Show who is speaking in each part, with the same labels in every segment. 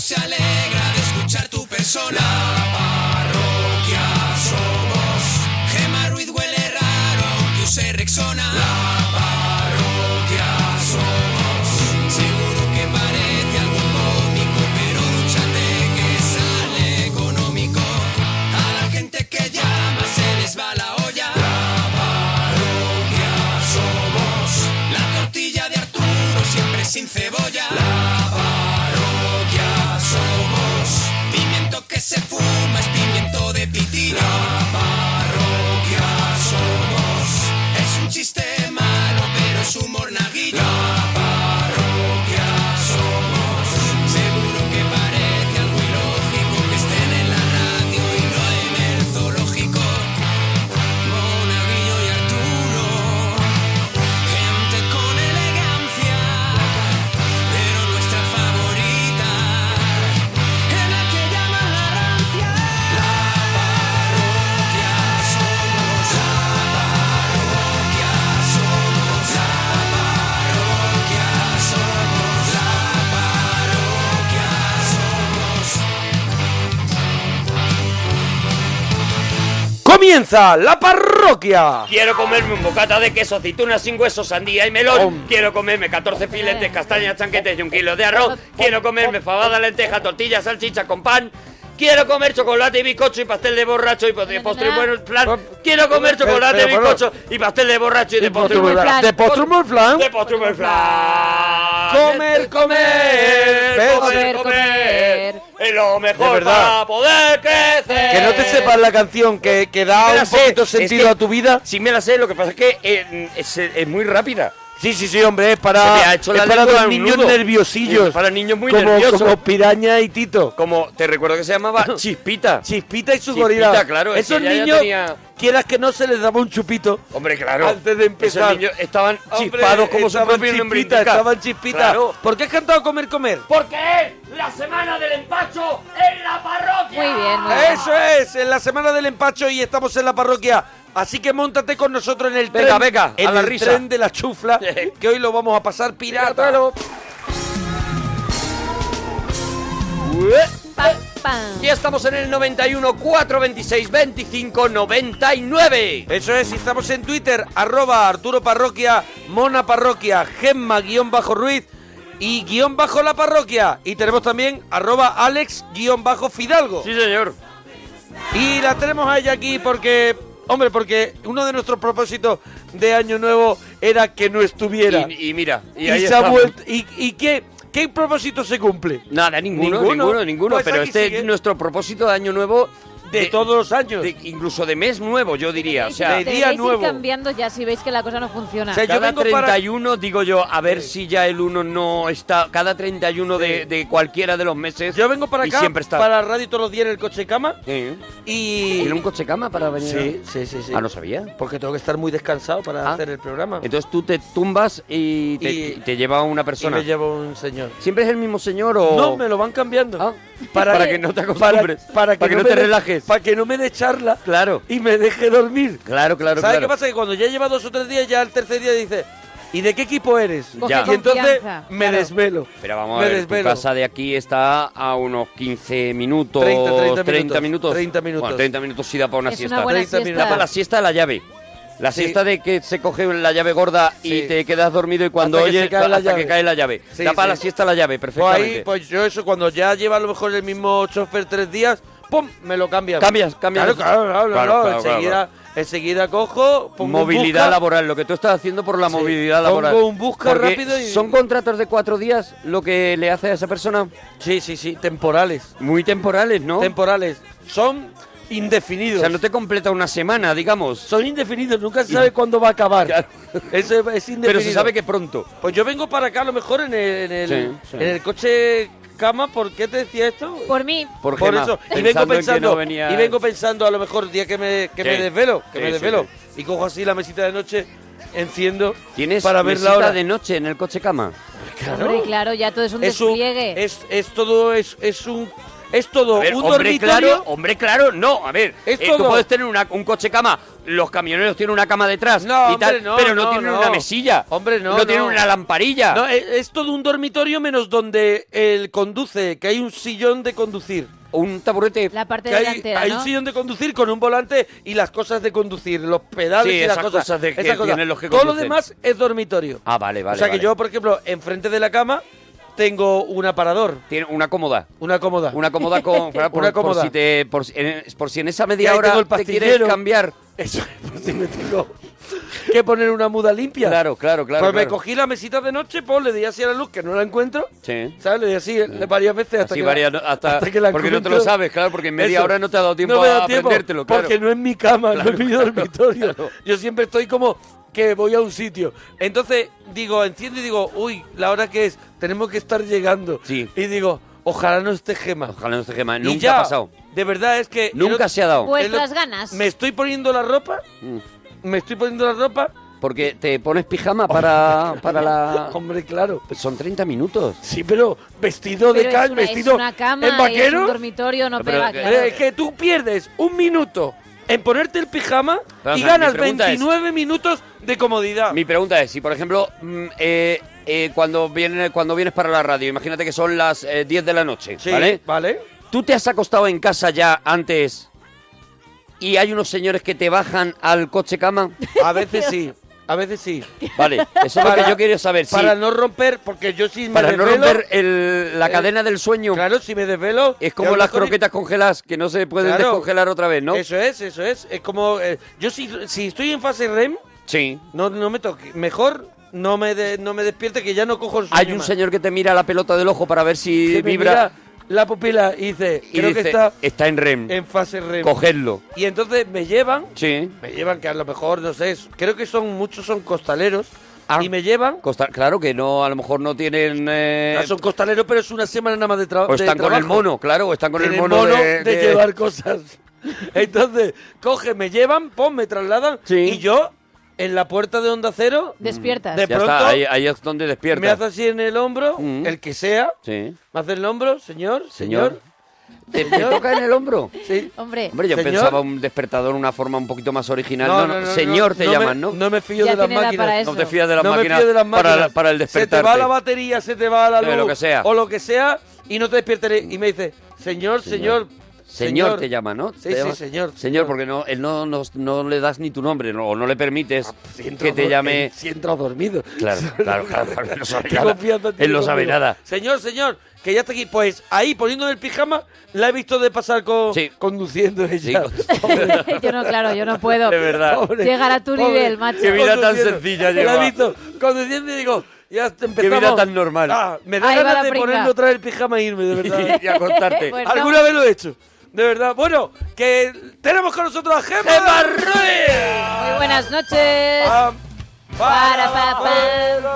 Speaker 1: se alegra de escuchar tu persona. La parroquia somos. Gema Ruiz huele raro, que use Rexona. La parroquia somos. Seguro que parece algo cómico, pero duchate que sale económico. A la gente que llama se les va la olla. La parroquia somos. La tortilla de Arturo siempre sin cebolla. La parroquia somos. Pimiento que se fuma es pimiento de pitina. La parroquia somos. Es un chiste malo, pero es humor naguillo. La parroquia somos. Seguro que parece algo ilógico que estén en la radio y no en el zoológico. Monaguillo y Arturo, gente con elegancia, pero nuestra favorita es la que llaman la rancia. La parroquia somos, la parroquia somos, la parroquia somos, la parroquia somos.
Speaker 2: ¡Comienza la parroquia!
Speaker 3: Quiero comerme un bocata de queso, aceitunas sin hueso, sandía y melón. Quiero comerme 14 filetes, castañas, chanquetes y un kilo de arroz. Quiero comerme fabada, lenteja, tortilla, salchicha con pan. Quiero comer chocolate y bizcocho y pastel de borracho y po- de postre y buen flan. Quiero comer
Speaker 2: Pero,
Speaker 3: chocolate y
Speaker 2: pero, pero,
Speaker 3: bizcocho y pastel de borracho y de postre y buen flan.
Speaker 2: ¿De postrumo el flan?
Speaker 3: De postre y buen flan.
Speaker 2: Comer,
Speaker 3: comer,
Speaker 2: ¿Ves?
Speaker 3: comer, comer. Es lo
Speaker 2: De
Speaker 3: mejor
Speaker 2: verdad.
Speaker 3: para poder crecer.
Speaker 2: Que no te sepas la canción que, que da
Speaker 3: Me la
Speaker 2: un
Speaker 3: sé.
Speaker 2: poquito
Speaker 3: Es
Speaker 2: sentido
Speaker 3: que-
Speaker 2: a tu vida.
Speaker 3: Sí me la sé, lo que pasa es que eh, es, es muy rápida.
Speaker 2: Sí, sí, sí, hombre, es
Speaker 3: Se me
Speaker 2: para,
Speaker 3: ha
Speaker 2: es
Speaker 3: hecho la
Speaker 2: para
Speaker 3: lengua
Speaker 2: los
Speaker 3: un
Speaker 2: niños
Speaker 3: nudo.
Speaker 2: nerviosillos.
Speaker 3: Es para niños muy
Speaker 2: como,
Speaker 3: nerviosos.
Speaker 2: Como Piraña y Tito.
Speaker 3: Como te recuerdo que se llamaba Chispita.
Speaker 2: Chispita y su
Speaker 3: Chispita,
Speaker 2: gorila.
Speaker 3: claro, es que
Speaker 2: Esos
Speaker 3: ya- ya
Speaker 2: niños,
Speaker 3: tenía-
Speaker 2: quieras que no, se les daba un chupito.
Speaker 3: Hombre, claro.
Speaker 2: Antes de empezar.
Speaker 3: Esos niños estaban
Speaker 2: Hombre,
Speaker 3: chispados como su
Speaker 2: estaban
Speaker 3: propio nombre
Speaker 2: chispita,
Speaker 3: indica.
Speaker 2: Estaban chispitas.
Speaker 3: Claro.
Speaker 2: ¿Por qué has cantado Comer, Comer?
Speaker 3: Porque es la semana del empacho en la parroquia.
Speaker 4: Muy bien, muy bien.
Speaker 2: Eso es, en la semana del empacho y estamos en la parroquia. Así que montate con nosotros en el
Speaker 3: Venga,
Speaker 2: tren.
Speaker 3: venga,
Speaker 2: en
Speaker 3: a la
Speaker 2: el
Speaker 3: risa.
Speaker 2: tren de la chufla,
Speaker 3: Sí.
Speaker 2: que hoy lo vamos a pasar pirata.
Speaker 3: Ué.
Speaker 4: Pam, pam.
Speaker 3: Y estamos en el 91 426 25 99.
Speaker 2: Eso es, y estamos en Twitter, arroba Arturo Parroquia, Mona Parroquia, Gemma guión bajo Ruiz y guión bajo la parroquia. Y tenemos también arroba Alex guión bajo Fidalgo.
Speaker 3: Sí, señor.
Speaker 2: Y la tenemos a ella aquí porque, hombre, porque uno de nuestros propósitos de Año Nuevo era que no estuviera.
Speaker 3: Y, y mira, y,
Speaker 2: y,
Speaker 3: ahí
Speaker 2: se
Speaker 3: estamos.
Speaker 2: ha vuelto. ¿Y, y qué, qué propósito se cumple?
Speaker 3: Nada, ninguno,
Speaker 2: Ninguno.
Speaker 3: ninguno, ninguno.
Speaker 2: Pues
Speaker 3: pero
Speaker 2: aquí
Speaker 3: este
Speaker 2: sigue.
Speaker 3: es nuestro propósito de año nuevo.
Speaker 2: De, todos los años.
Speaker 3: de- incluso de mes nuevo, yo diría. O sea,
Speaker 2: De
Speaker 4: Tenéis
Speaker 2: día
Speaker 4: que ir
Speaker 2: nuevo.
Speaker 4: cambiando ya si veis que la cosa no funciona.
Speaker 2: O sea, yo
Speaker 3: cada
Speaker 2: vengo para-
Speaker 3: 31, digo yo, a ver si ya el 1 no está. Cada 31 de,
Speaker 2: Sí.
Speaker 3: de cualquiera de los meses.
Speaker 2: Yo vengo para
Speaker 3: y
Speaker 2: acá,
Speaker 3: siempre está.
Speaker 2: para radio todos los días en el coche cama
Speaker 3: Sí.
Speaker 2: y...
Speaker 3: ¿Tiene un coche cama para venir?
Speaker 2: Sí, sí, sí, sí.
Speaker 3: Ah, no sabía.
Speaker 2: Porque tengo que estar muy descansado para
Speaker 3: Ah.
Speaker 2: hacer el programa.
Speaker 3: Entonces tú te tumbas y te,
Speaker 2: Y-
Speaker 3: te lleva una
Speaker 2: Y
Speaker 3: persona.
Speaker 2: me llevo un señor.
Speaker 3: ¿Siempre es el mismo señor o.?
Speaker 2: No, me lo van cambiando.
Speaker 3: Oh. Ah.
Speaker 2: Para,
Speaker 3: Para que no te acostumbres.
Speaker 2: Para, para que,
Speaker 3: Para que no
Speaker 2: me
Speaker 3: te
Speaker 2: dé-
Speaker 3: relajes.
Speaker 2: Para que no me dé charla
Speaker 3: Claro,
Speaker 2: y me deje dormir.
Speaker 3: claro, claro.
Speaker 2: ¿Sabes
Speaker 3: claro.
Speaker 2: qué pasa? Que cuando ya lleva dos o tres días, ya el tercer día dice, ¿y de qué equipo eres?
Speaker 4: Coge
Speaker 3: Ya.
Speaker 2: Y entonces
Speaker 4: confianza,
Speaker 2: me
Speaker 4: claro.
Speaker 2: desvelo.
Speaker 3: Pero vamos
Speaker 2: me
Speaker 3: a ver,
Speaker 2: desvelo.
Speaker 3: tu casa de aquí está a unos 15 minutos,
Speaker 2: 30, 30 minutos,
Speaker 3: minutos.
Speaker 2: 30 minutos.
Speaker 3: Bueno, 30 minutos sí da para una
Speaker 4: es
Speaker 3: siesta.
Speaker 4: una buena
Speaker 2: 30
Speaker 4: siesta.
Speaker 2: minutos.
Speaker 3: Da para la siesta de la llave. La
Speaker 2: Sí.
Speaker 3: siesta de que se coge la llave gorda
Speaker 2: Sí.
Speaker 3: y te quedas dormido y cuando
Speaker 2: Hasta que
Speaker 3: oyes
Speaker 2: se cae la
Speaker 3: hasta
Speaker 2: llave.
Speaker 3: que cae la llave.
Speaker 2: Sí,
Speaker 3: da para
Speaker 2: sí.
Speaker 3: la siesta la llave,
Speaker 2: Pues
Speaker 3: perfectamente.
Speaker 2: ahí, pues yo eso, cuando ya lleva a lo mejor el mismo chofer tres días, ¡pum! Me lo cambian.
Speaker 3: Cambias, cambias.
Speaker 2: Claro, claro, claro,
Speaker 3: Claro,
Speaker 2: no,
Speaker 3: claro, claro,
Speaker 2: enseguida, enseguida cojo, pongo un
Speaker 3: movilidad
Speaker 2: busca,
Speaker 3: laboral, lo que tú estás haciendo por la
Speaker 2: Sí.
Speaker 3: movilidad laboral.
Speaker 2: Pongo un busca
Speaker 3: Porque
Speaker 2: rápido y-
Speaker 3: Son contratos de cuatro días lo que le hace a esa persona
Speaker 2: Sí, sí, sí, temporales.
Speaker 3: muy temporales, ¿no?
Speaker 2: Temporales. Son
Speaker 3: o
Speaker 2: indefinidos.
Speaker 3: sea, no te completa una semana, digamos.
Speaker 2: Son indefinidos, nunca se sabe cuándo va a acabar.
Speaker 3: Claro.
Speaker 2: Eso es, es indefinido.
Speaker 3: Pero se sabe que pronto.
Speaker 2: Pues yo vengo para acá a lo mejor en el, en el,
Speaker 3: Sí, sí.
Speaker 2: en el coche cama, ¿por qué te decía esto?
Speaker 4: Por mí,
Speaker 3: Por,
Speaker 2: Por
Speaker 3: Gemma,
Speaker 2: eso, y
Speaker 3: pensando
Speaker 2: vengo
Speaker 3: en que
Speaker 2: pensando,
Speaker 3: no venía-
Speaker 2: y vengo pensando a lo mejor día que me, que
Speaker 3: Sí.
Speaker 2: me desvelo, que
Speaker 3: Sí,
Speaker 2: me
Speaker 3: sí,
Speaker 2: desvelo,
Speaker 3: sí.
Speaker 2: y cojo así la mesita de noche, enciendo
Speaker 3: ¿Tienes
Speaker 2: para ver la
Speaker 3: mesita
Speaker 2: hora.
Speaker 3: de noche en el coche cama?
Speaker 2: Claro.
Speaker 4: hombre, claro, ya todo es un
Speaker 2: es, un-
Speaker 4: despliegue.
Speaker 2: es, es todo, es, es un, es todo
Speaker 3: A ver,
Speaker 2: un
Speaker 3: hombre,
Speaker 2: dormitorio.
Speaker 3: claro, hombre, claro, no. A ver,
Speaker 2: Es
Speaker 3: eh, tú
Speaker 2: todo.
Speaker 3: puedes tener una- un coche cama los camioneros tienen una cama detrás
Speaker 2: No,
Speaker 3: y tal,
Speaker 2: hombre, no,
Speaker 3: pero no,
Speaker 2: no,
Speaker 3: tienen
Speaker 2: no.
Speaker 3: una mesilla.
Speaker 2: Hombre, no,
Speaker 3: No, tienen
Speaker 2: no.
Speaker 3: una lamparilla.
Speaker 2: No, e, es, es todo un dormitorio menos donde él conduce, que hay un sillón de conducir.
Speaker 3: Un taburete.
Speaker 4: La parte
Speaker 2: Que hay,
Speaker 4: delantera,
Speaker 2: hay
Speaker 4: ¿no?
Speaker 2: un sillón de conducir con un volante y las cosas de conducir, los pedales
Speaker 3: Sí,
Speaker 2: y las
Speaker 3: esas
Speaker 2: cosas.
Speaker 3: cosas de que
Speaker 2: esas cosas.
Speaker 3: tienen los que
Speaker 2: todo lo
Speaker 3: conducen.
Speaker 2: demás es dormitorio.
Speaker 3: Ah, vale, vale.
Speaker 2: o sea
Speaker 3: vale.
Speaker 2: que yo, por ejemplo, enfrente de la cama tengo un aparador,
Speaker 3: Tiene una cómoda.
Speaker 2: una cómoda.
Speaker 3: Una cómoda con. Por, por
Speaker 2: cómoda.
Speaker 3: si te- por, si- en, por si en esa
Speaker 2: Y
Speaker 3: media
Speaker 2: ahí
Speaker 3: hora
Speaker 2: tengo el
Speaker 3: te quieres
Speaker 2: pastillero.
Speaker 3: cambiar.
Speaker 2: Eso es por si me tengo que poner una muda limpia.
Speaker 3: Claro, claro, claro.
Speaker 2: pues me
Speaker 3: claro.
Speaker 2: cogí la mesita de noche, pues le di así a la luz que no la encuentro.
Speaker 3: Sí.
Speaker 2: ¿Sabes? Le di así eh, varias veces hasta
Speaker 3: Así
Speaker 2: que
Speaker 3: varias-
Speaker 2: la,
Speaker 3: hasta-
Speaker 2: hasta que la
Speaker 3: porque no te lo
Speaker 2: encuentro.
Speaker 3: sabes, claro, porque en media
Speaker 2: Eso.
Speaker 3: hora no te ha dado tiempo
Speaker 2: No me
Speaker 3: a
Speaker 2: da tiempo,
Speaker 3: aprendértelo, claro.
Speaker 2: Porque no es mi cama, no es mi dormitorio.
Speaker 3: claro.
Speaker 2: Yo siempre estoy como que voy a un sitio. Entonces digo, enciendo y digo, uy, la hora que es, tenemos que estar llegando.
Speaker 3: Sí.
Speaker 2: Y digo, ojalá no esté gema.
Speaker 3: Ojalá no se quema.
Speaker 2: Y
Speaker 3: Nunca
Speaker 2: ya,
Speaker 3: ha pasado.
Speaker 2: De verdad es que. el
Speaker 3: Nunca
Speaker 2: otro-
Speaker 3: se ha dado.
Speaker 4: Pues
Speaker 2: Es lo-
Speaker 4: las ganas.
Speaker 2: Me estoy poniendo la ropa,
Speaker 3: Mm.
Speaker 2: me estoy poniendo la ropa.
Speaker 3: Porque te pones pijama para, para la...
Speaker 2: Hombre, claro.
Speaker 3: Pues Son 30 minutos.
Speaker 2: Sí, pero vestido de
Speaker 4: Pero es
Speaker 2: caña,
Speaker 4: una- es
Speaker 2: vestido
Speaker 4: una cama,
Speaker 2: en
Speaker 4: es un
Speaker 2: vaquero.
Speaker 4: dormitorio, no
Speaker 3: No, pero
Speaker 4: pega,
Speaker 3: que-
Speaker 4: claro.
Speaker 2: Eh, que tú pierdes un minuto en ponerte el pijama
Speaker 3: Vamos
Speaker 2: y
Speaker 3: a ver,
Speaker 2: ganas
Speaker 3: mi pregunta es-
Speaker 2: 29 minutos de comodidad.
Speaker 3: Mi pregunta es, si por ejemplo, mm, eh, eh, cuando, viene, cuando vienes para la radio, imagínate que son las eh, 10 de la noche,
Speaker 2: Sí,
Speaker 3: ¿vale?
Speaker 2: ¿Vale?
Speaker 3: ¿Tú te has acostado en casa ya antes y hay unos señores que te bajan al coche cama?
Speaker 2: A veces sí, a veces sí.
Speaker 3: Vale, eso es lo que yo quiero saber. si-
Speaker 2: Para no romper, porque yo sí me
Speaker 3: para no
Speaker 2: desvelo-
Speaker 3: romper el- la
Speaker 2: eh,
Speaker 3: cadena del sueño.
Speaker 2: Claro, si me desvelo...
Speaker 3: Es
Speaker 2: a
Speaker 3: como
Speaker 2: lo
Speaker 3: las
Speaker 2: mejor-
Speaker 3: croquetas congeladas, que no se pueden
Speaker 2: Claro.
Speaker 3: descongelar otra vez, ¿no?
Speaker 2: Eso es, eso es. Es como... eh, yo si, si estoy en fase REM,
Speaker 3: Sí.
Speaker 2: no, no me toque. Mejor no me, de- no me despierte que ya no cojo el sueño
Speaker 3: Hay un
Speaker 2: más.
Speaker 3: señor que te mira la pelota del ojo para ver si
Speaker 2: Que me
Speaker 3: vibra
Speaker 2: mira la pupila y dice,
Speaker 3: y
Speaker 2: creo que
Speaker 3: dice,
Speaker 2: está
Speaker 3: en REM.
Speaker 2: en fase REM.
Speaker 3: Cogedlo.
Speaker 2: Y entonces me llevan,
Speaker 3: Sí.
Speaker 2: me llevan que a lo mejor, no sé, creo que son muchos son costaleros,
Speaker 3: Ah.
Speaker 2: y me llevan...
Speaker 3: Costa- claro que no, a lo mejor no tienen... eh,
Speaker 2: Ah, son costaleros, pero es una semana nada más de, trabajo.
Speaker 3: o están con el mono, claro, o están con el mono, de, de-
Speaker 2: llevar cosas. Entonces, coge, me llevan, pon, me trasladan
Speaker 3: Sí.
Speaker 2: y yo en la puerta de Onda Cero
Speaker 4: Mm. Despiertas.
Speaker 2: de-
Speaker 3: Ya
Speaker 2: pronto
Speaker 3: está, ahí, ahí es donde despierta.
Speaker 2: me hace así en el hombro,
Speaker 3: Mm.
Speaker 2: el que sea,
Speaker 3: Sí,
Speaker 2: me hace el hombro, señor,
Speaker 3: señor.
Speaker 2: señor.
Speaker 3: ¿Te, te toca en el hombro?
Speaker 2: Sí.
Speaker 4: Hombre,
Speaker 3: Hombre, yo
Speaker 2: Señor.
Speaker 3: pensaba un despertador, una forma un poquito más original. No, no, señor te
Speaker 2: no me-
Speaker 3: llaman, ¿no?
Speaker 2: No me fío
Speaker 4: Ya
Speaker 2: de las
Speaker 4: tiene edad
Speaker 2: máquinas.
Speaker 4: para eso.
Speaker 3: No te fías de las
Speaker 2: No me
Speaker 3: máquinas,
Speaker 2: fío de las máquinas.
Speaker 3: Para, para el
Speaker 2: Se te va
Speaker 3: despertarte.
Speaker 2: la batería, se te va la
Speaker 3: Sí,
Speaker 2: luz.
Speaker 3: lo que sea.
Speaker 2: O lo que sea, y no te despiertes. Y me dice, señor, señor.
Speaker 3: Señor. te llama, ¿no?
Speaker 2: Sí,
Speaker 3: Te
Speaker 2: sí,
Speaker 3: llama-
Speaker 2: señor, señor.
Speaker 3: Señor, porque no, él no, no, no le das ni tu nombre, no, o no le permites
Speaker 2: Ah, pues, Si entro
Speaker 3: que te
Speaker 2: dor-
Speaker 3: llame...
Speaker 2: Si entras dormido.
Speaker 3: Claro, claro, claro, claro, él no sabe
Speaker 2: ¿Qué
Speaker 3: nada.
Speaker 2: confianza
Speaker 3: Él
Speaker 2: tiene
Speaker 3: no sabe
Speaker 2: conmigo?
Speaker 3: nada.
Speaker 2: Señor, señor, que ya está aquí. Pues ahí, poniéndome el pijama, la he visto de pasar con,
Speaker 3: Sí.
Speaker 2: conduciendo ella.
Speaker 3: Sí.
Speaker 2: Pobre,
Speaker 4: yo no, claro, yo no puedo.
Speaker 3: De verdad.
Speaker 2: pobre,
Speaker 4: Llegar a tu
Speaker 2: pobre,
Speaker 4: nivel, macho.
Speaker 3: Qué vida tan
Speaker 2: conduciendo.
Speaker 3: sencilla
Speaker 2: La
Speaker 3: lleva.
Speaker 2: he visto conduciendo y digo, ya empezamos.
Speaker 3: vida tan normal.
Speaker 2: Ah, me da
Speaker 4: Ahí va la
Speaker 2: ganas de
Speaker 4: pringa.
Speaker 2: ponerme otra vez el pijama e irme, de verdad.
Speaker 3: y a contarte.
Speaker 4: Bueno.
Speaker 2: Alguna vez lo he hecho. De verdad. Bueno, que tenemos con nosotros a Gemma. ¡Gemma
Speaker 4: Muy buenas noches. Para, pa,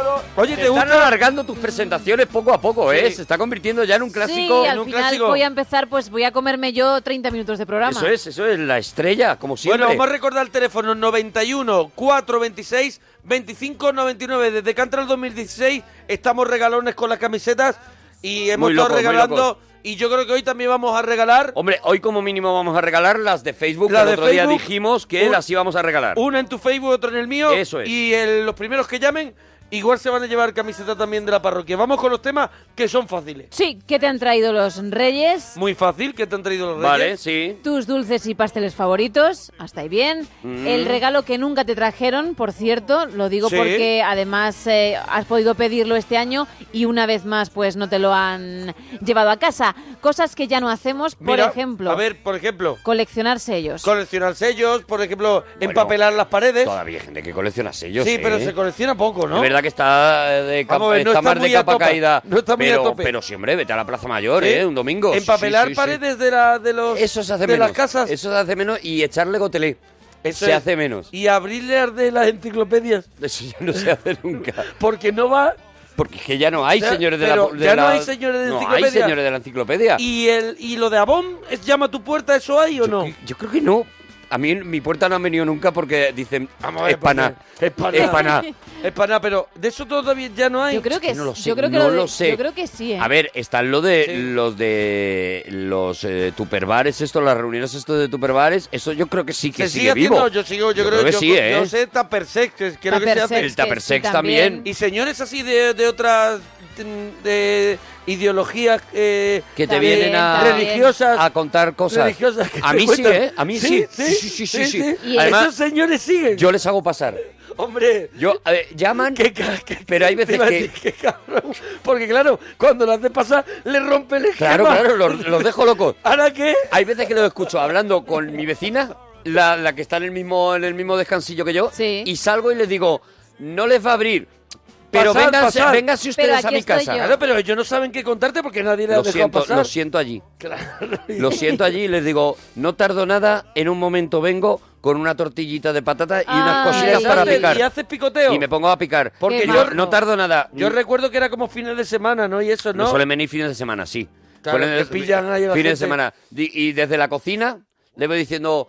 Speaker 4: pa.
Speaker 2: Oye,
Speaker 3: Te
Speaker 2: ¿te
Speaker 3: están
Speaker 2: gusta?
Speaker 3: alargando tus presentaciones poco a poco, ¿eh?
Speaker 2: Sí.
Speaker 3: Se está convirtiendo ya en un clásico.
Speaker 4: sí,
Speaker 2: en
Speaker 4: al
Speaker 2: un
Speaker 4: final
Speaker 2: clásico.
Speaker 4: voy a empezar, pues voy a comerme yo 30 minutos de programa.
Speaker 3: Eso es, eso es la estrella, como siempre.
Speaker 2: Bueno, vamos a recordar el teléfono 91 426 2599. Desde que entra el 2016 estamos regalones con las camisetas y hemos
Speaker 3: Muy
Speaker 2: estado
Speaker 3: locos, muy
Speaker 2: regalando. Y yo creo que hoy también vamos a regalar
Speaker 3: Hombre, hoy como mínimo vamos a regalar las de Facebook.
Speaker 2: Las
Speaker 3: que el
Speaker 2: de
Speaker 3: otro día
Speaker 2: Facebook,
Speaker 3: dijimos que
Speaker 2: un-
Speaker 3: las íbamos a regalar.
Speaker 2: una en tu Facebook, otra en el mío.
Speaker 3: Eso es.
Speaker 2: Y el- los primeros que llamen, igual se van a llevar camiseta también de la parroquia. Vamos con los temas que son fáciles.
Speaker 4: Sí, ¿qué te han traído los reyes?
Speaker 2: Muy fácil, que te han traído los
Speaker 3: Vale,
Speaker 2: reyes.
Speaker 3: sí.
Speaker 4: Tus dulces y pasteles favoritos, hasta ahí bien.
Speaker 3: Mm.
Speaker 4: El regalo que nunca te trajeron, por cierto, lo digo
Speaker 2: Sí.
Speaker 4: porque además eh, has podido pedirlo este año y una vez más pues no te lo han llevado a casa. Cosas que ya no hacemos, por
Speaker 2: Mira,
Speaker 4: ejemplo,
Speaker 2: A ver, por ejemplo,
Speaker 4: coleccionar sellos.
Speaker 2: coleccionar sellos, por ejemplo, empapelar las paredes.
Speaker 3: Todavía hay gente que colecciona sellos.
Speaker 2: sí, pero
Speaker 3: ¿eh?
Speaker 2: se colecciona poco, ¿no?
Speaker 3: Es verdad que está, eh, de capa-
Speaker 2: Vamos a ver, no
Speaker 3: está
Speaker 2: está
Speaker 3: más
Speaker 2: muy
Speaker 3: de
Speaker 2: a
Speaker 3: capa
Speaker 2: tope.
Speaker 3: caída.
Speaker 2: No está muy a
Speaker 3: pero,
Speaker 2: tope.
Speaker 3: pero sí, hombre, vete a la Plaza Mayor,
Speaker 2: Sí.
Speaker 3: ¿eh? Un domingo. Sí,
Speaker 2: Empapelar
Speaker 3: sí, sí, sí.
Speaker 2: paredes De, la, de, los,
Speaker 3: Eso se hace
Speaker 2: de
Speaker 3: menos.
Speaker 2: las casas.
Speaker 3: Eso se hace menos y echarle gotelé.
Speaker 2: Eso
Speaker 3: se
Speaker 2: es.
Speaker 3: hace menos.
Speaker 2: Y abrirle las de las enciclopedias.
Speaker 3: Eso ya no se hace nunca.
Speaker 2: Porque no va.
Speaker 3: Porque es que ya no hay
Speaker 2: Ya,
Speaker 3: señores de
Speaker 2: pero
Speaker 3: la de
Speaker 2: ya no
Speaker 3: la-
Speaker 2: hay señores de
Speaker 3: No hay
Speaker 2: enciclopedia.
Speaker 3: señores de la enciclopedia.
Speaker 2: Y, el, y lo de Avon, es llama a tu puerta, ¿eso hay o
Speaker 3: yo,
Speaker 2: no?
Speaker 3: cre- yo creo que no. A mí mi puerta no han venido nunca porque dicen,
Speaker 2: Vamos a
Speaker 3: es
Speaker 2: ver, ¿por
Speaker 3: paná,
Speaker 2: qué?
Speaker 3: es paná, es paná".
Speaker 2: Es paná, pero de eso todavía ya no hay.
Speaker 4: Yo creo que,
Speaker 3: no lo sé,
Speaker 4: yo creo que
Speaker 3: no
Speaker 4: de-
Speaker 3: lo sé.
Speaker 4: Yo creo que sí, ¿eh?
Speaker 3: A ver, están lo de
Speaker 2: Sí.
Speaker 3: los de los eh, tupperbares, esto, las reuniones esto de tupperbares, eso yo creo que sí que
Speaker 2: se
Speaker 3: sigue
Speaker 2: sigue
Speaker 3: vivo.
Speaker 2: haciendo, yo sigo, yo, creo,
Speaker 3: creo que
Speaker 2: yo,
Speaker 3: sí, ¿eh?
Speaker 2: yo sé tupper sex, que creo que
Speaker 4: Tupper
Speaker 2: se hace.
Speaker 4: sex,
Speaker 3: El tupper
Speaker 4: que sí,
Speaker 3: sex también.
Speaker 2: Y señores así de, de otras mm, de ideologías eh,
Speaker 3: que te
Speaker 4: También,
Speaker 3: vienen a
Speaker 4: también.
Speaker 2: religiosas
Speaker 3: a contar cosas.
Speaker 2: religiosas que
Speaker 3: a
Speaker 2: te
Speaker 3: mí sí,
Speaker 2: cuentan.
Speaker 3: ¿eh? A mí sí.
Speaker 2: Sí, sí,
Speaker 3: sí, sí, sí.
Speaker 4: Y
Speaker 2: Esos
Speaker 3: Además,
Speaker 2: señores siguen.
Speaker 3: yo les hago pasar.
Speaker 2: Hombre,
Speaker 3: Yo a ver, llaman,
Speaker 2: qué ca- qué-
Speaker 3: pero hay
Speaker 2: te
Speaker 3: veces
Speaker 2: iba a
Speaker 3: que-
Speaker 2: decir, qué cabrón. Porque claro, cuando lo hace pasar, le rompe el esquema.
Speaker 3: claro, claro, los, los dejo locos.
Speaker 2: ¿Ahora qué?
Speaker 3: Hay veces que los escucho hablando con mi vecina, la, la que está en el mismo en el mismo descansillo que yo,
Speaker 4: Sí.
Speaker 3: y salgo y les digo, no les va a abrir, pero
Speaker 2: Pasad,
Speaker 3: vénganse,
Speaker 2: pasad.
Speaker 3: vénganse
Speaker 4: Pero
Speaker 3: ustedes a
Speaker 4: aquí
Speaker 3: mi
Speaker 4: estoy
Speaker 3: casa.
Speaker 4: yo.
Speaker 2: Claro, pero ellos no saben qué contarte porque nadie le ha
Speaker 3: Lo
Speaker 2: dejado
Speaker 3: siento,
Speaker 2: pasar.
Speaker 3: lo siento allí.
Speaker 2: Claro.
Speaker 3: Lo siento allí y les digo, no tardo nada, en un momento vengo con una tortillita de patata y
Speaker 4: Ay.
Speaker 3: unas cosillas para
Speaker 2: Exacto,
Speaker 3: picar.
Speaker 2: Y haces picoteo.
Speaker 3: Y me pongo a picar.
Speaker 2: Porque
Speaker 4: Qué
Speaker 3: yo
Speaker 4: majo.
Speaker 3: no tardo nada.
Speaker 2: Yo recuerdo que era como fines de semana, ¿no? Y eso, ¿no?
Speaker 3: No suelen venir fines de semana, sí.
Speaker 2: Claro,
Speaker 3: Suelen-
Speaker 2: que pillan ahí a la
Speaker 3: fines de
Speaker 2: gente.
Speaker 3: semana. Di- Y desde la cocina le voy diciendo,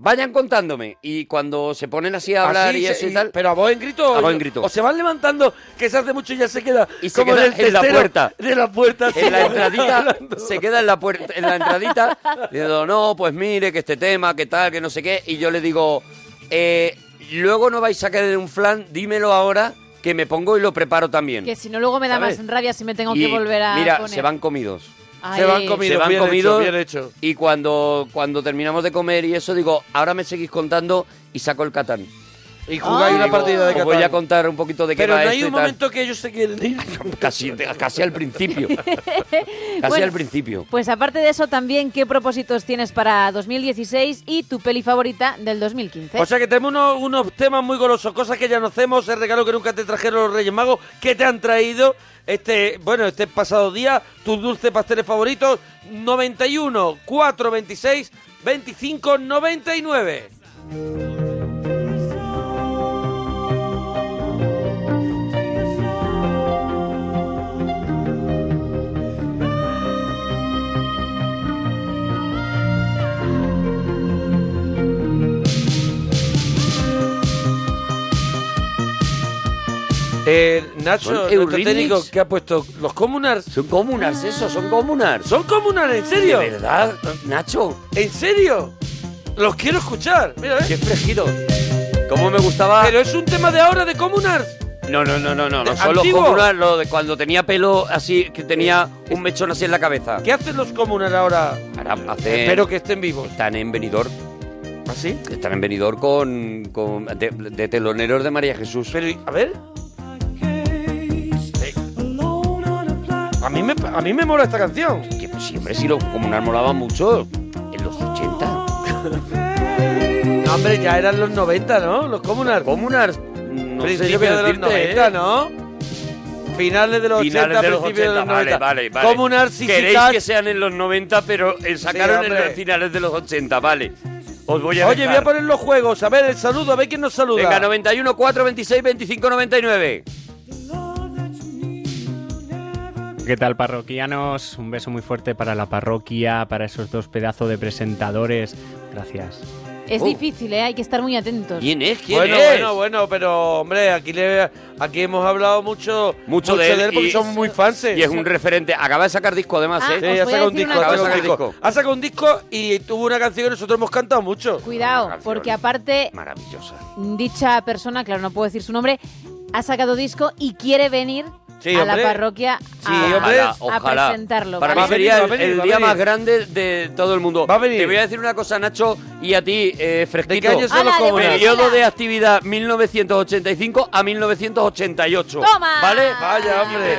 Speaker 3: vayan contándome. Y cuando se ponen así a hablar
Speaker 2: Así
Speaker 3: y
Speaker 2: se-
Speaker 3: eso y tal.
Speaker 2: Pero a voz en grito.
Speaker 3: A voz en
Speaker 2: o-
Speaker 3: grito.
Speaker 2: O se van levantando, que se hace mucho y ya se queda.
Speaker 3: Y se
Speaker 2: como
Speaker 3: queda
Speaker 2: en, el
Speaker 3: en la
Speaker 2: testero
Speaker 3: puerta.
Speaker 2: De la puerta.
Speaker 3: en la
Speaker 2: así,
Speaker 3: entradita
Speaker 2: hablando.
Speaker 3: se queda en la puerta en la entradita diciendo no pues mire que este tema que tal que no sé qué y yo le digo eh, luego no vais a querer un flan dímelo ahora que me pongo y lo preparo también
Speaker 4: Que si no, luego me da
Speaker 3: ¿Sabes?
Speaker 4: más rabia si me tengo
Speaker 3: Y
Speaker 4: que volver a
Speaker 3: mira
Speaker 4: poner.
Speaker 3: se van comidos
Speaker 4: Ay.
Speaker 2: Se van comidos.
Speaker 3: se van
Speaker 2: bien hecho,
Speaker 3: comidos
Speaker 2: bien hecho.
Speaker 3: y cuando cuando terminamos de comer y eso digo ahora me seguís contando y saco el catán
Speaker 2: Y jugáis
Speaker 4: Ay,
Speaker 2: una
Speaker 3: Digo,
Speaker 2: partida de
Speaker 3: os voy a
Speaker 2: Catán.
Speaker 3: contar un poquito de qué
Speaker 2: Pero no
Speaker 3: va
Speaker 2: hay
Speaker 3: esto
Speaker 2: un
Speaker 3: y tal.
Speaker 2: momento que ellos se quieren ir.
Speaker 3: casi casi al principio casi
Speaker 4: Bueno,
Speaker 3: al principio
Speaker 4: Pues aparte de eso, también, ¿qué propósitos tienes para 2016 y tu peli favorita del 2015?
Speaker 2: O
Speaker 3: Pues
Speaker 2: sea que tenemos unos, unos temas muy golosos, cosas que ya no hacemos, el regalo que nunca te trajeron los Reyes Magos, que te han traído este, bueno, este pasado día, tus dulces pasteles favoritos, 91, 4, 26, 25, 99. Eh, Nacho,
Speaker 3: Son
Speaker 2: nuestro
Speaker 3: Eurythmics.
Speaker 2: técnico que ha puesto los comunars.
Speaker 3: son comunars eso son comunars
Speaker 2: ¿Son comunars? ¿En
Speaker 3: ¿De
Speaker 2: serio?
Speaker 3: verdad, Nacho?
Speaker 2: ¿En serio? Los quiero escuchar. Mira,
Speaker 3: ¡Qué
Speaker 2: ¿eh?
Speaker 3: fresquito! ¿Cómo me gustaba?
Speaker 2: Pero es un tema de ahora de comunars.
Speaker 3: No, no, no, no, no.
Speaker 2: De-
Speaker 3: no solo
Speaker 2: antiguo.
Speaker 3: comunal, lo de cuando tenía pelo así, que tenía un mechón así en la cabeza.
Speaker 2: ¿Qué hacen los comunars ahora?
Speaker 3: Ahora hacen-
Speaker 2: Espero que estén vivos.
Speaker 3: Están en Benidorm. ¿Ah,
Speaker 2: ¿Así?
Speaker 3: Están en Benidorm con... con- de, de teloneros de María Jesús.
Speaker 2: Pero, a ver. A mí, me, a mí me mola esta canción.
Speaker 3: Que pues, sí, hombre, sí, los comunar molaban mucho. En los 80.
Speaker 2: No, hombre, ya eran los 90, ¿no? Los Comunards.
Speaker 3: Comunars, no sé yo
Speaker 2: Principios
Speaker 3: qué
Speaker 2: de los
Speaker 3: decirte,
Speaker 2: 90,
Speaker 3: ¿eh?
Speaker 2: ¿no? Finales de los
Speaker 3: Finales
Speaker 2: 80,
Speaker 3: de los
Speaker 2: principios de
Speaker 3: 80,
Speaker 2: los 90.
Speaker 3: vale, vale, vale.
Speaker 2: Comunards, sí, sí,
Speaker 3: Queréis
Speaker 2: tal.
Speaker 3: que sean en los 90, pero eh, sacaron en
Speaker 2: hombre.
Speaker 3: los finales de los 80, vale. Os voy a
Speaker 2: Oye, voy
Speaker 3: dejar.
Speaker 2: a poner los juegos. A ver, el saludo, a ver quién nos saluda.
Speaker 3: Venga, 91, 4, 26, 25, 99.
Speaker 5: ¿Qué tal, parroquianos? Un beso muy fuerte para la parroquia, para esos dos pedazos de presentadores. Gracias.
Speaker 4: es
Speaker 3: Oh.
Speaker 4: difícil, ¿eh? Hay que estar muy atentos.
Speaker 3: ¿Quién es? ¿Quién
Speaker 2: Bueno,
Speaker 3: es?
Speaker 2: bueno, bueno, pero hombre, aquí le, aquí hemos hablado mucho,
Speaker 3: Mucho de él
Speaker 2: porque
Speaker 3: y-
Speaker 2: somos muy fans.
Speaker 3: Y es un referente. Acaba de sacar disco, además,
Speaker 4: Ah,
Speaker 3: ¿eh?
Speaker 2: Sí,
Speaker 4: Os
Speaker 2: ha
Speaker 4: voy a
Speaker 2: sacado un
Speaker 4: decir
Speaker 2: disco,
Speaker 4: una
Speaker 2: ha sacado
Speaker 3: cosa.
Speaker 2: un
Speaker 3: Saca
Speaker 2: disco.
Speaker 3: disco.
Speaker 2: Ha sacado un disco y tuvo una canción que nosotros hemos cantado mucho.
Speaker 4: Cuidado,
Speaker 3: Canción.
Speaker 4: porque aparte,
Speaker 3: Maravillosa.
Speaker 4: dicha persona, claro, no puedo decir su nombre, ha sacado disco y quiere venir
Speaker 2: Sí,
Speaker 4: a
Speaker 2: hombre.
Speaker 4: la parroquia
Speaker 2: Sí,
Speaker 4: a,
Speaker 2: hombre.
Speaker 4: a presentarlo.
Speaker 3: Para
Speaker 4: ¿vale?
Speaker 2: Va
Speaker 3: mí
Speaker 2: a venir,
Speaker 3: sería
Speaker 2: va a
Speaker 3: el,
Speaker 2: venir,
Speaker 3: el
Speaker 2: va a
Speaker 3: día
Speaker 2: venir.
Speaker 3: más grande de todo el mundo.
Speaker 2: Va a venir.
Speaker 3: Te voy a decir una cosa, Nacho, y a ti, eh,
Speaker 2: ¿De
Speaker 3: fresquito.
Speaker 2: qué año son los
Speaker 4: Ala, de
Speaker 2: comunas?
Speaker 4: buena-
Speaker 3: Periodo de actividad 1985 a 1988.
Speaker 4: ¡Toma!
Speaker 3: ¿Vale?
Speaker 2: Vaya, hombre.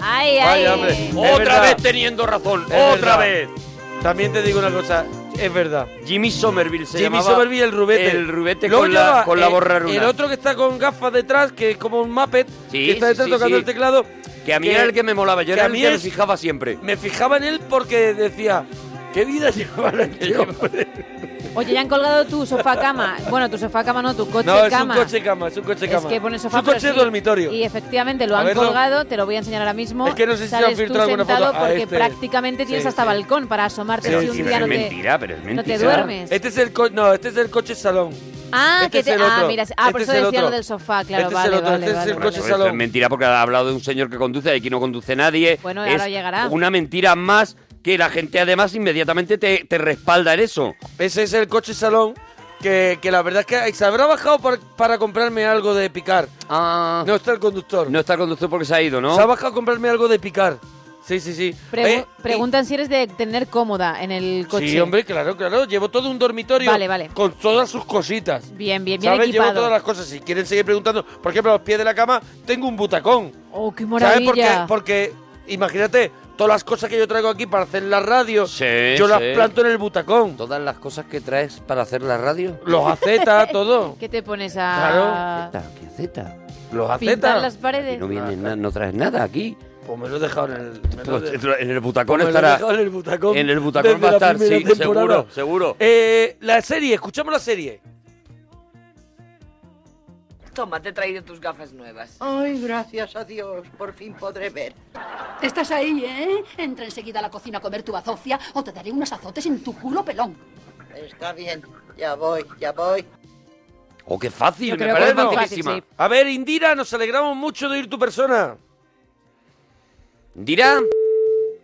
Speaker 4: ¡Ay, ay!
Speaker 2: Vaya, hombre. Es
Speaker 3: Otra
Speaker 2: verdad.
Speaker 3: vez teniendo razón.
Speaker 2: Es
Speaker 3: Otra
Speaker 2: verdad.
Speaker 3: vez.
Speaker 2: También te digo una cosa, es verdad.
Speaker 3: Jimmy Somerville se
Speaker 2: Jimmy
Speaker 3: llamaba.
Speaker 2: Somerville y el rubete.
Speaker 3: El rubete
Speaker 2: Luego
Speaker 3: con la,
Speaker 2: lleva
Speaker 3: con la
Speaker 2: el-
Speaker 3: borraruna.
Speaker 2: El otro que está con gafas detrás, que es como un Muppet,
Speaker 3: Sí,
Speaker 2: que está
Speaker 3: sí,
Speaker 2: detrás
Speaker 3: sí,
Speaker 2: tocando
Speaker 3: sí.
Speaker 2: el teclado.
Speaker 3: Que a mí era el que me molaba, yo
Speaker 2: que
Speaker 3: era
Speaker 2: a
Speaker 3: el
Speaker 2: mí
Speaker 3: que me
Speaker 2: es-
Speaker 3: fijaba siempre.
Speaker 2: Me fijaba en él porque decía, ¿qué vida llevará este hombre?
Speaker 4: Oye, ya han colgado tu sofá cama. Bueno, tu sofá cama no, tu coche
Speaker 2: No, es un
Speaker 4: cama.
Speaker 2: coche cama, es un coche
Speaker 4: Es
Speaker 2: cama.
Speaker 4: que pone sofá
Speaker 2: es un coche
Speaker 4: pero sí.
Speaker 2: dormitorio.
Speaker 4: Y efectivamente lo
Speaker 2: A
Speaker 4: han
Speaker 2: verlo.
Speaker 4: colgado, te lo voy a enseñar ahora mismo.
Speaker 2: Es que no sé si se ha
Speaker 4: Sales tú
Speaker 2: filtrado alguna foto.
Speaker 4: sentado
Speaker 2: Ah,
Speaker 4: porque
Speaker 2: este.
Speaker 4: prácticamente
Speaker 2: Sí,
Speaker 4: tienes hasta
Speaker 2: sí.
Speaker 4: balcón para asomarte
Speaker 2: Pero
Speaker 4: si un
Speaker 2: sí,
Speaker 4: día
Speaker 2: pero
Speaker 4: no
Speaker 2: es
Speaker 4: te...
Speaker 3: mentira, pero es
Speaker 4: no te
Speaker 3: mentira.
Speaker 4: duermes.
Speaker 2: Este es el coche, no, este es el coche salón.
Speaker 4: Ah,
Speaker 2: Este
Speaker 4: que te...
Speaker 2: es el
Speaker 4: ah,
Speaker 2: otro.
Speaker 4: mira, ah, por
Speaker 2: Este
Speaker 4: eso
Speaker 2: es el
Speaker 4: decía lo
Speaker 2: otro.
Speaker 4: del sofá, claro,
Speaker 2: Este es
Speaker 4: vale,
Speaker 2: el otro,
Speaker 4: vale,
Speaker 2: este es
Speaker 4: vale,
Speaker 2: el
Speaker 4: vale.
Speaker 2: coche
Speaker 3: Eso es
Speaker 2: salón.
Speaker 3: mentira porque ha hablado de un señor que conduce y aquí no conduce nadie.
Speaker 4: Bueno,
Speaker 3: Es
Speaker 4: ahora llegará.
Speaker 3: Una mentira más que la gente además inmediatamente te, te respalda en eso.
Speaker 2: Ese es el coche salón que, que la verdad es que se habrá bajado por- para comprarme algo de picar.
Speaker 3: Ah,
Speaker 2: No está el conductor.
Speaker 3: no está el conductor porque se ha ido, ¿no?
Speaker 2: Se ha bajado a comprarme algo de picar. Sí, sí, sí.
Speaker 4: Pregu-
Speaker 2: Eh,
Speaker 4: preguntan si eres de tener cómoda en el coche.
Speaker 2: Sí, hombre, claro, claro. Llevo todo un dormitorio
Speaker 4: Vale, vale.
Speaker 2: con todas sus cositas.
Speaker 4: Bien, bien, bien
Speaker 2: ¿Sabes? Llevo
Speaker 4: equipado.
Speaker 2: todas las cosas. Si quieren seguir preguntando, por ejemplo, a los pies de la cama tengo un butacón.
Speaker 4: Oh, qué
Speaker 2: ¿Sabes por qué?
Speaker 4: maravilla.
Speaker 2: Porque imagínate, todas las cosas que yo traigo aquí para hacer la radio,
Speaker 3: Sí,
Speaker 2: yo las
Speaker 3: sí.
Speaker 2: planto en el butacón.
Speaker 3: Todas las cosas que traes para hacer la radio.
Speaker 2: Los acetas, todo.
Speaker 4: ¿Qué te pones
Speaker 2: Claro,
Speaker 4: a
Speaker 3: Zeta, ¿Qué zeta?
Speaker 2: Los
Speaker 4: Ah. pintar
Speaker 2: acetas.
Speaker 4: las
Speaker 3: Y
Speaker 4: paredes?
Speaker 3: no, vienes na- no traes nada aquí.
Speaker 2: Pues me lo he dejado en el... me lo he
Speaker 3: Pues,
Speaker 2: dejado.
Speaker 3: En el butacón
Speaker 2: Pues me lo he
Speaker 3: estará.
Speaker 2: dejado en el butacón.
Speaker 3: En el butacón
Speaker 2: desde
Speaker 3: va a
Speaker 2: la
Speaker 3: estar,
Speaker 2: primera
Speaker 3: sí,
Speaker 2: temporada.
Speaker 3: seguro, seguro.
Speaker 2: Eh, la serie, escuchamos la serie.
Speaker 6: Toma, te he traído tus gafas nuevas.
Speaker 7: Ay, gracias a Dios, por fin podré ver.
Speaker 8: Estás ahí, ¿eh? Entra enseguida a la cocina a comer tu bazofia o te daré unos azotes en tu culo pelón.
Speaker 7: Está bien, ya voy, ya voy.
Speaker 3: Oh, qué fácil,
Speaker 4: Yo
Speaker 3: me
Speaker 4: creo que
Speaker 3: parece
Speaker 4: es muy
Speaker 3: facilísima.
Speaker 4: fácil,
Speaker 2: A ver, Indira, nos alegramos mucho de oír tu persona.
Speaker 3: Dirá,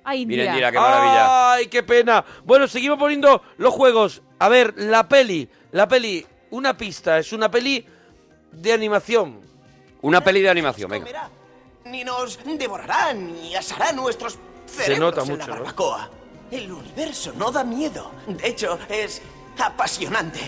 Speaker 4: Ay,
Speaker 3: mira,
Speaker 4: Indira.
Speaker 3: Indira, qué maravilla.
Speaker 2: Ay, qué pena. Bueno, seguimos poniendo los juegos. A ver, la peli. La peli, una pista. Es una peli de animación.
Speaker 3: Una peli de animación, venga.
Speaker 9: comerá, ni nos devorará, ni asará nuestros cerebros
Speaker 2: nota
Speaker 9: en la
Speaker 2: mucho, ¿no?
Speaker 9: barbacoa. El universo no da miedo. De hecho, es apasionante.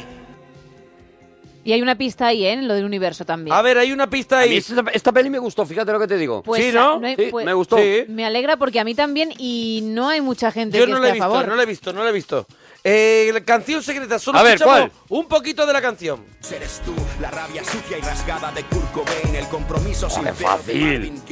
Speaker 4: Y hay una pista ahí, ¿eh? En lo del universo también.
Speaker 2: A ver, hay una pista
Speaker 3: A mí
Speaker 2: ahí.
Speaker 3: esta, esta peli me gustó, fíjate lo que te digo.
Speaker 4: Pues,
Speaker 2: Sí, ¿no?
Speaker 4: ah, hay-
Speaker 3: Sí,
Speaker 4: pues-
Speaker 3: me gustó.
Speaker 2: Sí.
Speaker 4: Me alegra porque a mí también y no hay mucha gente
Speaker 2: Yo
Speaker 4: que
Speaker 2: no la
Speaker 4: esté
Speaker 2: he
Speaker 4: a
Speaker 2: visto,
Speaker 4: favor.
Speaker 2: no la he visto, no la he visto. Eh, la canción secreta, solo
Speaker 3: A ver,
Speaker 2: escuchamos
Speaker 3: ¿cuál?
Speaker 2: un poquito de la canción.
Speaker 1: Eres tú, la rabia sucia y rasgada de Kurt Cobain, el compromiso sin
Speaker 3: qué fácil.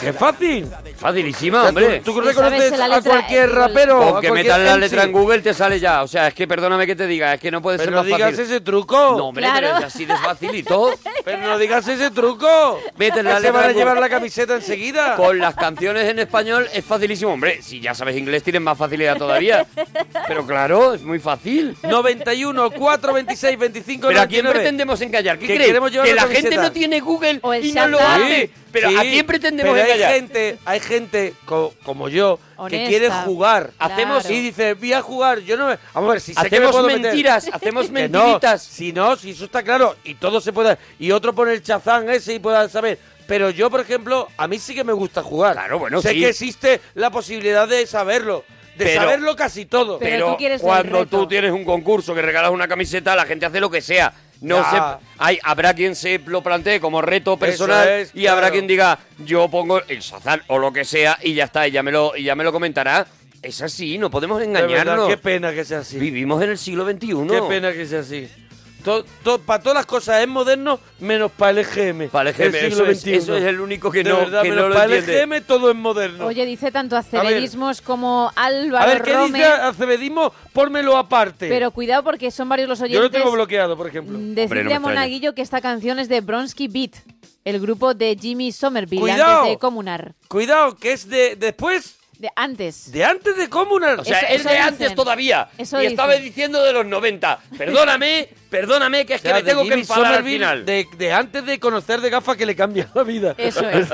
Speaker 2: ¡Qué fácil!
Speaker 3: Facilísima, hombre.
Speaker 2: ¿Tú,
Speaker 4: Sí,
Speaker 2: tú reconoces
Speaker 4: sabes la
Speaker 2: a
Speaker 4: letra,
Speaker 2: cualquier
Speaker 4: eh,
Speaker 2: rapero? a
Speaker 3: Con que
Speaker 2: cualquier
Speaker 3: metas la
Speaker 2: MC?
Speaker 3: letra en Google te sale ya. O sea, es que perdóname que te diga, es que no puede
Speaker 2: Pero
Speaker 3: ser
Speaker 2: no
Speaker 3: más
Speaker 2: digas
Speaker 3: fácil.
Speaker 2: ese truco.
Speaker 3: No, hombre, pero
Speaker 4: Claro.
Speaker 3: es así de fácil y todo.
Speaker 2: Pero no digas ese truco.
Speaker 3: Vete en la
Speaker 2: Que se
Speaker 3: letra
Speaker 2: van a
Speaker 3: del
Speaker 2: llevar
Speaker 3: Google.
Speaker 2: la camiseta enseguida.
Speaker 3: Con las canciones en español es facilísimo. Hombre, si ya sabes inglés tienes más facilidad todavía. Pero claro, es muy fácil.
Speaker 2: 91, 4, 26, 25,
Speaker 3: ¿Pero a quién
Speaker 2: 99.
Speaker 3: pretendemos engañar? ¿Qué
Speaker 2: Que
Speaker 3: crees?
Speaker 2: queremos llevar
Speaker 3: Que
Speaker 2: la
Speaker 3: la gente
Speaker 2: camiseta.
Speaker 3: no tiene Google
Speaker 4: O el
Speaker 3: y no lo
Speaker 4: Shazam.
Speaker 3: hace. Pero ¿a quién pretendemos
Speaker 2: pero
Speaker 3: engañar?
Speaker 2: Hay gente, hay gente co- como yo que
Speaker 4: Honesta.
Speaker 2: quiere jugar.
Speaker 3: Hacemos-
Speaker 4: Claro.
Speaker 2: Y dice, voy a jugar. Yo no me... Vamos a ver, si sé que me
Speaker 3: Hacemos
Speaker 2: puedo meter-
Speaker 3: mentiras, hacemos
Speaker 2: Que No,
Speaker 3: mentiritas.
Speaker 2: si no, si eso está claro. Y todo se puede... Y otro pone el chazán ese y pueda saber... Pero yo, por ejemplo, a mí sí que me gusta jugar.
Speaker 3: Claro, bueno,
Speaker 2: Sé
Speaker 3: sí.
Speaker 2: que existe la posibilidad de saberlo. De
Speaker 3: Pero-
Speaker 2: saberlo casi todo.
Speaker 4: Pero tú quieres el
Speaker 3: cuando
Speaker 4: reto.
Speaker 3: tú tienes un concurso que regalas una camiseta, la gente hace lo que sea. No
Speaker 2: Ya.
Speaker 3: se- hay, habrá quien se lo plantee como reto personal
Speaker 2: es,
Speaker 3: y
Speaker 2: claro.
Speaker 3: habrá quien diga yo pongo el sazán o lo que sea y ya está y ya me lo y ya me lo comentará. Es así, no podemos
Speaker 2: De verdad,
Speaker 3: engañarnos.
Speaker 2: qué pena que sea así.
Speaker 3: Vivimos en el siglo XXI.
Speaker 2: Qué pena que sea así. para todas las cosas es moderno, menos para el EGM.
Speaker 3: Para el EGM,
Speaker 2: El siglo
Speaker 3: eso es-
Speaker 2: XXI.
Speaker 3: eso es el único que
Speaker 2: De
Speaker 3: no-
Speaker 2: verdad,
Speaker 3: que no
Speaker 2: menos
Speaker 3: lo
Speaker 2: para el
Speaker 3: entiende.
Speaker 2: EGM todo es moderno.
Speaker 4: Oye, dice tanto
Speaker 2: ver.
Speaker 4: acelerismos como Álvaro
Speaker 2: a ver, ¿qué
Speaker 4: Rome,
Speaker 2: dice Acevedismo? Pórmelo aparte.
Speaker 4: Pero cuidado porque son varios los oyentes.
Speaker 2: Yo lo tengo bloqueado, por ejemplo.
Speaker 4: Mm, Decirle
Speaker 3: Hombre, no me
Speaker 4: a Monaguillo que esta canción es de Bronsky Beat, el grupo de Jimmy Somerville
Speaker 2: Cuidado.
Speaker 4: antes de Comunar.
Speaker 2: Cuidado, que es de después,
Speaker 4: De antes.
Speaker 2: de antes de Comunar.
Speaker 3: O sea,
Speaker 4: Eso-
Speaker 3: es
Speaker 4: eso
Speaker 3: de
Speaker 4: dicen.
Speaker 3: antes todavía.
Speaker 4: Eso
Speaker 3: y
Speaker 4: dicen.
Speaker 3: estaba diciendo de los 90. Perdóname, perdóname, que es
Speaker 2: O
Speaker 3: que
Speaker 2: sea,
Speaker 3: me
Speaker 2: de
Speaker 3: tengo que
Speaker 2: Jimmy
Speaker 3: enfadar al
Speaker 2: Somerville,
Speaker 3: final.
Speaker 2: De, de antes de conocer de gafa que le cambia la vida.
Speaker 4: Eso es.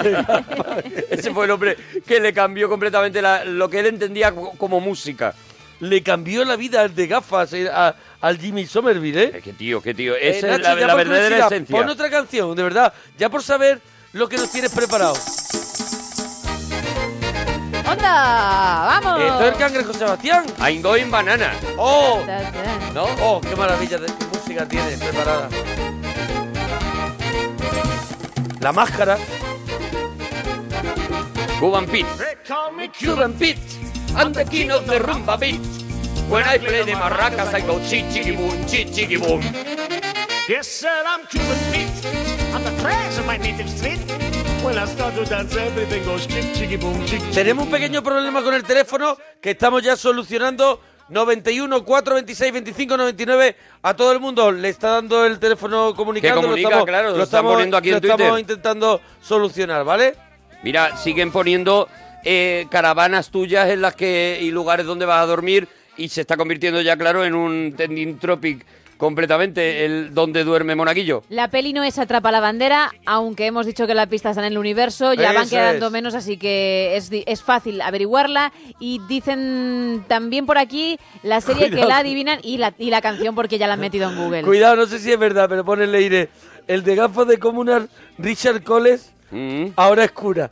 Speaker 3: Ese fue el hombre que le cambió completamente la- lo que él entendía co- como música.
Speaker 2: Le cambió la vida al de gafas eh, a- al Jimmy Somerville, ¿eh?
Speaker 3: Es que tío, que tío,
Speaker 2: Eh,
Speaker 3: esa es
Speaker 2: Nacho,
Speaker 3: la,
Speaker 2: ya
Speaker 3: la
Speaker 2: por
Speaker 3: verdadera
Speaker 2: curiosidad,
Speaker 3: esencia.
Speaker 2: Pon otra canción, de verdad. Ya por saber lo que nos tienes preparado.
Speaker 4: Oh. ¡Onda! ¡Vamos!
Speaker 2: Esto es el cangrejo Sebastián.
Speaker 3: I'm going banana.
Speaker 2: ¡Oh!
Speaker 4: Ta, ta.
Speaker 2: ¿No? ¡Oh, qué maravilla de qué música tienes preparada! La máscara.
Speaker 3: Cuban Pete. Cuban Pete. I'm the king of the rumba beat. When I play the maracas, I go chi chi boom, chi chi boom.
Speaker 10: Yes, sir, I'm Cuban Pete. I'm the trash of my native street. When I start to dance, everything goes chick, chicky, boom, chick.
Speaker 2: Tenemos un pequeño problema con el teléfono que estamos ya solucionando 91 426 25 99 a todo el mundo le está dando el teléfono comunicando
Speaker 3: comunica,
Speaker 2: lo estamos,
Speaker 3: claro, lo están poniendo aquí en
Speaker 2: lo estamos
Speaker 3: Twitter.
Speaker 2: intentando solucionar vale
Speaker 3: Mira, siguen poniendo eh, caravanas tuyas en las que y lugares donde vas a dormir y se está convirtiendo ya, claro, en un trending tropic completamente, el donde duerme Monaguillo.
Speaker 4: La peli no es Atrapa la bandera, aunque hemos dicho que la pista está en el universo, ya van
Speaker 3: Eso
Speaker 4: quedando
Speaker 3: es.
Speaker 4: menos, así que es, di- es fácil averiguarla. Y dicen también por aquí la serie que
Speaker 2: Cuidado.
Speaker 4: la adivinan y la, y la canción porque ya la han metido en Google.
Speaker 2: Cuidado, no sé si es verdad, pero pone Leire. El de gafas de comunar, Richard Coles,
Speaker 3: Mm.
Speaker 2: ahora es cura.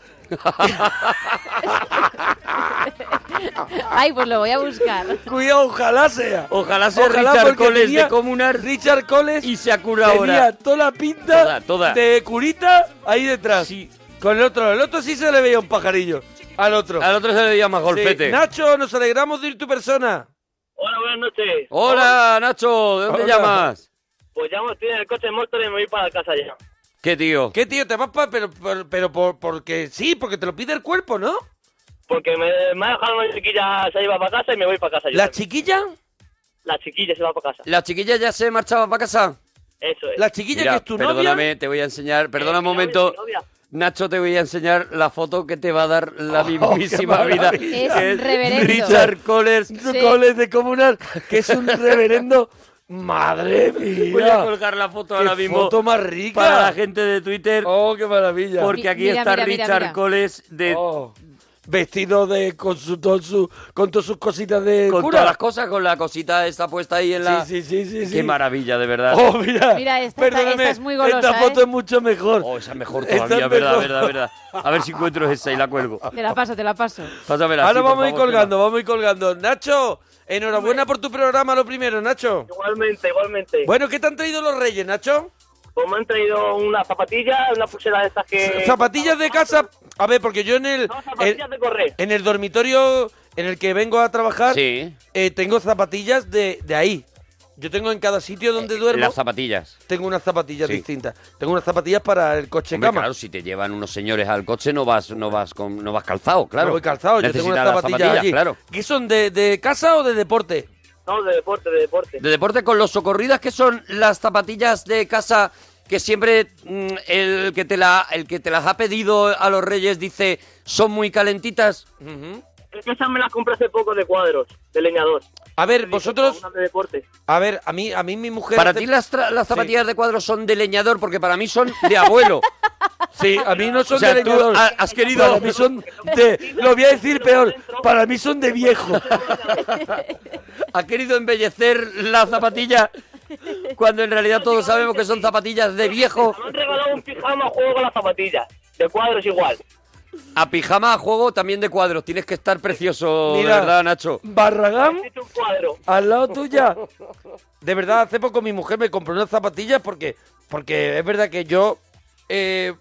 Speaker 4: Ay, pues lo voy a buscar.
Speaker 2: Cuidado, ojalá sea.
Speaker 3: Ojalá sea Richard
Speaker 2: porque
Speaker 3: Coles de
Speaker 2: tenía-
Speaker 3: comunar
Speaker 2: Richard Coles y se
Speaker 3: cura ahora.
Speaker 2: Tenía toda la pinta
Speaker 3: Toda, toda.
Speaker 2: de curita ahí detrás. Con el otro, el otro sí se le veía un pajarillo. Al otro. Al
Speaker 3: otro se le veía más golpete.
Speaker 2: Nacho, nos alegramos de ir tu persona.
Speaker 11: Hola, buenas noches.
Speaker 3: Hola, Nacho, ¿de dónde
Speaker 2: Hola.
Speaker 3: llamas?
Speaker 11: Pues ya estoy en el coche de Móstoles y me voy para casa ya.
Speaker 3: ¿Qué tío?
Speaker 2: ¿Qué tío? Te vas para... Pero, pero, pero por- porque sí, porque te lo pide el cuerpo, ¿no?
Speaker 11: Porque me, me ha dejado una chiquilla, se iba para casa y me voy para casa yo.
Speaker 2: ¿La
Speaker 11: también.
Speaker 2: chiquilla?
Speaker 11: La chiquilla se va para casa.
Speaker 3: ¿La chiquilla ya se marchaba para casa?
Speaker 11: Eso es.
Speaker 3: Mira, perdóname, te voy a enseñar, perdona un momento. Nacho, te voy a enseñar la foto que te va a dar la mismísima vida.
Speaker 2: Oh, maravilla.
Speaker 3: que
Speaker 2: Es reverendo.
Speaker 3: Richard Collers.
Speaker 2: Coles de comunal, que es un reverendo. Madre mía.
Speaker 3: Voy a colgar la foto
Speaker 2: Qué
Speaker 3: ahora mismo.
Speaker 2: foto más rica.
Speaker 3: Para la gente de Twitter.
Speaker 2: Oh, qué maravilla.
Speaker 3: Porque aquí
Speaker 2: Mira,
Speaker 3: está
Speaker 2: mira, mira,
Speaker 3: Richard
Speaker 2: mira.
Speaker 3: Coles de.
Speaker 2: Vestido de con su, todo su- con todas sus cositas de
Speaker 3: con
Speaker 2: cura.
Speaker 3: todas las cosas, con la cosita esta puesta ahí en la.
Speaker 2: Sí, sí, sí, sí,
Speaker 3: Qué
Speaker 2: sí.
Speaker 3: maravilla, de verdad.
Speaker 2: Oh, mira.
Speaker 4: Mira, esta,
Speaker 2: Perdóname,
Speaker 4: esta- esta es muy golosa. ¿eh?
Speaker 2: esta foto es mucho mejor.
Speaker 3: Oh, esa es mejor
Speaker 2: Esta es
Speaker 3: todavía, verdad,
Speaker 2: mejor.
Speaker 3: verdad, verdad. A ver si encuentro esa y la cuelgo.
Speaker 4: ¿eh? Te la paso, te la paso.
Speaker 3: Pásamela.
Speaker 2: Ahora
Speaker 3: sí, por
Speaker 2: vamos a ir
Speaker 3: favor, que
Speaker 2: colgando, vamos a ir colgando. Nacho, enhorabuena por tu programa, lo primero, Nacho.
Speaker 11: Igualmente, igualmente.
Speaker 2: Bueno, ¿qué te han traído los reyes, Nacho?
Speaker 11: Pues me han traído una zapatilla, una pulsera de estas que...
Speaker 2: Zapatillas de casa. A ver, porque yo en el.
Speaker 11: zapatillas
Speaker 2: en-
Speaker 11: de correr.
Speaker 2: En el dormitorio en el que vengo a trabajar. eh, tengo zapatillas de, de ahí. Yo tengo en cada sitio donde
Speaker 3: no.
Speaker 2: duermo.
Speaker 3: Eh, Las zapatillas.
Speaker 2: tengo unas zapatillas
Speaker 3: Sí.
Speaker 2: distintas. Tengo unas zapatillas para el coche
Speaker 3: Hombre,
Speaker 2: cama.
Speaker 3: claro, si te llevan unos señores al coche no vas, no vas, con, no vas calzado, claro.
Speaker 2: No voy calzado, yo tengo
Speaker 3: Necesitas
Speaker 2: unas
Speaker 3: las
Speaker 2: zapatillas, allí.
Speaker 3: claro.
Speaker 2: ¿Qué son de, de casa o de deporte?
Speaker 11: No, de deporte, de deporte.
Speaker 3: De deporte con los socorridas que son las zapatillas de casa que siempre mm, el que te la el que te las ha pedido a los Reyes dice son muy calentitas.
Speaker 11: Es que esas me las compré hace poco de cuadros, de leñador.
Speaker 2: A ver, vosotros.
Speaker 11: Una de deporte.
Speaker 2: A ver, a mí, a mí mi mujer.
Speaker 3: Para
Speaker 2: hace-
Speaker 3: ti las, tra- las zapatillas de cuadro son de leñador porque para mí son de abuelo.
Speaker 2: Sí, a mí no son
Speaker 3: O sea,
Speaker 2: de
Speaker 3: tú
Speaker 2: leñador.
Speaker 3: ha- has querido-
Speaker 2: Para mí son de. Lo voy a decir peor. Para mí son de viejo.
Speaker 3: ha querido embellecer la zapatilla cuando en realidad todos sabemos que son zapatillas de viejo.
Speaker 11: Me han regalado un pijama juego con las zapatillas. De cuadros igual.
Speaker 3: A pijama a juego también de cuadros. Tienes que estar precioso, de
Speaker 2: Mira,
Speaker 3: verdad, Nacho.
Speaker 2: Barragán.
Speaker 11: cuadro.
Speaker 2: Al lado tuya. De verdad, hace poco mi mujer me compró unas zapatillas porque, porque es verdad que yo eh,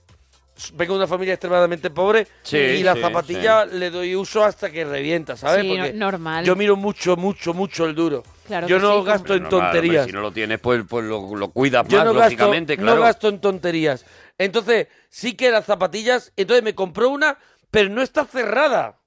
Speaker 2: vengo de una familia extremadamente pobre
Speaker 3: Sí,
Speaker 2: y las
Speaker 3: sí,
Speaker 2: zapatillas le doy uso hasta que revienta, ¿sabes?
Speaker 4: Sí, no-
Speaker 2: Porque
Speaker 4: normal.
Speaker 2: Yo miro mucho, mucho, mucho el duro.
Speaker 4: Claro
Speaker 2: yo
Speaker 4: que
Speaker 2: no
Speaker 4: sí,
Speaker 2: gasto en
Speaker 3: Normal, hombre,
Speaker 2: tonterías.
Speaker 3: si no lo tienes, pues, pues lo, lo cuidas
Speaker 2: Yo
Speaker 3: más,
Speaker 2: no gasto,
Speaker 3: lógicamente,
Speaker 2: no
Speaker 3: claro.
Speaker 2: gasto en tonterías. Entonces, sí que las zapatillas, entonces me compró una, pero no está cerrada.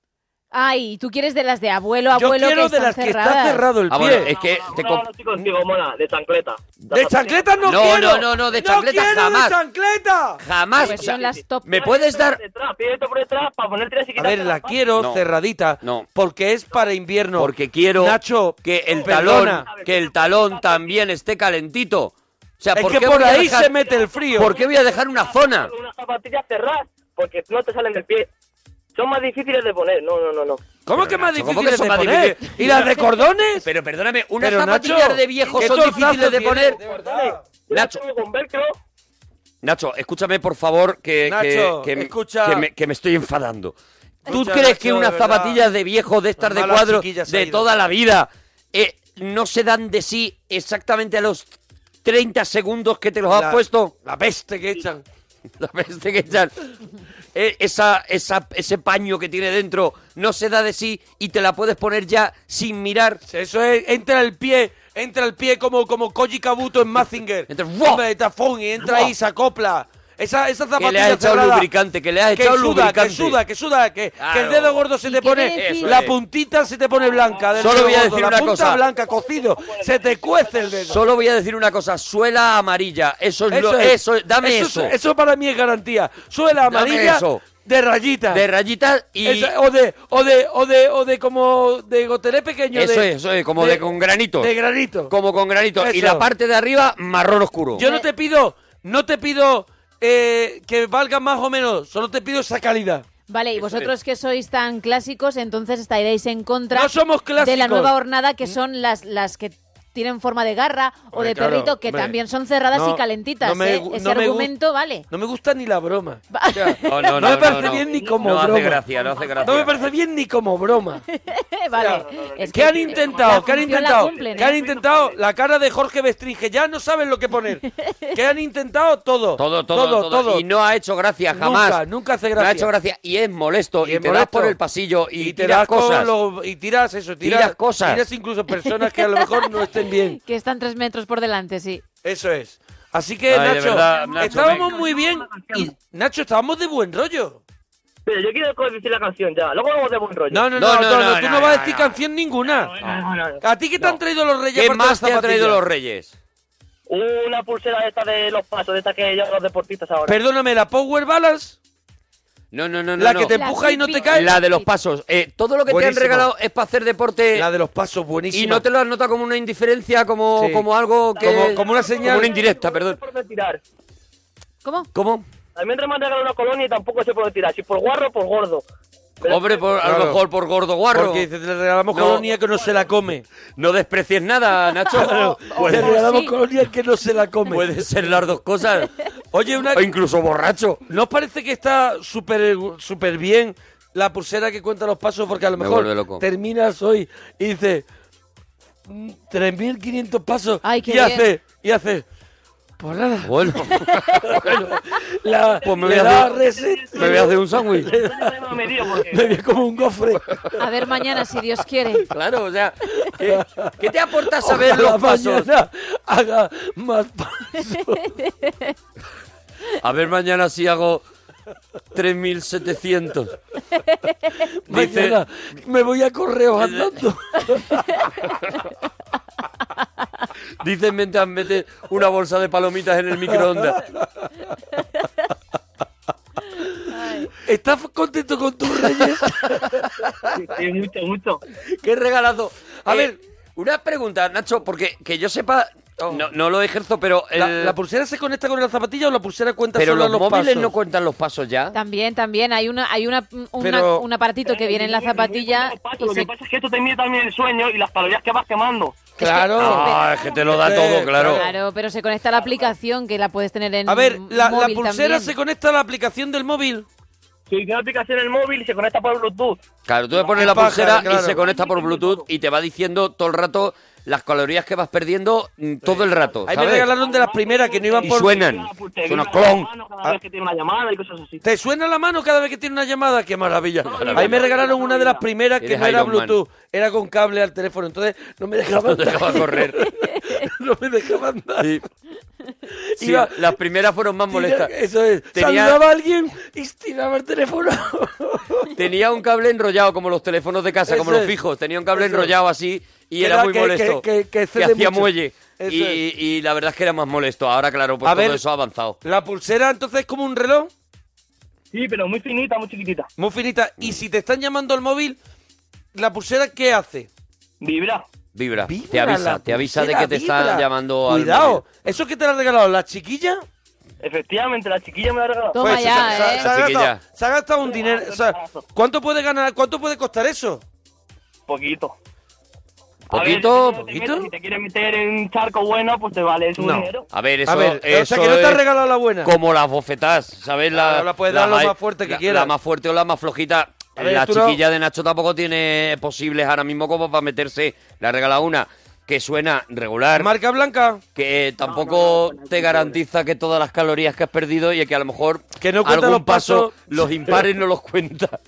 Speaker 4: Ay, tú quieres de las de abuelo,
Speaker 2: Yo
Speaker 4: abuelo
Speaker 2: quiero
Speaker 4: que
Speaker 2: de
Speaker 4: están
Speaker 2: las que está
Speaker 4: cerradas?
Speaker 2: cerrado el
Speaker 3: Ah,
Speaker 2: pie.
Speaker 3: bueno, es que te
Speaker 11: No,
Speaker 3: comp-
Speaker 11: no estoy contigo, mona, de chancleta.
Speaker 2: De chancleta no,
Speaker 3: No,
Speaker 2: quiero.
Speaker 3: no, no, no, de chancleta
Speaker 2: quiero
Speaker 3: jamás.
Speaker 2: De chancleta.
Speaker 3: Jamás.
Speaker 4: Pues
Speaker 3: o sea,
Speaker 4: son las top.
Speaker 3: ¿Me puedes dar...?
Speaker 11: Detrás, pide esto por detrás para ponerte así
Speaker 2: A ver, la quiero
Speaker 3: No.
Speaker 2: cerradita.
Speaker 3: No.
Speaker 2: Porque es para invierno.
Speaker 3: Porque quiero
Speaker 2: Nacho,
Speaker 3: que el
Speaker 2: perdona.
Speaker 3: talón, que el talón también esté calentito. O sea,
Speaker 2: Es
Speaker 3: ¿por
Speaker 2: que
Speaker 3: qué
Speaker 2: por
Speaker 3: voy a
Speaker 2: ahí
Speaker 3: dejar-
Speaker 2: se mete el frío.
Speaker 3: ¿Por qué voy a dejar una zona?
Speaker 11: unas zapatillas cerradas porque no te salen del pie. Son más difíciles de poner. No, no, no, no.
Speaker 2: ¿Cómo que
Speaker 3: Pero,
Speaker 2: más
Speaker 3: Nacho,
Speaker 2: difícil
Speaker 3: ¿cómo que
Speaker 2: de
Speaker 3: son más
Speaker 2: poner?
Speaker 3: difíciles?
Speaker 2: ¿Y las de cordones?
Speaker 3: Pero perdóname, unas
Speaker 2: Pero,
Speaker 3: zapatillas
Speaker 2: Nacho,
Speaker 3: de viejo
Speaker 2: ¿qué
Speaker 3: son
Speaker 2: tortazo
Speaker 3: difíciles de
Speaker 2: tienes?
Speaker 3: poner.
Speaker 2: De verdad.
Speaker 3: Nacho,
Speaker 11: Con velcro.
Speaker 3: Nacho, escúchame por favor que,
Speaker 2: Nacho,
Speaker 3: que, que-
Speaker 2: escucha.
Speaker 3: que me, que me estoy enfadando. ¿Tú
Speaker 2: Escucha,
Speaker 3: crees
Speaker 2: Nacho,
Speaker 3: que
Speaker 2: de
Speaker 3: unas
Speaker 2: verdad.
Speaker 3: zapatillas de viejo de estas de
Speaker 2: Mala
Speaker 3: cuadro
Speaker 2: chiquilla se ha
Speaker 3: de
Speaker 2: ido.
Speaker 3: toda la vida eh, no se dan de sí exactamente a los 30 segundos que te los
Speaker 2: La-
Speaker 3: has puesto?
Speaker 2: La peste que echan.
Speaker 3: La peste que echan. Eh, esa, esa, ese paño que tiene dentro no se da de sí y te la puedes poner ya sin mirar.
Speaker 2: Eso es, entra el pie, entra el pie como, como Koji Kabuto en Mazinger.
Speaker 3: Entra,
Speaker 2: Hombre, de tafón, y entra ahí, se acopla. Esa, esa zapatilla
Speaker 3: Que le has echado
Speaker 2: cerrada,
Speaker 3: lubricante, que le has
Speaker 2: que
Speaker 3: echado
Speaker 2: suda,
Speaker 3: lubricante.
Speaker 2: Que suda, que suda, que, que
Speaker 3: Claro.
Speaker 2: el dedo gordo se te
Speaker 3: qué
Speaker 2: pone,
Speaker 3: decir?
Speaker 2: la
Speaker 3: Eso es.
Speaker 2: puntita se te pone blanca. del
Speaker 3: Solo
Speaker 2: dedo
Speaker 3: voy a
Speaker 2: gordo,
Speaker 3: decir
Speaker 2: la
Speaker 3: una
Speaker 2: punta
Speaker 3: cosa.
Speaker 2: blanca, cocido, se te cuece el dedo.
Speaker 3: Solo voy a decir una cosa, suela amarilla, eso es lo,
Speaker 2: es.
Speaker 3: eso, es- dame
Speaker 2: Eso
Speaker 3: eso.
Speaker 2: es- eso para mí es garantía. Suela
Speaker 3: Dame
Speaker 2: amarilla
Speaker 3: eso.
Speaker 2: de rayitas.
Speaker 3: De rayitas y-
Speaker 2: Esa- o de o de o de o de como de gotelé pequeño
Speaker 3: Eso
Speaker 2: de-
Speaker 3: es, eso es, como de, con granito.
Speaker 2: De granito.
Speaker 3: Como con granito. Y
Speaker 2: Eso.
Speaker 3: la parte de arriba, marrón oscuro.
Speaker 2: Yo no te pido no te pido eh, que valga más o menos, solo te pido esa calidad.
Speaker 4: Vale, y vosotros que sois tan clásicos, entonces estaréis en contra
Speaker 2: No somos
Speaker 4: de la
Speaker 2: clásicos. Mm.
Speaker 4: nueva hornada, que son las, las que tienen forma de garra o
Speaker 2: Hombre,
Speaker 4: de
Speaker 2: claro,
Speaker 4: perrito, que
Speaker 2: hombre.
Speaker 4: también son cerradas
Speaker 2: No,
Speaker 4: y calentitas.
Speaker 2: no me
Speaker 4: ¿eh?
Speaker 2: gu-
Speaker 4: Ese
Speaker 2: no me gu-
Speaker 4: argumento, vale.
Speaker 2: No me gusta ni la broma.
Speaker 3: No,
Speaker 2: no, me parece bien ni como
Speaker 3: No hace
Speaker 2: broma.
Speaker 3: gracia, no hace gracia.
Speaker 2: No me parece bien ni como broma.
Speaker 4: vale.
Speaker 2: ¿Qué
Speaker 4: Es que
Speaker 2: han
Speaker 4: la
Speaker 2: intentado? ¿Qué han
Speaker 4: función la
Speaker 2: intentado?
Speaker 4: cumplen,
Speaker 2: ¿Qué
Speaker 4: ¿eh?
Speaker 2: han intentado? La cara de Jorge Bestringe, ya no saben lo que poner. ¿Qué han intentado? Todo.
Speaker 3: Todo, todo, todo, Y no ha hecho gracia jamás.
Speaker 2: Nunca, nunca hace
Speaker 3: No
Speaker 2: gracia.
Speaker 3: ha hecho gracia y es molesto. Y,
Speaker 2: es
Speaker 3: te das
Speaker 2: molesto.
Speaker 3: por el pasillo y,
Speaker 2: te
Speaker 3: tiras
Speaker 2: das con
Speaker 3: cosas.
Speaker 2: lo- y tiras eso, tiras,
Speaker 3: Tiras cosas.
Speaker 2: Tiras incluso personas que a lo mejor no estén bien.
Speaker 4: Que están tres metros por delante, sí.
Speaker 2: Eso es. Así que,
Speaker 3: Ay, de
Speaker 2: Nacho,
Speaker 3: verdad, Nacho,
Speaker 2: estábamos
Speaker 3: me-
Speaker 2: muy bien. Y, Nacho, estábamos de buen rollo.
Speaker 11: Pero yo quiero co- decir la canción ya, luego vamos de buen rollo.
Speaker 2: No, no, no, no, no, tú no, vas a decir canción ninguna. ¿A ti qué te han traído los reyes?
Speaker 3: ¿Qué
Speaker 2: aparte de
Speaker 3: más te han traído
Speaker 2: zapatillas?
Speaker 3: los reyes?
Speaker 11: Una pulsera esta de los pasos, de esta que llevan los deportistas ahora.
Speaker 2: Perdóname, ¿la Power Balance?
Speaker 3: No, no, no, no.
Speaker 2: ¿La
Speaker 3: no.
Speaker 2: que te empuja y no te cae?
Speaker 3: La de los pasos. Eh, todo lo que
Speaker 2: Buenísimo.
Speaker 3: te han regalado es para hacer deporte.
Speaker 2: La de los pasos, buenísima.
Speaker 3: Y no te lo has notado como una indiferencia, como,
Speaker 2: Sí.
Speaker 3: como algo que...
Speaker 2: Como- como una señal.
Speaker 3: Como una indirecta, perdón.
Speaker 11: por dónde tirar.
Speaker 4: ¿Cómo?
Speaker 3: ¿Cómo?
Speaker 11: También me han regalado una colonia y tampoco sé por dónde tirar. Si por guarro o por gordo.
Speaker 3: Hombre, por, a lo
Speaker 2: Claro.
Speaker 3: mejor por gordo guarro.
Speaker 2: Porque dice, te regalamos
Speaker 3: No.
Speaker 2: colonia que no se la come.
Speaker 3: No desprecies nada, Nacho.
Speaker 2: Claro,
Speaker 3: Puede-
Speaker 2: te regalamos colonia que no se la come.
Speaker 3: Puede ser las dos cosas.
Speaker 2: Oye, una...
Speaker 3: O incluso borracho.
Speaker 2: ¿No os parece que está súper súper bien la pulsera que cuenta los pasos? Porque a lo
Speaker 3: Me
Speaker 2: mejor
Speaker 3: vuelve loco.
Speaker 2: terminas hoy y dices mm, 3.500 pasos
Speaker 4: Ay, qué
Speaker 2: y
Speaker 4: bien.
Speaker 2: hace y hace pues nada.
Speaker 3: Bueno,
Speaker 2: La,
Speaker 3: Pues me
Speaker 2: le
Speaker 3: voy a
Speaker 2: da
Speaker 3: hacer-
Speaker 2: reset.
Speaker 3: me voy a hacer un sándwich.
Speaker 2: Le da- me dio como un gofre.
Speaker 4: A ver mañana, si Dios quiere.
Speaker 3: Claro, o sea, ¿qué, qué te aporta saber
Speaker 2: Ojalá
Speaker 3: los pasos?
Speaker 2: mañana haga más pasos.
Speaker 3: A ver, mañana si hago 3.700. Dice,
Speaker 2: Mañana me voy a correos andando.
Speaker 3: dice mientras metes una bolsa de palomitas en el microondas.
Speaker 2: ¿Estás contento con tus reyes?
Speaker 11: Sí, mucho, mucho.
Speaker 3: ¡Qué regalado! A
Speaker 2: Eh,
Speaker 3: ver, una pregunta, Nacho, porque que yo sepa, no, no lo ejerzo, pero el-
Speaker 2: oh, ¿La, la pulsera se conecta con la zapatilla o la pulsera cuenta
Speaker 3: pero
Speaker 2: solo
Speaker 3: los,
Speaker 2: Eh. los
Speaker 3: móviles
Speaker 2: pasos?
Speaker 3: no cuentan los pasos ya.
Speaker 4: También, también. Hay una, hay una, una-
Speaker 2: Pero-
Speaker 4: un aparatito que viene en la zapatilla. y
Speaker 11: Lo
Speaker 4: se-
Speaker 11: que pasa es que esto te mide también el sueño y las calorías que vas quemando.
Speaker 2: Claro.
Speaker 3: Ah, es que te lo da todo, claro.
Speaker 4: Claro, pero se conecta a la aplicación que la puedes tener en
Speaker 2: A ver, la, la
Speaker 4: móvil
Speaker 2: pulsera
Speaker 4: también.
Speaker 2: se conecta a la aplicación del móvil.
Speaker 11: Si tiene una aplicación en el móvil y se conecta por Bluetooth.
Speaker 3: Claro, tú le pones
Speaker 2: Qué
Speaker 3: la
Speaker 2: paja,
Speaker 3: pulsera
Speaker 2: claro.
Speaker 3: y se conecta por Bluetooth y te va diciendo todo el rato las calorías que vas perdiendo mm, todo el rato.
Speaker 2: Ahí me
Speaker 3: ¿sabes?
Speaker 2: regalaron de las primeras que no iban
Speaker 3: Y
Speaker 2: por...
Speaker 3: suenan.
Speaker 11: Pulsera,
Speaker 3: Suena
Speaker 11: pues, la
Speaker 3: clon.
Speaker 11: mano Cada vez que tiene una llamada y cosas así.
Speaker 2: Ah. ¿Te suena la mano cada vez que tiene una llamada? ¡Qué maravilla!
Speaker 3: Maravilla.
Speaker 2: Ahí me regalaron una de las primeras que
Speaker 3: Eres
Speaker 2: no era
Speaker 3: Iron Man.
Speaker 2: Bluetooth, era con cable al teléfono, entonces no me dejaba
Speaker 3: No te dejaba
Speaker 2: andar.
Speaker 3: correr.
Speaker 2: no me dejaba andar.
Speaker 3: Sí. Sí,
Speaker 2: Iba-
Speaker 3: las primeras fueron más molestas.
Speaker 2: Eso es.
Speaker 3: Tenía-
Speaker 2: Saludaba a alguien y tiraba el teléfono.
Speaker 3: Tenía un cable enrollado como los teléfonos de casa, como
Speaker 2: Eso
Speaker 3: los
Speaker 2: es.
Speaker 3: fijos. Tenía un cable
Speaker 2: Eso es.
Speaker 3: enrollado así y
Speaker 2: Que
Speaker 3: era,
Speaker 2: era
Speaker 3: muy
Speaker 2: que-
Speaker 3: molesto.
Speaker 2: que- que- que cede
Speaker 3: hacía
Speaker 2: mucho.
Speaker 3: muelle.
Speaker 2: Eso
Speaker 3: Y,
Speaker 2: es.
Speaker 3: y la verdad es que era más molesto. Ahora, claro, pues
Speaker 2: A
Speaker 3: todo
Speaker 2: ver.
Speaker 3: eso ha avanzado.
Speaker 2: La pulsera entonces es como un reloj,
Speaker 11: Sí, pero muy finita, muy chiquitita.
Speaker 2: muy finita. Y si te están llamando al móvil, ¿la pulsera qué hace?
Speaker 11: Vibra.
Speaker 3: Vibra.
Speaker 2: Vibra
Speaker 3: te avisa,
Speaker 2: la
Speaker 3: te avisa de
Speaker 2: pulsera,
Speaker 3: que te están
Speaker 2: vibra.
Speaker 3: llamando al
Speaker 2: Cuidado,
Speaker 3: móvil.
Speaker 2: eso que te la ha regalado la chiquilla.
Speaker 11: Efectivamente, la chiquilla me la ha regalado.
Speaker 4: Toma
Speaker 2: Pues,
Speaker 4: ya,
Speaker 2: se, se-
Speaker 4: ¿eh?
Speaker 2: se ha
Speaker 3: Chiquilla.
Speaker 2: gastado, se ha gastado un dinero. o sea, ¿Cuánto puede ganar? ¿Cuánto puede costar eso?
Speaker 11: Poquito. A ver,
Speaker 3: Poquito,
Speaker 11: si te metes-
Speaker 3: poquito.
Speaker 11: Si te quieres meter en un charco bueno, pues te vale, es un
Speaker 2: No.
Speaker 11: dinero.
Speaker 3: A ver, eso,
Speaker 2: a ver, o
Speaker 3: eso
Speaker 2: sea que no te ha
Speaker 3: es
Speaker 2: regalado la buena.
Speaker 3: como las bofetadas, ¿sabes? La,
Speaker 2: Claro, la puedes dar lo más fuerte que
Speaker 3: la-
Speaker 2: quieras.
Speaker 3: La más fuerte o la más flojita.
Speaker 2: A ver,
Speaker 3: la
Speaker 2: tú no-
Speaker 3: chiquilla de Nacho tampoco tiene posibles ahora mismo como para meterse. Le ha regalado una que suena regular.
Speaker 2: Marca blanca.
Speaker 3: que tampoco te garantiza que todas las calorías que has perdido y que a lo mejor
Speaker 2: Que no cuenta
Speaker 3: algún
Speaker 2: los pasos.
Speaker 3: paso los impares no los cuenta.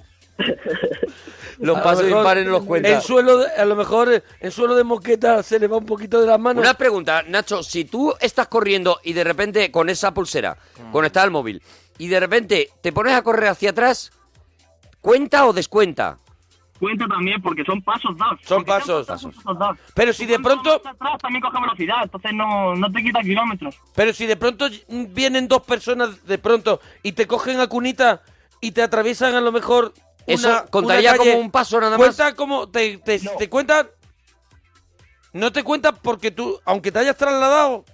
Speaker 3: Los
Speaker 2: A lo
Speaker 3: pasos
Speaker 2: mejor
Speaker 3: impares no los cuenta.
Speaker 2: En suelo de- a lo mejor eh, en suelo de moqueta se le va un poquito de las manos.
Speaker 3: Una pregunta, Nacho, si tú estás corriendo y de repente con esa pulsera conectada al móvil y de repente te pones a correr hacia atrás, ¿cuenta o descuenta?
Speaker 11: Cuenta también porque son pasos dados.
Speaker 3: Son pasos.
Speaker 11: Pasos dados.
Speaker 2: Pero si de pronto...
Speaker 11: Atrás también coge velocidad, entonces no, no te quita kilómetros.
Speaker 2: Pero si de pronto vienen dos personas de pronto y te cogen a cunita y te atraviesan a lo mejor
Speaker 3: Eso
Speaker 2: una-
Speaker 3: contaría
Speaker 2: una calle,
Speaker 3: como un paso nada más.
Speaker 2: Cuenta como te, te, te cuenta no te cuenta porque tú aunque te hayas trasladado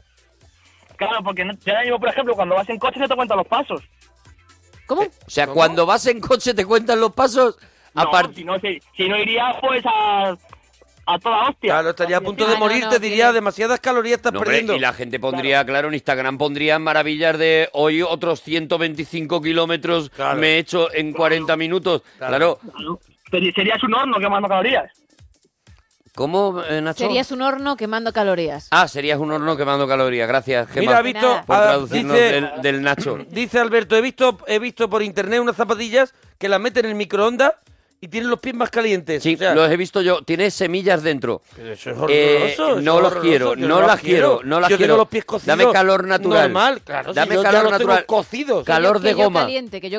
Speaker 11: Claro, porque no, yo ahora mismo, por ejemplo, cuando vas en coche no te cuentan los pasos.
Speaker 4: ¿Cómo?
Speaker 3: O sea, Eh, cuando vas en coche te cuentan los pasos.
Speaker 11: No,
Speaker 3: aparte-
Speaker 11: si no, si, si no iría pues a, a toda hostia.
Speaker 2: Claro, estaría a punto de
Speaker 11: Ah, no,
Speaker 2: morir,
Speaker 11: no,
Speaker 2: te
Speaker 11: tiene-
Speaker 2: diría demasiadas calorías estás
Speaker 3: No, hombre,
Speaker 2: perdiendo.
Speaker 3: y la gente pondría, claro. en Instagram pondría maravillas de hoy otros 125 kilómetros me he hecho en 40 minutos. Claro.
Speaker 11: Seri- Serías un horno quemando calorías.
Speaker 3: ¿Cómo, eh, Nacho?
Speaker 4: Serías un horno quemando calorías.
Speaker 3: Ah, serías un horno quemando calorías. Gracias, Gemma,
Speaker 2: Mira, ha visto-
Speaker 3: por
Speaker 2: ah,
Speaker 3: traducirnos
Speaker 2: dice-
Speaker 3: del, del Nacho.
Speaker 2: Dice Alberto, he visto, he visto por internet unas zapatillas que las meten en el microondas y tienen los pies más calientes.
Speaker 3: Sí,
Speaker 2: O sea,
Speaker 3: los he visto yo. Tiene semillas dentro.
Speaker 2: Pero eso es
Speaker 3: Eh,
Speaker 2: horroroso, eso
Speaker 3: no
Speaker 2: es
Speaker 3: los
Speaker 2: horroroso,
Speaker 3: quiero,
Speaker 2: yo
Speaker 3: no las quiero, no las
Speaker 2: yo
Speaker 3: quiero.
Speaker 2: Tengo los pies cocidos.
Speaker 3: Dame calor natural.
Speaker 2: Normal, claro.
Speaker 3: Dame
Speaker 2: si yo ya
Speaker 3: calor
Speaker 2: los tengo
Speaker 3: natural.
Speaker 2: cocidos. ¿eh?
Speaker 3: Calor de goma.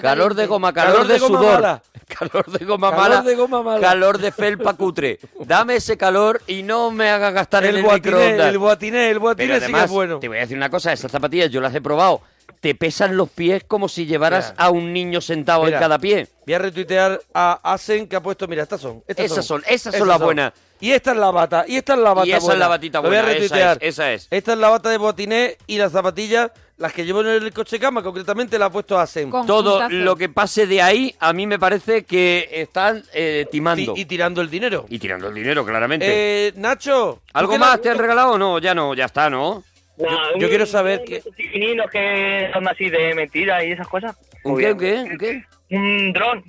Speaker 3: calor de goma, calor, de, sudor. Calor de goma
Speaker 2: Calor
Speaker 3: mala.
Speaker 2: de goma mala.
Speaker 3: Calor de felpa cutre. Dame ese calor y no me haga gastar en
Speaker 2: El
Speaker 3: el
Speaker 2: guatiné,
Speaker 3: microondas.
Speaker 2: el guatiné, el guatiné
Speaker 3: Pero
Speaker 2: sí que es
Speaker 3: además,
Speaker 2: bueno.
Speaker 3: Te voy a decir una cosa, esas zapatillas yo las he probado. Te pesan los pies como si llevaras
Speaker 2: Ya.
Speaker 3: a un niño sentado
Speaker 2: Mira,
Speaker 3: en cada pie.
Speaker 2: Voy a retuitear a Asen que ha puesto, mira, estas son. Estas
Speaker 3: Esas son, esas son las buenas.
Speaker 2: Y esta es la bata, y esta es la bata
Speaker 3: Y esa
Speaker 2: buena.
Speaker 3: es la batita
Speaker 2: Lo
Speaker 3: buena.
Speaker 2: voy a
Speaker 3: esa
Speaker 2: retuitear.
Speaker 3: es, esa es.
Speaker 2: Esta es la bata de botiné y las zapatillas, las que llevo en el coche cama, concretamente la ha puesto Asen.
Speaker 3: Todo lo que pase de ahí, a mí me parece que están eh, timando.
Speaker 2: Ti- y tirando el dinero.
Speaker 3: Y tirando el dinero, claramente.
Speaker 2: Eh, Nacho. ¿tú
Speaker 3: ¿Algo
Speaker 2: qué
Speaker 3: más
Speaker 2: le-
Speaker 3: te han regalado o no? Ya no, ya está, ¿no?
Speaker 11: Nah,
Speaker 2: yo
Speaker 11: un-
Speaker 2: quiero saber que-
Speaker 11: unos chiquininos que son así de mentira y esas cosas.
Speaker 3: ¿Un qué, un qué, un qué?
Speaker 11: Un dron.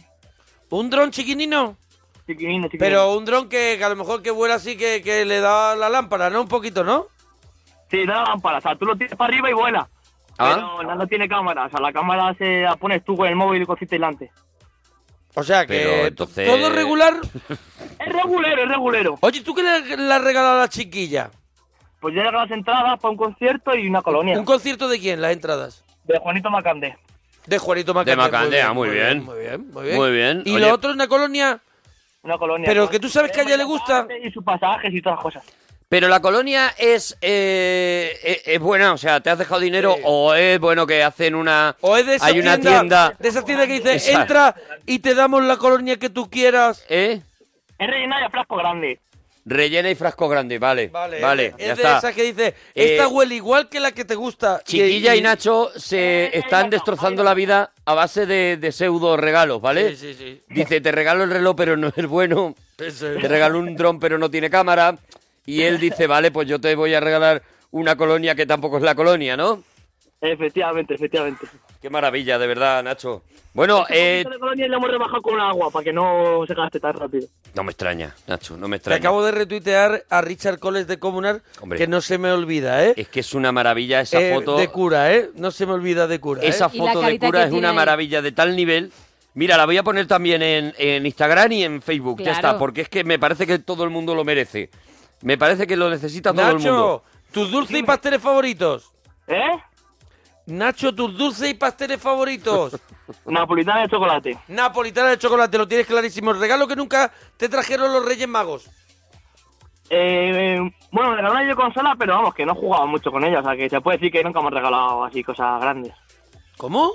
Speaker 2: ¿Un dron chiquinino?
Speaker 11: Chiquinino, chiquinino.
Speaker 2: Pero un dron que, que a lo mejor que vuela así que, que le da la lámpara, ¿no? Un poquito, ¿no?
Speaker 11: Sí, da la lámpara. O sea, tú lo tiras para arriba y vuela.
Speaker 2: Ah.
Speaker 11: Pero no, no tiene cámara. O sea, la cámara se la pones tú con el móvil y cosiste delante.
Speaker 2: O sea que
Speaker 3: Pero entonces-
Speaker 2: todo regular.
Speaker 11: Es regulero, es regulero.
Speaker 2: Oye, ¿tú qué le, le has regalado a la chiquilla?
Speaker 11: Pues yo he regalado las entradas para un concierto y una colonia.
Speaker 2: ¿Un concierto de quién? Las entradas.
Speaker 11: De Juanito Macandé.
Speaker 2: De Juanito Macandé.
Speaker 3: De Macandé, ah, muy bien.
Speaker 2: Muy bien, muy bien.
Speaker 3: Muy bien.
Speaker 2: Y
Speaker 3: Oye.
Speaker 2: lo otro es una colonia.
Speaker 11: Una colonia.
Speaker 2: Pero
Speaker 11: con-
Speaker 2: que tú sabes que a ella le gusta.
Speaker 11: Y sus pasajes y todas las cosas.
Speaker 3: Pero la colonia es, eh, es, es buena, o sea, te has dejado dinero o es bueno que hacen una...
Speaker 2: O es de esa
Speaker 3: hay una
Speaker 2: tienda,
Speaker 3: tienda...
Speaker 2: De esa tienda que dice,
Speaker 3: Esa.
Speaker 2: entra y te damos la colonia que tú quieras.
Speaker 3: ¿Eh?
Speaker 11: Es rellena y a frasco grande.
Speaker 3: Rellena y frasco grande, vale. Vale,
Speaker 2: es
Speaker 3: ya
Speaker 2: de
Speaker 3: está.
Speaker 2: esa que dice,
Speaker 3: Eh,
Speaker 2: esta huele igual que la que te gusta.
Speaker 3: Chiquilla y Nacho se están destrozando la vida a base de, de pseudo regalos, ¿vale?
Speaker 2: Sí, sí, sí.
Speaker 3: Dice, te regalo el reloj, pero no es bueno.
Speaker 2: Eso es.
Speaker 3: Te regalo un dron, pero no tiene cámara. Y él dice, vale, pues yo te voy a regalar una colonia que tampoco es la colonia, ¿no?
Speaker 11: Efectivamente, efectivamente.
Speaker 3: Qué maravilla, de verdad, Nacho. Bueno,
Speaker 11: Este
Speaker 3: eh,
Speaker 11: La colonia la hemos rebajado con agua para que no se gaste tan rápido.
Speaker 3: no me extraña, Nacho, no me
Speaker 2: Te
Speaker 3: extraña.
Speaker 2: acabo de retuitear a Richard Coles de Comunar,
Speaker 3: Hombre.
Speaker 2: que no se me olvida, ¿eh?
Speaker 3: Es que es una maravilla esa
Speaker 2: Eh,
Speaker 3: foto.
Speaker 2: De cura, ¿eh? No se me olvida de cura. ¿eh?
Speaker 3: Esa foto de cura es una maravilla de tal nivel. Mira, la voy a poner también en, en Instagram y en Facebook. Ya
Speaker 2: Claro.
Speaker 3: está, porque es que me parece que todo el mundo lo merece. Me parece que lo necesita todo el
Speaker 2: Nacho,
Speaker 3: mundo.
Speaker 2: tus dulces y pasteles favoritos.
Speaker 11: ¿Eh?
Speaker 2: Nacho, tus dulces y pasteles favoritos.
Speaker 11: Napolitana de chocolate.
Speaker 2: Napolitana de chocolate, lo tienes clarísimo. El regalo que nunca te trajeron los Reyes Magos.
Speaker 11: Eh, eh, bueno, me regalaron yo consola, pero vamos, que no jugaba mucho con ella. O sea, que se puede decir que nunca hemos regalado así cosas grandes.
Speaker 2: ¿Cómo?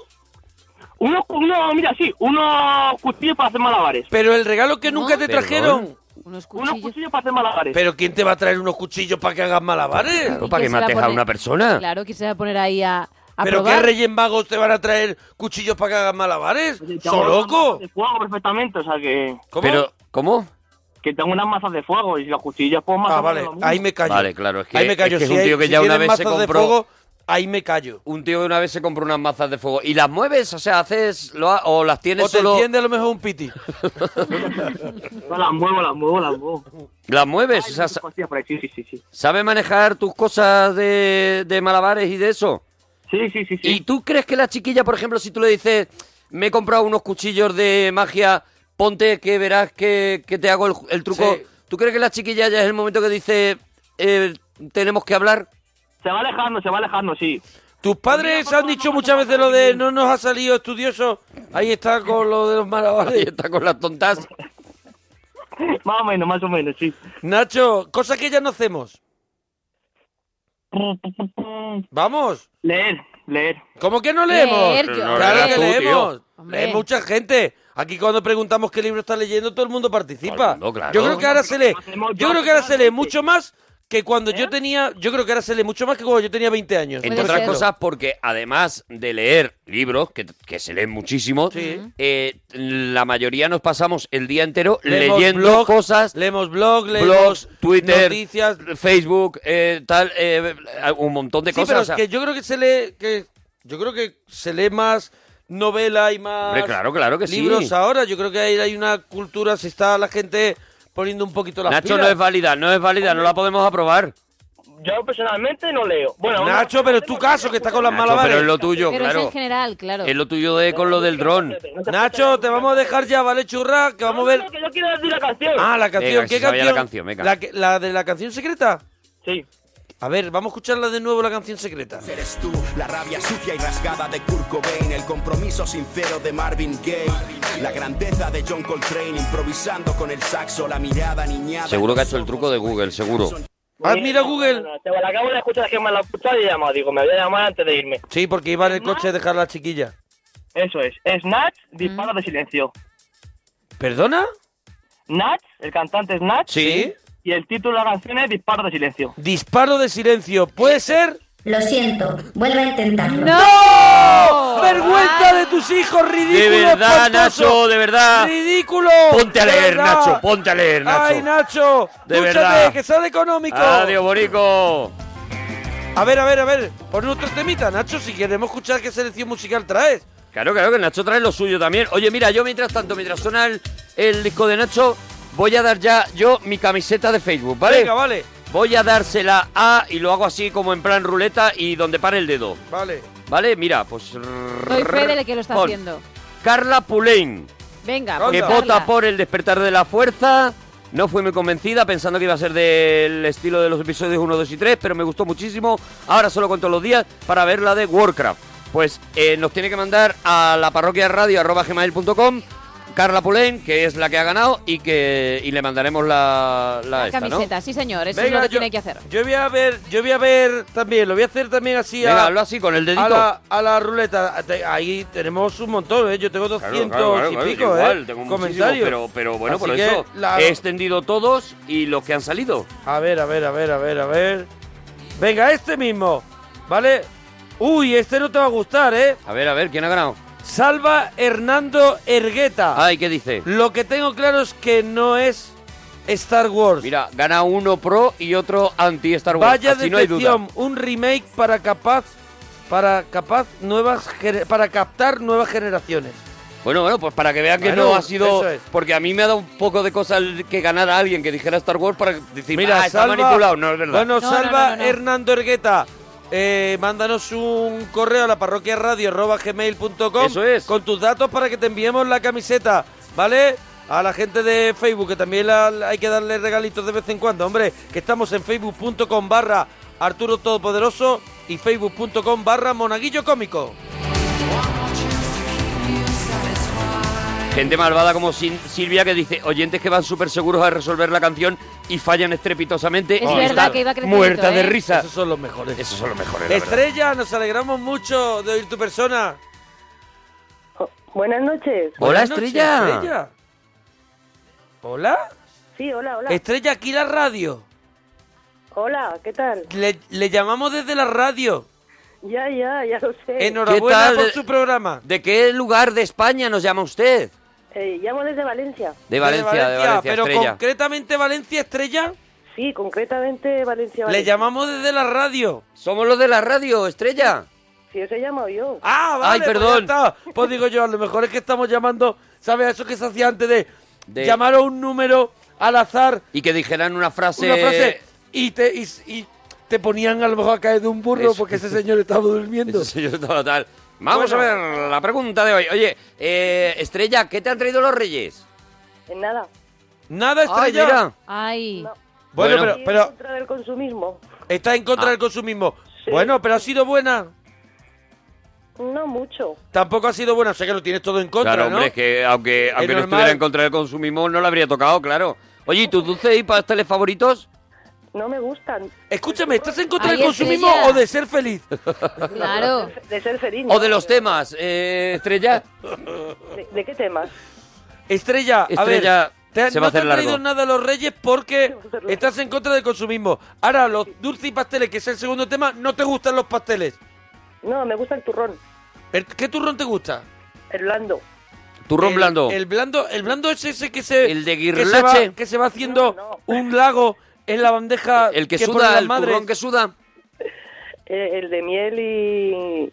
Speaker 11: Uno, uno mira, sí, unos cuchillos para hacer malabares.
Speaker 2: Pero el regalo que nunca te
Speaker 11: Perdón.
Speaker 2: trajeron.
Speaker 4: Unos
Speaker 11: cuchillos. para hacer malabares.
Speaker 2: Pero ¿quién te va a traer unos cuchillos para que hagas malabares?
Speaker 3: Claro, para que mates a una persona.
Speaker 4: Claro, que se va a poner ahí a, a
Speaker 2: ¿Pero
Speaker 4: probar.
Speaker 2: qué Reyes Magos te van a traer cuchillos para que hagas malabares?
Speaker 11: Tengo
Speaker 2: ¿Son
Speaker 11: unas
Speaker 2: loco?
Speaker 11: mazas Pues De fuego perfectamente, o sea que.
Speaker 2: ¿Cómo? Pero,
Speaker 3: ¿Cómo?
Speaker 11: Que tengo unas mazas de fuego y los cuchillos pues más.
Speaker 2: Ah,
Speaker 11: o menos
Speaker 2: vale,
Speaker 11: lo mismo.
Speaker 2: ahí me callo.
Speaker 3: Vale, claro, es que,
Speaker 2: Ahí me callo,
Speaker 3: es, que es
Speaker 2: si
Speaker 3: un
Speaker 2: hay-
Speaker 3: tío que
Speaker 2: si
Speaker 3: ya una
Speaker 2: tienen
Speaker 3: vez se
Speaker 2: mazas de
Speaker 3: compró.
Speaker 2: fuego, ahí me callo.
Speaker 3: Un tío que una vez se compró unas mazas de fuego. ¿Y las mueves? O sea, haces. lo ha- o las tienes
Speaker 2: O te
Speaker 3: solo.
Speaker 2: entiende a lo mejor un piti.
Speaker 11: No, las muevo, las muevo, las muevo.
Speaker 3: ¿Las mueves? O sea, sa-
Speaker 11: Hostia, por ahí, sí, sí, sí, sí.
Speaker 3: ¿Sabes manejar tus cosas de, de malabares y de eso?
Speaker 11: Sí, sí, sí,
Speaker 3: ¿Y tú crees que la chiquilla, por ejemplo, si tú le dices, me he comprado unos cuchillos de magia, ponte que verás que, que te hago el, el truco.
Speaker 2: Sí.
Speaker 3: ¿Tú crees que la chiquilla ya es el momento que dice eh, tenemos que hablar?
Speaker 11: Se va alejando, se va alejando, sí.
Speaker 2: Tus padres han dicho muchas veces lo de no nos ha salido estudioso. Ahí está con lo de los malabares. Ahí
Speaker 3: está con las tontas.
Speaker 11: Más o menos, más o menos, sí.
Speaker 2: Nacho, cosa que ya no hacemos. Vamos.
Speaker 11: Leer, leer.
Speaker 2: ¿Cómo que no leemos?
Speaker 11: Leer, yo-
Speaker 2: claro
Speaker 11: Leer
Speaker 2: que
Speaker 11: tú, tío.
Speaker 2: leemos.
Speaker 11: Hombre.
Speaker 2: Lee mucha gente. Aquí cuando preguntamos qué libro está leyendo, todo el mundo participa. Yo creo que ahora se lee. Yo creo que ahora se lee mucho más que cuando
Speaker 11: ¿Eh?
Speaker 2: yo tenía. Yo creo que ahora se lee mucho más que cuando yo tenía 20 años.
Speaker 3: Entre otras cosas, porque además de leer libros, que, que se leen muchísimo, eh, la mayoría nos pasamos el día entero
Speaker 2: Leemos
Speaker 3: leyendo
Speaker 2: blog,
Speaker 3: cosas.
Speaker 2: Leemos blog, leemos
Speaker 3: blogs, Twitter,
Speaker 2: noticias.
Speaker 3: Facebook, eh, tal, eh, un montón de
Speaker 2: Sí,
Speaker 3: cosas.
Speaker 2: pero
Speaker 3: o sea,
Speaker 2: es que yo creo que se lee. Que, yo creo que se lee más novela y más.
Speaker 3: Hombre, claro, claro que sí.
Speaker 2: Libros ahora. Yo creo que ahí hay una cultura. Se está la gente poniendo un poquito la
Speaker 3: Nacho no es válida, no es válida, no la podemos aprobar.
Speaker 11: Yo
Speaker 2: este
Speaker 11: personalmente no leo. Bueno,
Speaker 2: Nacho, pero es tu caso que está con las
Speaker 3: Nacho,
Speaker 2: malabares.
Speaker 3: pero es lo tuyo,
Speaker 4: Pero es en
Speaker 3: claro.
Speaker 4: general, claro.
Speaker 3: Es lo tuyo de con lo del dron.
Speaker 2: Nacho, te vamos a dejar ya, ¿vale, churra? Que vamos a ver.
Speaker 11: yo quiero decir la canción.
Speaker 2: Ah, la canción.
Speaker 3: Venga,
Speaker 2: ¿Qué
Speaker 3: si sabía
Speaker 2: canción?
Speaker 3: la canción, venga.
Speaker 2: ¿La que- la de la canción secreta?
Speaker 11: Sí.
Speaker 2: A ver, vamos a escucharla de nuevo, la canción secreta.
Speaker 12: Eres tú, la rabia sucia y rasgada de Kurt Cobain, el compromiso sincero de Marvin Gaye, la grandeza de John Coltrane improvisando con el saxo, la mirada niñada.
Speaker 3: Seguro que ha hecho el truco de Google, seguro.
Speaker 2: Ah, mira Google.
Speaker 11: Te la acabo de escuchar que me la he escuchado y he llamado. Digo, me voy a llamar antes de irme.
Speaker 2: Sí, porque iba en el coche a dejar a la chiquilla.
Speaker 11: Eso es. Es Nat,
Speaker 4: Mm.
Speaker 11: disparo de silencio.
Speaker 2: ¿Perdona?
Speaker 11: Nat, el cantante es Nat.
Speaker 2: Sí.
Speaker 11: Y el título de la canción es Disparo de silencio.
Speaker 2: Disparo de silencio. ¿Puede ser?
Speaker 13: Lo siento, vuelve a intentarlo.
Speaker 2: ¡No! ¡Vergüenza de tus hijos, ridículo!
Speaker 3: Ah. De verdad,
Speaker 2: espantoso!
Speaker 3: Nacho, de verdad.
Speaker 2: ¡Ridículo!
Speaker 3: Ponte a
Speaker 2: de
Speaker 3: leer,
Speaker 2: verdad.
Speaker 3: Nacho, ponte a leer, Nacho.
Speaker 2: ¡Ay, Nacho!
Speaker 3: De
Speaker 2: dúchate,
Speaker 3: verdad.
Speaker 2: que sale económico!
Speaker 3: Adiós, Borico.
Speaker 2: A ver, a ver, a ver. Pon otro temita, Nacho, si queremos escuchar qué selección musical traes.
Speaker 3: Claro, claro, que Nacho trae lo suyo también. Oye, mira, yo mientras tanto, mientras suena el, el disco de Nacho, voy a dar ya yo mi camiseta de Facebook, ¿vale?
Speaker 2: Venga, vale.
Speaker 3: Voy a dársela a y lo hago así como en plan ruleta y donde pare el dedo.
Speaker 2: Vale.
Speaker 3: ¿Vale? Mira, pues...
Speaker 4: Doy fe de que lo está
Speaker 3: Pon.
Speaker 4: haciendo.
Speaker 3: Carla Pulain.
Speaker 4: Venga,
Speaker 3: que
Speaker 4: pues, Carla.
Speaker 3: vota por el despertar de la fuerza. No fui muy convencida pensando que iba a ser del estilo de los episodios 1, 2 y 3, pero me gustó muchísimo. Ahora solo cuento los días para ver la de Warcraft. Pues eh, nos tiene que mandar a la parroquia radio Carla Pulain, que es la que ha ganado, y que y le mandaremos la, la, esta, ¿no?
Speaker 4: Camiseta, sí señor, eso
Speaker 2: Venga,
Speaker 4: es lo que
Speaker 2: yo-
Speaker 4: tiene que hacer.
Speaker 2: Yo voy a ver, yo voy a ver también, lo voy a hacer también así
Speaker 3: Venga,
Speaker 2: a...
Speaker 3: hazlo así, con el dedito.
Speaker 2: A la, a la ruleta. A- te- Ahí tenemos un montón, ¿eh? Yo tengo 200
Speaker 3: Claro, claro, claro,
Speaker 2: y pico,
Speaker 3: igual,
Speaker 2: ¿eh?
Speaker 3: tengo
Speaker 2: comentarios.
Speaker 3: comentarios. Pero, pero bueno,
Speaker 2: Así
Speaker 3: por
Speaker 2: que
Speaker 3: eso
Speaker 2: la-
Speaker 3: he extendido todos y los que han salido.
Speaker 2: A ver, a ver, a ver, a ver, a ver. Venga, este mismo, ¿vale? Uy, este no te va a gustar, ¿eh?
Speaker 3: A ver, a ver, ¿quién ha ganado?
Speaker 2: Salva Hernando Ergueta.
Speaker 3: Ay, ¿qué dice?
Speaker 2: Lo que tengo claro es que no es Star Wars.
Speaker 3: Mira, gana uno pro y otro anti Star Wars.
Speaker 2: Vaya
Speaker 3: así no hay duda.
Speaker 2: decepción, un remake para capaz para capaz nuevas gener- para captar nuevas generaciones.
Speaker 3: Bueno, bueno, pues para que vean que
Speaker 2: Bueno,
Speaker 3: no ha sido.
Speaker 2: eso es.
Speaker 3: Porque a mí me ha dado un poco de cosa el que ganara alguien que dijera Star Wars para decir,
Speaker 2: Mira,
Speaker 3: "Ah, está
Speaker 2: salva,
Speaker 3: manipulado. No, es verdad.
Speaker 2: Bueno, salva Hernando Ergueta. eh, mándanos un correo a la parroquia radio Eso es. Con tus datos para que te enviemos la camiseta, ¿vale? A la gente de Facebook, que también la- hay que darle regalitos de vez en cuando. Hombre, que estamos en facebook.com barra Arturo Todopoderoso y facebook.com barra Monaguillo Cómico.
Speaker 3: Gente malvada como Sin- Silvia que dice, oyentes que van súper seguros a resolver la canción y fallan estrepitosamente.
Speaker 2: Es
Speaker 3: y
Speaker 2: verdad
Speaker 3: están
Speaker 2: que iba creciendo,
Speaker 3: Muerta de
Speaker 2: ¿eh?
Speaker 3: risa.
Speaker 2: Esos son los mejores.
Speaker 3: Esos son los mejores. la verdad.
Speaker 2: Estrella, nos alegramos mucho de oír tu persona.
Speaker 14: Buenas noches.
Speaker 3: Hola,
Speaker 2: Buenas noches,
Speaker 3: Estrella.
Speaker 2: Estrella. Hola.
Speaker 14: Sí, hola, hola.
Speaker 2: Estrella, aquí la radio.
Speaker 14: Hola, ¿qué tal?
Speaker 2: Le, le llamamos desde la radio.
Speaker 14: Ya, ya, ya lo sé.
Speaker 2: Enhorabuena por su programa.
Speaker 3: ¿De qué lugar de España nos llama usted?
Speaker 14: Eh, llamo desde Valencia.
Speaker 3: De Valencia, de Valencia,
Speaker 2: pero
Speaker 3: Estrella.
Speaker 2: concretamente Valencia Estrella.
Speaker 14: Sí, concretamente Valencia.
Speaker 2: Le
Speaker 14: Valencia.
Speaker 2: llamamos desde la radio.
Speaker 3: Somos los de la radio, Estrella.
Speaker 14: Sí, os he llamado yo.
Speaker 2: Ah, vale,
Speaker 14: Ay,
Speaker 2: pues ya
Speaker 14: perdón.
Speaker 2: está. Pues, digo yo, a lo mejor es que estamos llamando, ¿sabes? a Eso que se hacía antes de,
Speaker 3: De-
Speaker 2: llamar a un número al azar,
Speaker 3: Y que dijeran una frase.
Speaker 2: una frase, y te, y, y te ponían a lo mejor a caer de un burro
Speaker 3: Eso.
Speaker 2: porque ese señor estaba durmiendo.
Speaker 3: Sí, yo estaba tal. Vamos
Speaker 2: Bueno.
Speaker 3: a ver la pregunta de hoy. Oye, eh, Estrella, ¿qué te han traído los reyes?
Speaker 14: En nada.
Speaker 2: Nada estrella.
Speaker 4: Ay.
Speaker 2: Bueno, pero-
Speaker 14: Estoy en
Speaker 2: pero-
Speaker 14: contra del consumismo.
Speaker 2: Está en
Speaker 3: Ah.
Speaker 2: contra del consumismo. Bueno, pero ha sido buena.
Speaker 14: No mucho.
Speaker 2: Tampoco ha sido buena. O sea que lo tienes todo en contra,
Speaker 3: Claro,
Speaker 2: ¿no?
Speaker 3: hombre, es que aunque, aunque no
Speaker 2: normal.
Speaker 3: estuviera en contra del consumismo, no lo habría tocado, claro. Oye, ¿y tus dulces y pasteles favoritos?
Speaker 14: No me gustan.
Speaker 2: Escúchame, ¿estás en
Speaker 3: contra
Speaker 2: Ay,
Speaker 3: del consumismo
Speaker 2: estrella. o de ser feliz?
Speaker 4: Claro.
Speaker 14: De ser feliz.
Speaker 3: O de los temas, eh, Estrella.
Speaker 14: ¿De, de qué temas?
Speaker 2: Estrella, a ver,
Speaker 3: Estrella,
Speaker 2: te-
Speaker 3: se va a
Speaker 2: no te
Speaker 3: hacer
Speaker 2: han
Speaker 3: largo.
Speaker 2: traído nada a los Reyes porque estás en contra del consumismo. Ahora, los dulces y pasteles, que es el segundo tema, no te gustan los pasteles.
Speaker 14: No, me gusta el turrón.
Speaker 2: El- ¿Qué turrón te gusta?
Speaker 14: El blando.
Speaker 3: Turrón
Speaker 2: El-
Speaker 3: blando.
Speaker 2: El blando, el blando es ese que se el de que se
Speaker 3: guirlache.
Speaker 2: va, que se va haciendo un lago en la bandeja
Speaker 3: El que
Speaker 2: pone
Speaker 3: suda,
Speaker 2: las
Speaker 3: el
Speaker 2: madres.
Speaker 3: turrón que suda.
Speaker 14: Eh, el de miel y,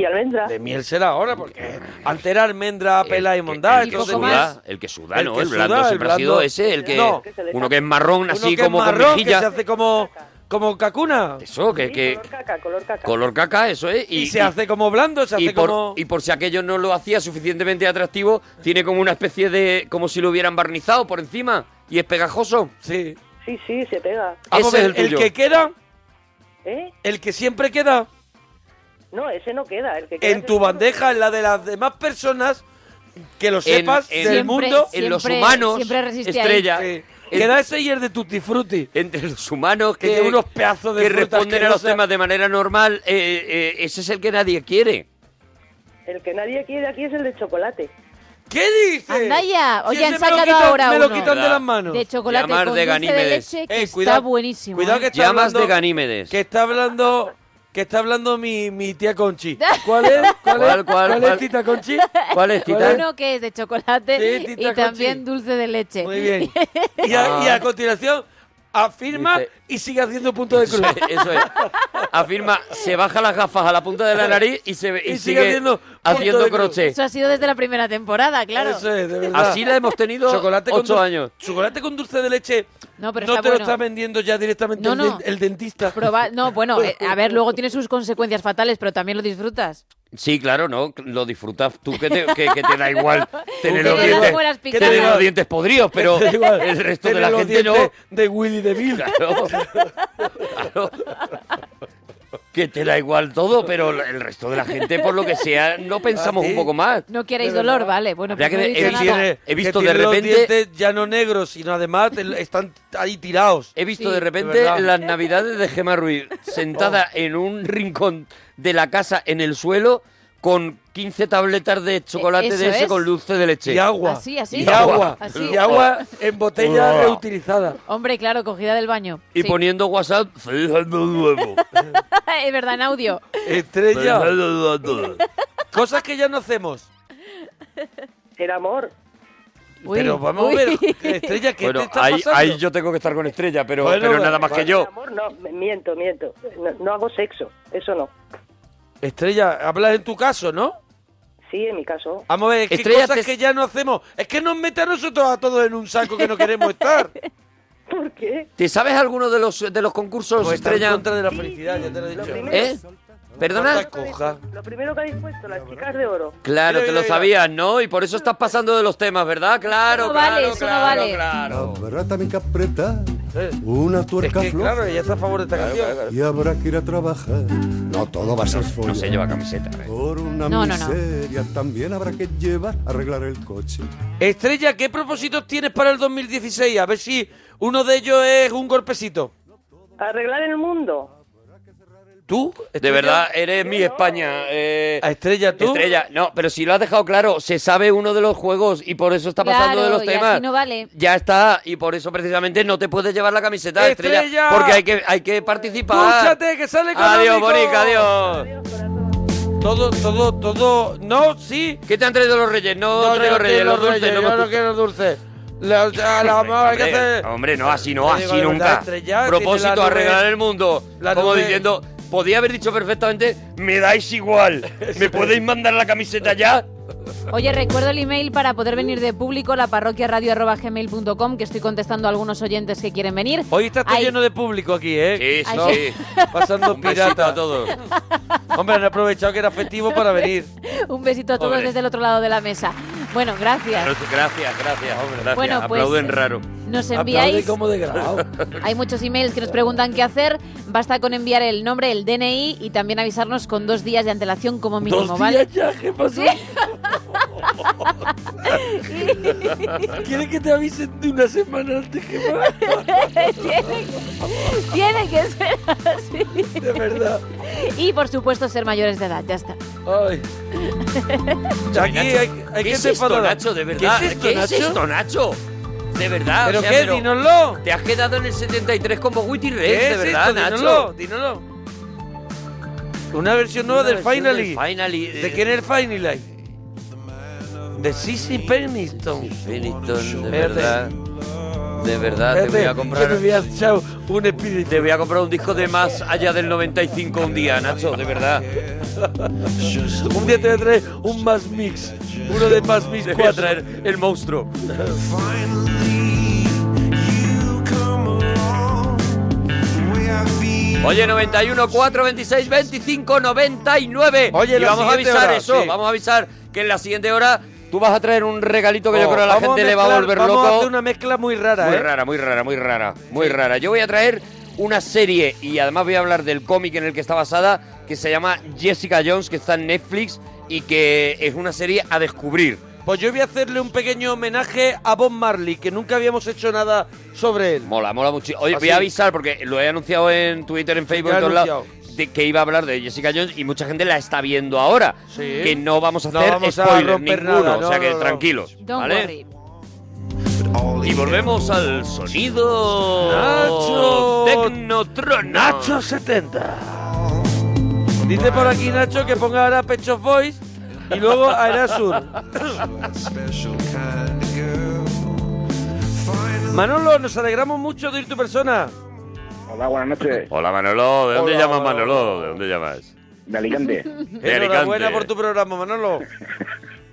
Speaker 14: y almendra.
Speaker 2: De miel será ahora porque antes era almendra, pela y mondá,
Speaker 3: el que
Speaker 2: entonces-
Speaker 3: suda, el que suda,
Speaker 2: El
Speaker 3: ¿no?
Speaker 2: que
Speaker 3: el blando
Speaker 2: suda, el
Speaker 3: siempre ha sido
Speaker 2: blando.
Speaker 3: ese, el que
Speaker 2: No.
Speaker 3: uno que es marrón
Speaker 2: Uno
Speaker 3: así
Speaker 2: que es
Speaker 3: como
Speaker 2: marrón,
Speaker 3: con
Speaker 2: que se
Speaker 3: mejilla.
Speaker 2: hace como como cacuna.
Speaker 3: Eso, que, que
Speaker 14: Caca, color caca.
Speaker 3: color caca, eso es.
Speaker 2: Y se hace como blando, se
Speaker 3: y
Speaker 2: hace
Speaker 3: por,
Speaker 2: como-
Speaker 3: Y por si aquello no lo hacía suficientemente atractivo, tiene como una especie de... como si lo hubieran barnizado por encima. Y es pegajoso.
Speaker 2: Sí.
Speaker 14: Sí, sí, se pega.
Speaker 2: Vamos a
Speaker 3: Ese es
Speaker 2: ver,
Speaker 3: el
Speaker 2: el,
Speaker 3: tuyo.
Speaker 2: que queda,
Speaker 14: ¿Eh?
Speaker 2: el que siempre queda
Speaker 14: No, ese no queda. El que queda
Speaker 2: en tu bandeja, en la de las demás personas, que lo
Speaker 3: En-
Speaker 2: sepas,
Speaker 3: en-
Speaker 2: del
Speaker 3: Siempre,
Speaker 2: mundo,
Speaker 3: en los siempre- humanos, siempre resiste estrella, ahí.
Speaker 2: Sí.
Speaker 3: en-
Speaker 2: Queda ese y el de Tutti Frutti.
Speaker 3: Entre los humanos
Speaker 2: que, tiene unos pedazos de
Speaker 3: que
Speaker 2: frutas
Speaker 3: responden a los
Speaker 2: asquerosas.
Speaker 3: temas de manera normal, eh, eh, ese es el que nadie quiere.
Speaker 14: El que nadie quiere aquí es el de chocolate.
Speaker 2: ¿Qué dices?
Speaker 4: Anda ya.
Speaker 2: Si
Speaker 4: Oye,
Speaker 2: ese
Speaker 4: han
Speaker 2: me
Speaker 4: sacado
Speaker 2: lo quitan-
Speaker 4: ahora
Speaker 2: me lo
Speaker 4: uno.
Speaker 2: quitan de las manos.
Speaker 4: De chocolate
Speaker 3: Llamas
Speaker 4: con
Speaker 3: de
Speaker 4: dulce de
Speaker 3: Ganímedes.
Speaker 4: leche,
Speaker 2: Eh,
Speaker 4: que
Speaker 2: cuidado-
Speaker 4: está buenísimo.
Speaker 2: Cuidado
Speaker 4: ¿eh?
Speaker 2: que está
Speaker 3: Llamas
Speaker 2: hablando,
Speaker 3: de Ganímedes.
Speaker 2: Que está hablando, que está hablando mi, mi tía Conchi. ¿Cuál es? ¿Cuál, es?
Speaker 3: ¿Cuál, cuál,
Speaker 2: es
Speaker 3: cuál?
Speaker 2: tita Conchi?
Speaker 3: ¿Cuál es, Tita?
Speaker 4: Uno que es de chocolate
Speaker 2: ¿eh? Sí, tita
Speaker 4: y
Speaker 2: Conchi.
Speaker 4: también dulce de leche.
Speaker 2: Muy bien. Y a, y a continuación afirma
Speaker 3: Ah. Dice-
Speaker 2: y sigue haciendo punto de cruz.
Speaker 3: Eso es, eso es. Afirma, se baja las gafas a la punta de la nariz y, se, y
Speaker 2: Y sigue
Speaker 3: sigue,
Speaker 2: haciendo
Speaker 3: haciendo,
Speaker 2: punto de cruz.
Speaker 3: crochet.
Speaker 4: Eso ha sido desde la primera temporada, claro.
Speaker 2: Eso es, de verdad.
Speaker 3: Así la hemos tenido
Speaker 2: Chocolate con
Speaker 3: ocho
Speaker 2: dul-
Speaker 3: años.
Speaker 2: Chocolate con dulce de leche.
Speaker 4: No, pero
Speaker 2: no
Speaker 4: está
Speaker 2: te lo
Speaker 4: bueno.
Speaker 2: está vendiendo ya directamente
Speaker 4: No,
Speaker 2: el,
Speaker 4: no.
Speaker 2: den- el dentista.
Speaker 4: Proba- no, bueno, eh, a ver, luego tiene sus consecuencias fatales, pero también lo disfrutas.
Speaker 3: Sí, claro, ¿no? Lo disfrutas tú, que te, que- que te da igual tener
Speaker 4: Que
Speaker 3: los,
Speaker 4: te da
Speaker 3: dientes,
Speaker 4: igual las
Speaker 3: que
Speaker 4: picadas.
Speaker 3: tener los dientes podridos, pero
Speaker 2: Da igual.
Speaker 3: el resto de
Speaker 2: Tiene
Speaker 3: la
Speaker 2: los
Speaker 3: gente no.
Speaker 2: dientes De Willy de Bill.
Speaker 3: Claro. Claro. Que te da igual todo, pero el resto de la gente, por lo que sea, no pensamos
Speaker 2: Ah, sí.
Speaker 3: un poco más.
Speaker 4: No queréis
Speaker 2: De verdad.
Speaker 4: dolor, vale. Bueno,
Speaker 3: Habría
Speaker 4: pues no he
Speaker 3: que-
Speaker 4: dicho
Speaker 3: he
Speaker 4: nada.
Speaker 3: visto-
Speaker 2: Tiene-
Speaker 3: He visto
Speaker 2: que
Speaker 3: de
Speaker 2: tiene los
Speaker 3: repente-
Speaker 2: dientes ya no negros, sino además te- están ahí tirados.
Speaker 3: He visto
Speaker 2: Sí.
Speaker 3: de repente
Speaker 2: verdad. Oh.
Speaker 3: las navidades de Gemma Ruiz sentada en un rincón de la casa en el suelo con 15 tabletas de chocolate
Speaker 4: E-, Eso
Speaker 3: de ese
Speaker 4: es.
Speaker 3: con dulce de leche.
Speaker 2: Y agua.
Speaker 4: Así, así.
Speaker 2: Y agua.
Speaker 4: Así.
Speaker 2: Y agua en botella
Speaker 3: Uah.
Speaker 2: reutilizada.
Speaker 4: Hombre, claro, cogida del baño.
Speaker 3: Y
Speaker 4: Sí.
Speaker 3: poniendo WhatsApp, feliz año nuevo.
Speaker 4: es verdad, en audio.
Speaker 3: Feliz
Speaker 2: Estrella.
Speaker 3: año nuevo a todos.
Speaker 2: Cosas que ya no hacemos.
Speaker 14: El amor.
Speaker 4: Uy,
Speaker 2: Pero vamos
Speaker 4: uy.
Speaker 2: a ver, Estrella, ¿qué
Speaker 3: Bueno,
Speaker 2: te está
Speaker 3: ahí,
Speaker 2: pasando?
Speaker 3: ahí yo tengo que estar con Estrella, pero,
Speaker 2: Bueno,
Speaker 3: pero nada más que yo.
Speaker 14: El amor no, me- miento, miento. No, no hago sexo, eso no.
Speaker 2: Estrella, hablas en tu caso, ¿no?
Speaker 14: Sí, en mi caso.
Speaker 2: Vamos a ver, ¿qué
Speaker 3: Estrella,
Speaker 2: cosas
Speaker 3: te-
Speaker 2: que ya no hacemos? Es que nos mete a nosotros a todos en un saco que no queremos estar.
Speaker 14: ¿Por qué?
Speaker 3: ¿Te sabes alguno de los, de los concursos,
Speaker 2: Pues está en
Speaker 3: Estrella?
Speaker 2: contra de la felicidad, ya te lo he dicho.
Speaker 14: primero-
Speaker 3: ¿Eh? ¿Perdona?
Speaker 2: Corta, coja.
Speaker 14: Lo primero que habéis puesto, las chicas de oro.
Speaker 3: Claro,
Speaker 2: Mira,
Speaker 3: te
Speaker 2: mira,
Speaker 3: lo
Speaker 2: mira.
Speaker 3: sabías, ¿no? Y por eso estás pasando de los temas, ¿verdad? Claro,
Speaker 4: Eso no
Speaker 3: claro,
Speaker 4: vale, eso no
Speaker 3: claro,
Speaker 4: vale.
Speaker 3: claro.
Speaker 15: Habrá también que apretar
Speaker 2: Eh,
Speaker 15: una
Speaker 2: Es
Speaker 15: tuerca
Speaker 2: que,
Speaker 15: floja
Speaker 2: claro, ella está a favor de esta canción.
Speaker 15: y habrá que ir a trabajar. No todo va a ser follar.
Speaker 3: No se lleva camiseta. ¿eh?
Speaker 15: Por una
Speaker 4: No, no, no.
Speaker 15: miseria también habrá que llevar arreglar el coche.
Speaker 2: Estrella, ¿qué propósitos tienes para el 2016? A ver si uno de ellos es un golpecito.
Speaker 14: Arreglar el mundo.
Speaker 2: ¿Tú?
Speaker 3: De
Speaker 2: Estrella?
Speaker 3: verdad, eres mi España. eh,
Speaker 2: ¿A Estrella tú?
Speaker 3: Estrella, no, pero si lo has dejado claro, se sabe uno de los juegos y por eso está pasando
Speaker 4: Claro,
Speaker 3: de los
Speaker 4: y
Speaker 3: temas.
Speaker 4: así no vale.
Speaker 3: Ya está, y por eso precisamente no te puedes llevar la camiseta, Estrella,
Speaker 2: Estrella.
Speaker 3: porque hay que, hay que participar.
Speaker 2: ¡Escúchate, que sale
Speaker 3: Adiós,
Speaker 2: económico!
Speaker 3: Bonica, adiós.
Speaker 2: Todo, todo, todo... No, sí.
Speaker 3: ¿Qué te han traído los reyes? No,
Speaker 2: No,
Speaker 3: traigo
Speaker 2: yo no
Speaker 3: reyes,
Speaker 2: quiero
Speaker 3: los dulces,
Speaker 2: reyes,
Speaker 3: no me
Speaker 2: yo no
Speaker 3: gustan.
Speaker 2: quiero dulces. La, la, la mamá, hay que
Speaker 3: hombre,
Speaker 2: hacer...
Speaker 3: hombre, no, así no,
Speaker 2: Te digo
Speaker 3: así
Speaker 2: de verdad,
Speaker 3: nunca.
Speaker 2: Estrella, tiene la
Speaker 3: Propósito,
Speaker 2: nube-
Speaker 3: arreglar el mundo.
Speaker 2: la
Speaker 3: Como
Speaker 2: nube-
Speaker 3: diciendo, podía haber dicho perfectamente, me dais igual, me podéis mandar la camiseta ya.
Speaker 4: Oye, recuerdo el email para poder venir de público, la parroquia que estoy contestando a algunos oyentes que quieren venir.
Speaker 2: Hoy está todo
Speaker 4: Ahí.
Speaker 2: lleno de público aquí, ¿eh?
Speaker 3: Sí, sí,
Speaker 2: No,
Speaker 3: sí.
Speaker 2: Pasando
Speaker 3: Un besito
Speaker 2: pirata.
Speaker 3: a todos.
Speaker 2: Hombre, han aprovechado que era festivo para venir.
Speaker 4: Un besito a todos
Speaker 3: Hombre.
Speaker 4: desde el otro lado de la mesa. Bueno, gracias.
Speaker 3: Gracias, gracias, gracias.
Speaker 4: Bueno, pues,
Speaker 3: Aplauden raro.
Speaker 4: nos enviáis- Aplaude como
Speaker 2: de grado.
Speaker 4: Hay muchos emails que nos preguntan qué hacer. Basta con enviar el nombre, el DNI y también avisarnos con dos días de antelación como mínimo,
Speaker 2: Dos
Speaker 4: ¿vale?
Speaker 2: días ya, ¿qué pasó? ¿Quieres que te avisen de una semana antes que más?
Speaker 4: tiene, tiene que ser así.
Speaker 2: De verdad.
Speaker 4: Y por supuesto ser mayores de edad, ya está.
Speaker 2: Ay. Aquí hay, hay
Speaker 3: ¿Qué
Speaker 2: gente
Speaker 3: es esto,
Speaker 2: enfadada.
Speaker 3: Nacho? De verdad.
Speaker 2: ¿Qué es esto, Nacho?
Speaker 3: esto, Nacho? De verdad.
Speaker 2: ¿Pero
Speaker 3: o sea,
Speaker 2: qué? Dínoslo.
Speaker 3: Te has quedado en el 73 como Witty Red,
Speaker 2: ¿Qué
Speaker 3: de
Speaker 2: es
Speaker 3: verdad,
Speaker 2: esto?
Speaker 3: Nacho.
Speaker 2: Dínoslo, dínoslo. Una versión nueva
Speaker 3: Una
Speaker 2: del
Speaker 3: versión del
Speaker 2: Finally.
Speaker 3: Finally, eh.
Speaker 2: ¿De quién es el Finally? De Sissy Pennington.
Speaker 3: Benetton, de
Speaker 2: Espérate.
Speaker 3: verdad. De verdad, te
Speaker 2: Espérate,
Speaker 3: voy a comprar.
Speaker 2: que me voy a echar un espíritu.
Speaker 3: Te voy a comprar un disco de más allá del 95 un día, Nacho, de verdad.
Speaker 2: un día te voy a traer un más mix. Uno de más mix
Speaker 3: Te voy a
Speaker 2: 4.
Speaker 3: traer el monstruo. Oye, 91, 4, 26, 25, 99.
Speaker 2: Oye,
Speaker 3: y
Speaker 2: la
Speaker 3: vamos a
Speaker 2: siguiente
Speaker 3: avisar
Speaker 2: hora,
Speaker 3: eso,
Speaker 2: sí.
Speaker 3: vamos a avisar que en la siguiente hora tú vas a traer un regalito que yo
Speaker 2: Oh,
Speaker 3: creo que a la
Speaker 2: vamos
Speaker 3: gente le va a
Speaker 2: mezclar-
Speaker 3: volver
Speaker 2: Vamos a
Speaker 3: loco.
Speaker 2: hacer una mezcla muy rara,
Speaker 3: muy
Speaker 2: ¿eh?
Speaker 3: rara, muy rara, muy rara, muy rara. Yo voy a traer una serie y además voy a hablar del cómic en el que está basada que se llama Jessica Jones, que está en Netflix y que es una serie a descubrir.
Speaker 2: Pues yo voy a hacerle un pequeño homenaje a Bob Marley, que nunca habíamos hecho nada sobre él.
Speaker 3: Mola, mola mucho. Oye,
Speaker 2: Así.
Speaker 3: voy a avisar porque lo he anunciado en Twitter, en Facebook,
Speaker 2: Ya
Speaker 3: en todos lados.
Speaker 2: anunciado.
Speaker 3: De que iba a hablar de Jessica Jones y mucha gente la está viendo ahora.
Speaker 2: Sí.
Speaker 3: Que no vamos a
Speaker 2: No
Speaker 3: hacer
Speaker 2: vamos a
Speaker 3: spoiler
Speaker 2: romper
Speaker 3: ninguno.
Speaker 2: nada,
Speaker 3: o sea
Speaker 2: no,
Speaker 3: que
Speaker 2: no, no.
Speaker 3: tranquilos.
Speaker 4: Don't
Speaker 3: ¿vale?
Speaker 4: worry.
Speaker 3: Y volvemos al sonido.
Speaker 2: Nacho.
Speaker 3: Tecnotrón.
Speaker 2: Nacho 70. Dice por aquí Nacho que ponga ahora Pecho Voice y luego a Erasur. Manolo, nos alegramos mucho de ir tu persona.
Speaker 16: Hola, buenas noches.
Speaker 3: Hola Manolo, ¿de dónde
Speaker 2: Hola,
Speaker 3: llamas
Speaker 2: hola,
Speaker 3: Manolo? ¿De dónde llamas?
Speaker 16: De Alicante.
Speaker 3: De Alicante.
Speaker 2: Enhorabuena por tu programa, Manolo.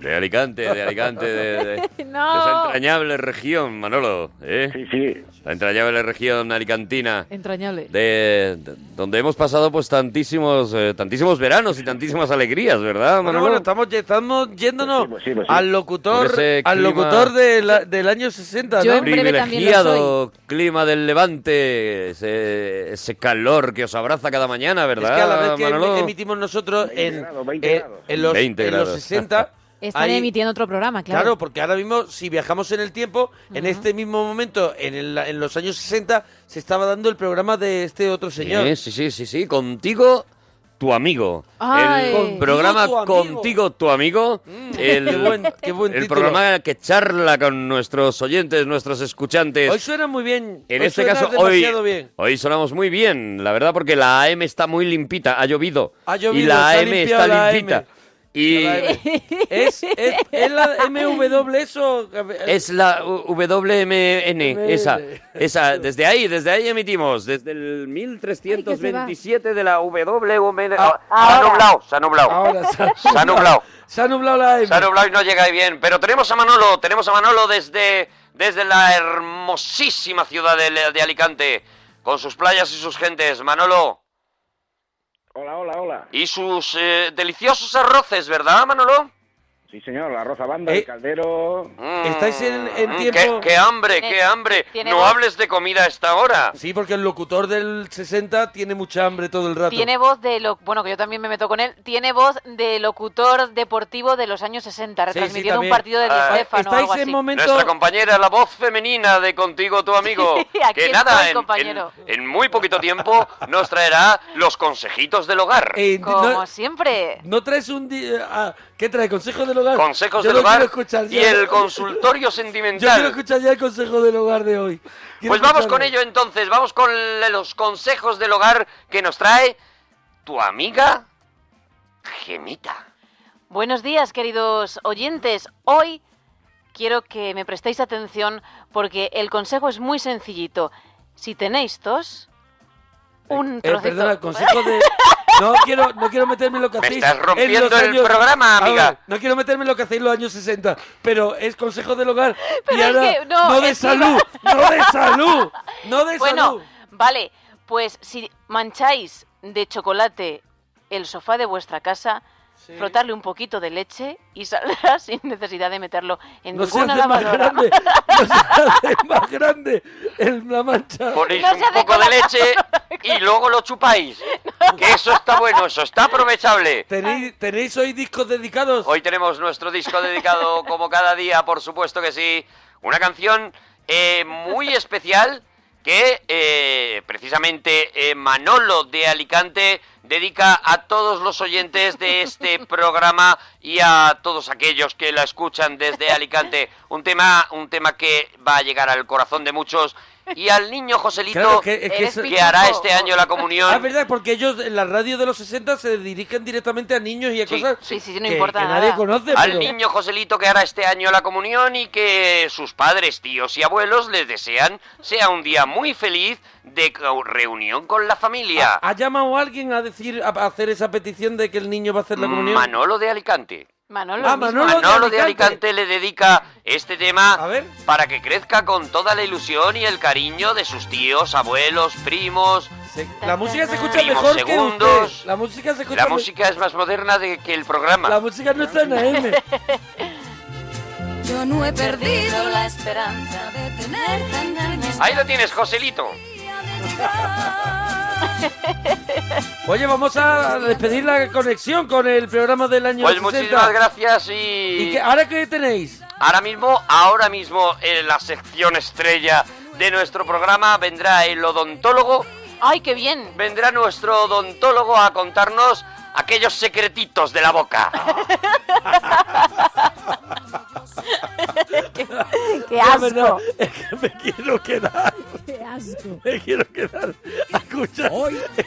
Speaker 3: De Alicante, de Alicante, de, de- de esa
Speaker 4: No.
Speaker 3: entrañable región, Manolo. ¿eh? Sí,
Speaker 16: sí.
Speaker 3: La entrañable región alicantina.
Speaker 4: Entrañable.
Speaker 3: de, de- donde hemos pasado pues tantísimos eh, tantísimos veranos y tantísimas alegrías, ¿verdad,
Speaker 2: Bueno,
Speaker 3: Manolo? Pues
Speaker 2: bueno, estamos, ye- estamos yéndonos al locutor,
Speaker 3: Con ese
Speaker 2: al
Speaker 3: clima-
Speaker 2: locutor de la- del año 60, ¿no?
Speaker 3: privilegiado clima del Levante, ese, ese calor que os abraza cada mañana,
Speaker 2: Es
Speaker 3: ¿verdad,
Speaker 2: que a la vez que
Speaker 3: Manolo?
Speaker 2: em- emitimos nosotros en, eh, en los,
Speaker 3: 20
Speaker 2: en los
Speaker 3: grados.
Speaker 2: 60...
Speaker 4: Están
Speaker 2: hay-
Speaker 4: emitiendo otro programa,
Speaker 2: Claro.
Speaker 4: claro.
Speaker 2: porque ahora mismo, si viajamos en el tiempo, en este mismo momento, en, el- en los años 60, se estaba dando el programa de este otro señor.
Speaker 3: Sí, sí, sí, sí, sí, contigo tu amigo.
Speaker 2: Ay.
Speaker 3: el
Speaker 2: Contigo,
Speaker 3: programa
Speaker 2: tu amigo. Mm.
Speaker 3: Contigo tu amigo. El,
Speaker 2: qué buen- qué buen
Speaker 3: el
Speaker 2: título.
Speaker 3: programa que charla con nuestros oyentes, nuestros escuchantes.
Speaker 2: Hoy suena muy bien.
Speaker 3: En
Speaker 2: hoy
Speaker 3: este
Speaker 2: suena
Speaker 3: caso, hoy,
Speaker 2: demasiado bien.
Speaker 3: hoy sonamos muy bien, la verdad, porque la AM está muy limpita, ha llovido.
Speaker 2: Ha llovido,
Speaker 3: y la
Speaker 2: se ha
Speaker 3: AM
Speaker 2: limpiado
Speaker 3: está
Speaker 2: la AM.
Speaker 3: limpita. Y
Speaker 2: Es, es, es la MW eso.
Speaker 3: es la WMN, esa, esa. Desde ahí, desde ahí emitimos, desde el 1327 de la WMN. Ah, se ha nublado, se ha nublado.
Speaker 2: Ahora se ha,
Speaker 3: Se ha nublado.
Speaker 2: Se ha nublado la M.
Speaker 3: Se ha nublado y no llegáis bien. Pero tenemos a Manolo, tenemos a Manolo desde, desde la hermosísima ciudad de, de Alicante, con sus playas y sus gentes. Manolo,
Speaker 16: Hola, hola, hola.
Speaker 3: y sus eh, deliciosos arroces, ¿verdad, Manolo?
Speaker 16: Sí, señor, la Rosa Banda, el Caldero.
Speaker 2: Estáis en, en
Speaker 3: Mm,
Speaker 2: tiempo.
Speaker 3: Qué, qué hambre, qué hambre.
Speaker 2: tiene
Speaker 3: No
Speaker 2: voz.
Speaker 3: hables de comida a esta hora.
Speaker 2: Sí, porque el locutor del 60 tiene mucha hambre todo el rato.
Speaker 4: Tiene voz de lo bueno que yo también me meto con él. Tiene voz de locutor deportivo de los años 60
Speaker 2: sí,
Speaker 4: retransmitiendo un
Speaker 2: también.
Speaker 4: partido de Di
Speaker 3: Ah,
Speaker 4: Stéfano o algo así.
Speaker 3: Nuestra compañera, la voz femenina de Contigo tu amigo,
Speaker 4: Sí, aquí
Speaker 3: que nada,
Speaker 4: estoy,
Speaker 3: en,
Speaker 4: compañero.
Speaker 3: en- en muy poquito tiempo nos traerá los consejitos del hogar.
Speaker 4: Como siempre.
Speaker 2: Eh, ¿No traes un di- eh, ah, ¿Qué traes? ¿Consejos del hogar?
Speaker 3: Consejos
Speaker 2: Yo
Speaker 3: del
Speaker 2: lo
Speaker 3: hogar
Speaker 2: quiero escuchar
Speaker 3: y
Speaker 2: ya.
Speaker 3: el consultorio
Speaker 2: Yo quiero
Speaker 3: sentimental.
Speaker 2: escuchar ya el consejo del hogar de hoy. Quiero
Speaker 3: Pues vamos con
Speaker 2: escucharlo.
Speaker 3: ello entonces, vamos con le- los consejos del hogar que nos trae tu amiga Gemita.
Speaker 4: Buenos días, queridos oyentes. Hoy quiero que me prestéis atención porque el consejo es muy sencillito. Si tenéis tos, un
Speaker 2: Eh,
Speaker 4: trocito.
Speaker 2: perdona, consejo de. No quiero, no quiero meterme en lo que
Speaker 3: Me
Speaker 2: hacéis.
Speaker 3: estás
Speaker 2: en
Speaker 3: rompiendo
Speaker 2: los
Speaker 3: el programa,
Speaker 2: A ver,
Speaker 3: amiga.
Speaker 2: no quiero meterme en lo que hacéis en los años 60, pero es consejo del hogar.
Speaker 4: Pero
Speaker 2: y
Speaker 4: es
Speaker 2: ahora,
Speaker 4: que no,
Speaker 2: de
Speaker 4: encima.
Speaker 2: salud, no de salud, no de
Speaker 4: bueno,
Speaker 2: salud.
Speaker 4: vale, pues si mancháis de chocolate el sofá de vuestra casa, frotarle un poquito de leche y saldrá sin necesidad de meterlo en
Speaker 2: No se
Speaker 4: ninguna
Speaker 2: hace más
Speaker 4: lavadora.
Speaker 2: grande, no se hace más grande en la mancha.
Speaker 3: Ponéis un poco de leche y luego lo chupáis. Que eso está bueno, eso está aprovechable.
Speaker 2: ¿Tenéis, ¿Tenéis hoy discos dedicados?
Speaker 3: Hoy tenemos nuestro disco dedicado, como cada día, por supuesto que sí. Una canción eh, muy especial que eh, precisamente eh, Manolo de Alicante dedica a todos los oyentes de este programa y a todos aquellos que la escuchan desde Alicante. Un tema, un tema que va a llegar al corazón de muchos y al niño Joselito
Speaker 2: Claro, es que- es que
Speaker 3: que,
Speaker 2: eso-
Speaker 3: hará este año la comunión.
Speaker 2: Ah, es verdad, porque ellos en la radio de los 60 se dirigen directamente a niños y a cosas que, que nadie conoce.
Speaker 3: Al
Speaker 2: pero-
Speaker 3: niño Joselito que hará este año la comunión y que sus padres, tíos y abuelos les desean sea un día muy feliz de co- reunión con la familia.
Speaker 2: ¿Ha llamado a alguien a decir a a hacer esa petición de que el niño va a hacer la comunión?
Speaker 3: Manolo de Alicante.
Speaker 4: Manolo,
Speaker 2: Ah,
Speaker 4: mismo.
Speaker 2: Manolo de
Speaker 3: de Alicante le dedica este tema para que crezca con toda la ilusión y el cariño de sus tíos, abuelos, primos.
Speaker 2: La música se escucha
Speaker 3: primos
Speaker 2: mejor que
Speaker 3: segundos.
Speaker 2: usted. La música se escucha
Speaker 3: La
Speaker 2: me-
Speaker 3: música es más moderna de que el programa.
Speaker 2: La música no está en AM.
Speaker 17: Yo no he perdido la esperanza de tener tan grandes
Speaker 3: Ahí lo tienes, Joselito.
Speaker 2: Oye, vamos a despedir la conexión con el programa del año
Speaker 3: Pues
Speaker 2: 60.
Speaker 3: muchísimas gracias y...
Speaker 2: ¿Y qué- ahora qué tenéis?
Speaker 3: Ahora mismo, ahora mismo, en la sección estrella de nuestro programa vendrá el odontólogo.
Speaker 4: ¡Ay, qué bien!
Speaker 3: Vendrá nuestro odontólogo a contarnos aquellos secretitos de la boca.
Speaker 17: ¡Qué
Speaker 2: Ya,
Speaker 17: asco!
Speaker 2: verdad, es que me quiero quedar.
Speaker 17: ¡Qué asco!
Speaker 2: Me quiero quedar a escuchar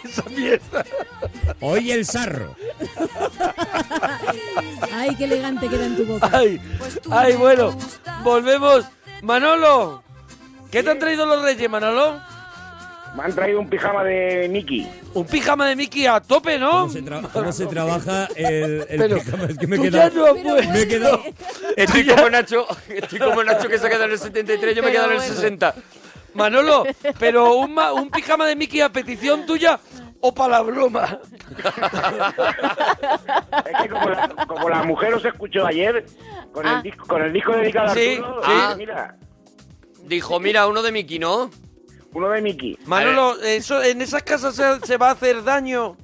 Speaker 2: esa mierda.
Speaker 18: Hoy el sarro.
Speaker 17: ¡Ay, qué elegante queda en tu boca!
Speaker 2: Ay, ay, bueno, volvemos. Manolo, ¿qué te han traído los reyes, Manolo?
Speaker 19: Me han traído un pijama de Mickey.
Speaker 2: Un pijama de Mickey a tope, ¿no?
Speaker 18: ¿Cómo se trabaja el, el
Speaker 2: Pero,
Speaker 18: pijama? Es que me he
Speaker 2: tú
Speaker 18: quedado.
Speaker 2: ya no puedes.
Speaker 18: me he quedado.
Speaker 11: Estoy como Nacho, estoy como Nacho que se ha quedado en el 73, yo me
Speaker 2: Pero
Speaker 11: he quedado en el
Speaker 2: bueno.
Speaker 11: 60.
Speaker 2: Manolo, pero un, ma- un pijama de Mickey a petición tuya o para la broma.
Speaker 19: Como la, como la mujer os escuchó ayer, con,
Speaker 2: Ah.
Speaker 19: el, disco, con el disco dedicado
Speaker 11: Sí,
Speaker 19: a Arturo,
Speaker 11: sí.
Speaker 19: dice, mira,
Speaker 11: Dijo, mira, uno de Mickey, ¿no?
Speaker 19: Uno de Mickey.
Speaker 2: Manolo, eso, en esas casas se, se va a hacer daño.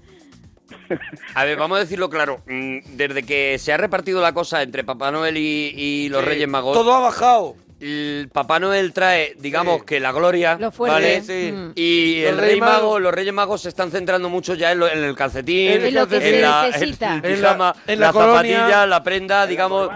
Speaker 11: A ver, vamos a decirlo claro. Mm, Desde que se ha repartido la cosa entre Papá Noel y, y los
Speaker 2: Sí,
Speaker 11: Reyes Magos.
Speaker 2: todo ha bajado.
Speaker 11: El Papá Noel trae, digamos, que la gloria.
Speaker 2: Lo fuerte.
Speaker 11: ¿vale?
Speaker 2: Sí, sí. Mm.
Speaker 11: Y
Speaker 2: Los
Speaker 11: el Rey
Speaker 2: Reyes Magos-
Speaker 11: Mago, los Reyes Magos se están centrando mucho ya en, lo- en el calcetín,
Speaker 2: En lo que se necesita.
Speaker 11: el
Speaker 2: En la-
Speaker 11: pijama,
Speaker 2: en la
Speaker 11: la,
Speaker 2: colonia.
Speaker 11: zapatilla, la prenda, digamos.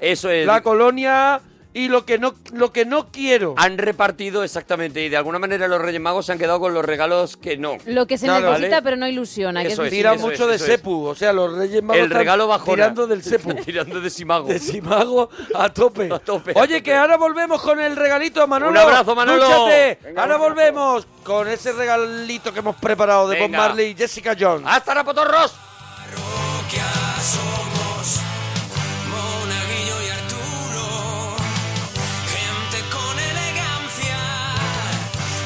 Speaker 11: Eso es.
Speaker 2: La colonia y lo que no, lo que no quiero.
Speaker 11: Han repartido exactamente y de alguna manera los Reyes Magos se han quedado con los regalos que no.
Speaker 20: Lo que se
Speaker 11: Claro,
Speaker 20: necesita,
Speaker 11: ¿vale?
Speaker 20: pero no ilusiona. hay que
Speaker 11: Eso es,
Speaker 20: decirlo.
Speaker 2: Tiran mucho de
Speaker 11: eso es.
Speaker 2: sepu, o sea, los Reyes Magos
Speaker 11: El
Speaker 2: están
Speaker 11: regalo bajona.
Speaker 2: tirando del sepu.
Speaker 11: Tirando de Simago.
Speaker 2: De Simago a tope.
Speaker 11: tope,
Speaker 2: Oye, que ahora volvemos con el regalito, Manolo.
Speaker 11: Un abrazo, Manolo.
Speaker 2: Dúchate.
Speaker 11: Venga,
Speaker 2: ahora
Speaker 11: un abrazo.
Speaker 2: volvemos con ese regalito que hemos preparado de Bob
Speaker 3: Venga.
Speaker 2: Marley y Jessica Jones.
Speaker 11: ¡Hasta la potorros!
Speaker 3: Parroquia somos
Speaker 1: Monaguillo y Arturo, gente con elegancia,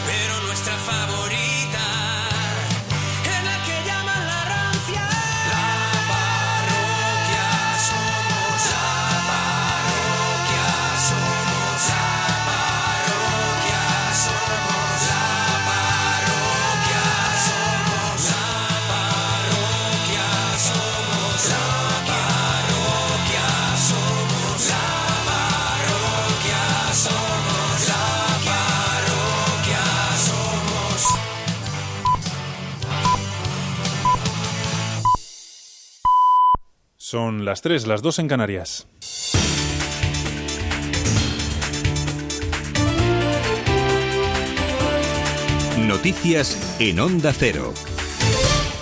Speaker 1: pero nuestra favorita es la que llaman la rancia. La parroquia somos, la parroquia somos, la parroquia somos, la parroquia somos, la parroquia somos, la parroquia somos, la parroquia somos, la parroquia somos.
Speaker 21: Son las 3, las 2 en Canarias.
Speaker 22: Noticias en Onda Cero.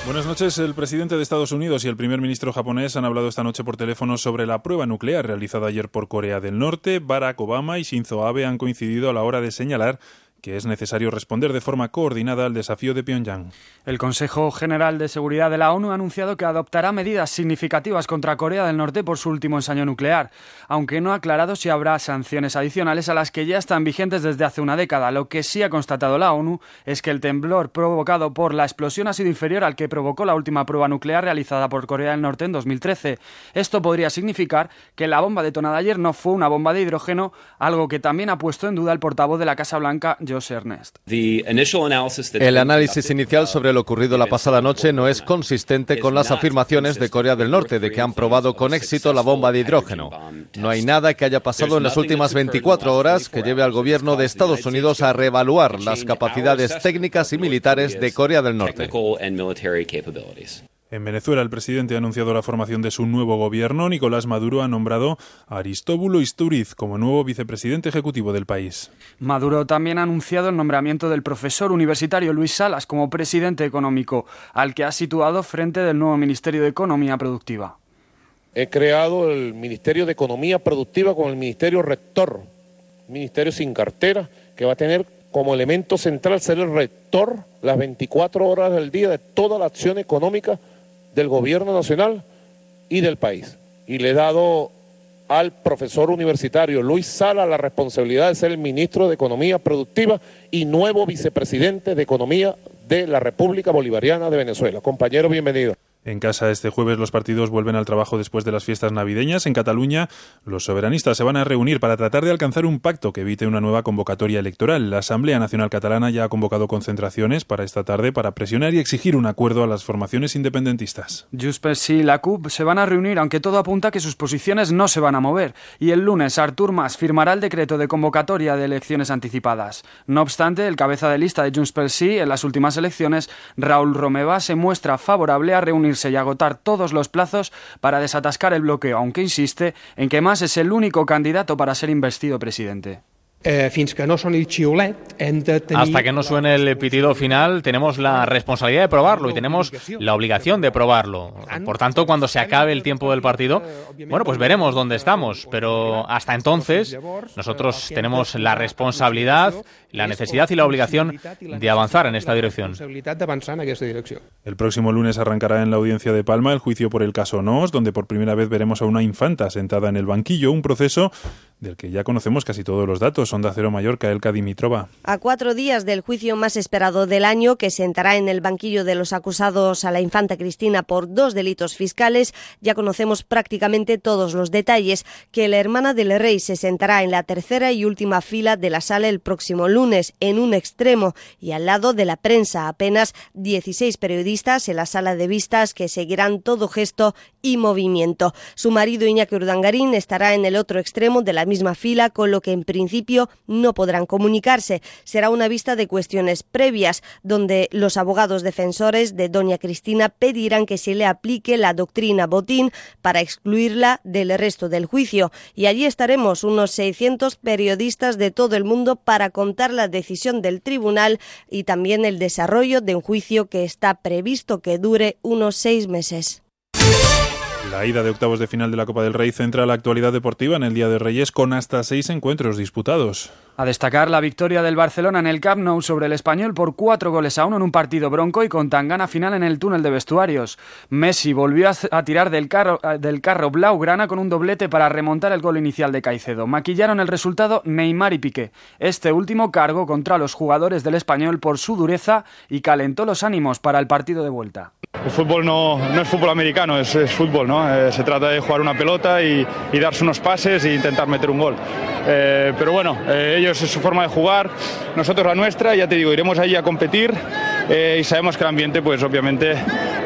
Speaker 21: Buenas noches. El presidente de Estados Unidos y el primer ministro japonés han hablado esta noche por teléfono sobre la prueba nuclear realizada ayer por Corea del Norte. Barack Obama y Shinzo Abe han coincidido a la hora de señalar que es necesario responder de forma coordinada al desafío de Pyongyang.
Speaker 5: El Consejo General de Seguridad de la ONU ha anunciado que adoptará medidas significativas contra Corea del Norte por su último ensayo nuclear, aunque no ha aclarado si habrá sanciones adicionales a las que ya están vigentes desde hace una década. Lo que sí ha constatado la ONU es que el temblor provocado por la explosión ha sido inferior al que provocó la última prueba nuclear realizada por Corea del Norte en 2013. Esto podría significar que la bomba detonada ayer no fue una bomba de hidrógeno, algo que también ha puesto en duda el portavoz de la Casa Blanca, Josh Ernest.
Speaker 23: El análisis inicial sobre lo ocurrido la pasada noche no es consistente con las afirmaciones de Corea del Norte de que han probado con éxito la bomba de hidrógeno. No hay nada que haya pasado en las últimas 24 horas que lleve al gobierno de Estados Unidos a reevaluar las capacidades técnicas y militares de Corea del Norte.
Speaker 21: En Venezuela, el presidente ha anunciado la formación de su nuevo gobierno. Nicolás Maduro ha nombrado a Aristóbulo Isturiz como nuevo vicepresidente ejecutivo del país.
Speaker 5: Maduro también ha anunciado el nombramiento del profesor universitario Luis Salas como presidente económico, al que ha situado frente del nuevo Ministerio de Economía Productiva.
Speaker 24: He creado el Ministerio de Economía Productiva con el Ministerio Rector, Ministerio sin cartera, que va a tener como elemento central ser el rector las 24 horas del día de toda la acción económica del gobierno nacional y del país. Y le he dado al profesor universitario Luis Sala la responsabilidad de ser el ministro de Economía Productiva y nuevo vicepresidente de Economía de la República Bolivariana de Venezuela. Compañero, bienvenido.
Speaker 21: En casa este jueves los partidos vuelven al trabajo después de las fiestas navideñas. En Cataluña los soberanistas se van a reunir para tratar de alcanzar un pacto que evite una nueva convocatoria electoral. La Asamblea Nacional Catalana ya ha convocado concentraciones para esta tarde para presionar y exigir un acuerdo a las formaciones independentistas.
Speaker 5: Juspes y la CUP se van a reunir aunque todo apunta a que sus posiciones no se van a mover. Y el lunes Artur Mas firmará el decreto de convocatoria de elecciones anticipadas. No obstante, el cabeza de lista de Junts per sí en las últimas elecciones, Raúl Romeva, se muestra favorable a reunirse y agotar todos los plazos para desatascar el bloqueo, aunque insiste en que Mas es el único candidato para ser investido presidente.
Speaker 25: Hasta que no suene el pitido final, tenemos la responsabilidad de probarlo y tenemos la obligación de probarlo. Por tanto, cuando se acabe el tiempo del partido, bueno, pues veremos dónde estamos. Pero hasta entonces, nosotros tenemos la responsabilidad, la necesidad y la obligación de avanzar en esta dirección.
Speaker 21: El próximo lunes arrancará en la audiencia de Palma el juicio por el caso Nos, donde por primera vez veremos a una infanta sentada en el banquillo, un proceso del que ya conocemos casi todos los datos. Onda Cero Mallorca, Elka Dimitrova.
Speaker 26: A cuatro días del juicio más esperado del año, que sentará en el banquillo de los acusados a la infanta Cristina por dos delitos fiscales, ya conocemos prácticamente todos los detalles. Que la hermana del rey se sentará en la tercera y última fila de la sala el próximo lunes, en un extremo y al lado de la prensa. Apenas 16 periodistas en la sala de vistas que seguirán todo gesto y movimiento. Su marido Iñaki Urdangarín estará en el otro extremo de la misma fila, con lo que en principio no podrán comunicarse. Será una vista de cuestiones previas, donde los abogados defensores de doña Cristina pedirán que se le aplique la doctrina Botín para excluirla del resto del juicio. Y allí estaremos unos 600 periodistas de todo el mundo para contar la decisión del tribunal y también el desarrollo de un juicio que está previsto que dure unos seis meses.
Speaker 21: La ida de octavos de final de la Copa del Rey centra la actualidad deportiva en el Día de Reyes con hasta seis encuentros disputados.
Speaker 5: A destacar la victoria del Barcelona en el Camp Nou sobre el español por cuatro goles a uno en un partido bronco y con tangana final en el túnel de vestuarios. Messi volvió a tirar del carro, eh, del carro blaugrana con un doblete para remontar el gol inicial de Caicedo. Maquillaron el resultado Neymar y Piqué. Este último cargo contra los jugadores del español por su dureza y calentó los ánimos para el partido de vuelta.
Speaker 17: El fútbol no, no es fútbol americano, es, es fútbol, ¿no? Eh, se trata de jugar una pelota y, y, darse unos pases e intentar meter un gol. Eh, pero bueno, eh, ellos es su forma de jugar, nosotros la nuestra, ya te digo, iremos allí a competir eh, y sabemos que el ambiente, pues obviamente,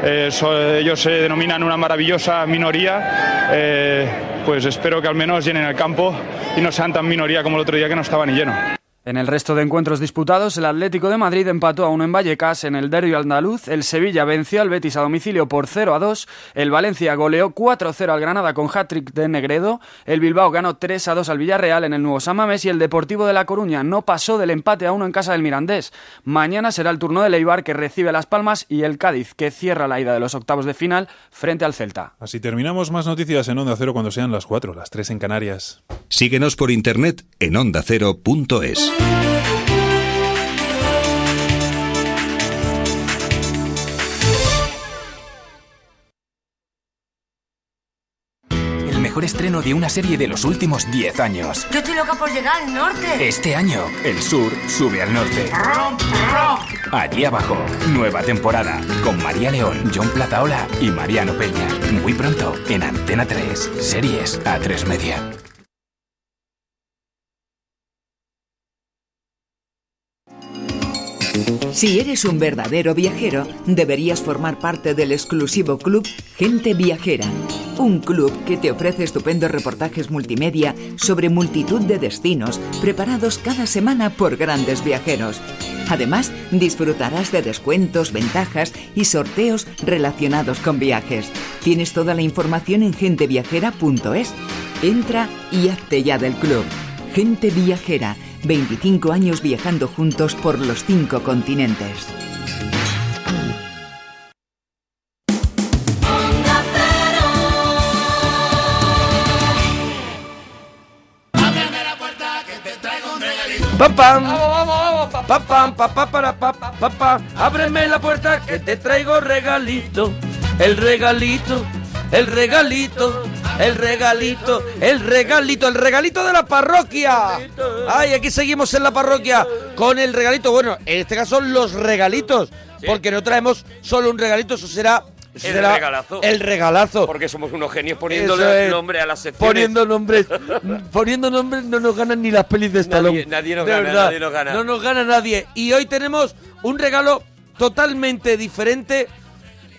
Speaker 17: eh, so, ellos se denominan una maravillosa minoría, pues espero que al menos llenen el campo y no sean tan minoría como el otro día que no estaba ni lleno.
Speaker 5: En el resto de encuentros disputados, el Atlético de Madrid empató a uno en Vallecas en el derbi andaluz, el Sevilla venció al Betis a domicilio por 0 a 2, el Valencia goleó 4-0 al Granada con hat-trick de Negredo, el Bilbao ganó 3 a 2 al Villarreal en el Nuevo Samamés y el Deportivo de La Coruña no pasó del empate a uno en casa del Mirandés. Mañana será el turno del Eibar que recibe a Las Palmas y el Cádiz que cierra la ida de los octavos de final frente al Celta.
Speaker 21: Así terminamos más noticias en Onda Cero cuando sean las 4, las 3 en Canarias.
Speaker 27: Síguenos por internet en ondacero.es.
Speaker 6: mejor estreno de una serie de los últimos 10 años.
Speaker 7: Yo estoy loca por llegar al norte.
Speaker 6: Este año, el sur sube al norte. Allí abajo, nueva temporada con María León, John Plataola y Mariano Peña. Muy pronto en Antena 3, series a 3 media.
Speaker 8: Si eres un verdadero viajero, deberías formar parte del exclusivo club Gente Viajera, un club que te ofrece estupendos reportajes multimedia sobre multitud de destinos preparados cada semana por grandes viajeros. Además, disfrutarás de descuentos, ventajas y sorteos relacionados con viajes. Tienes toda la información en genteviajera.es. Entra y hazte ya del club. Gente Viajera, 25 años viajando juntos por los cinco continentes.
Speaker 2: Pam pam. Pam pam pa, pa, para, pa, pa, pa, pa. Ábreme la puerta que te traigo regalito. El regalito, el regalito, el regalito, el regalito, el regalito de la parroquia. Ay, aquí seguimos en la parroquia con el regalito. Bueno, en este caso los regalitos, porque no traemos solo un regalito, eso será eso
Speaker 3: El
Speaker 2: será
Speaker 3: regalazo.
Speaker 2: El regalazo.
Speaker 3: Porque somos unos genios
Speaker 2: Eso
Speaker 3: poniéndole
Speaker 2: es.
Speaker 3: nombre a las secciones.
Speaker 2: Poniendo nombres, poniendo nombres no nos ganan ni las pelis de Stallone.
Speaker 3: nadie nos
Speaker 2: De
Speaker 3: gana,
Speaker 2: verdad,
Speaker 3: nadie nos gana.
Speaker 2: No nos gana nadie. Y hoy tenemos un regalo totalmente diferente.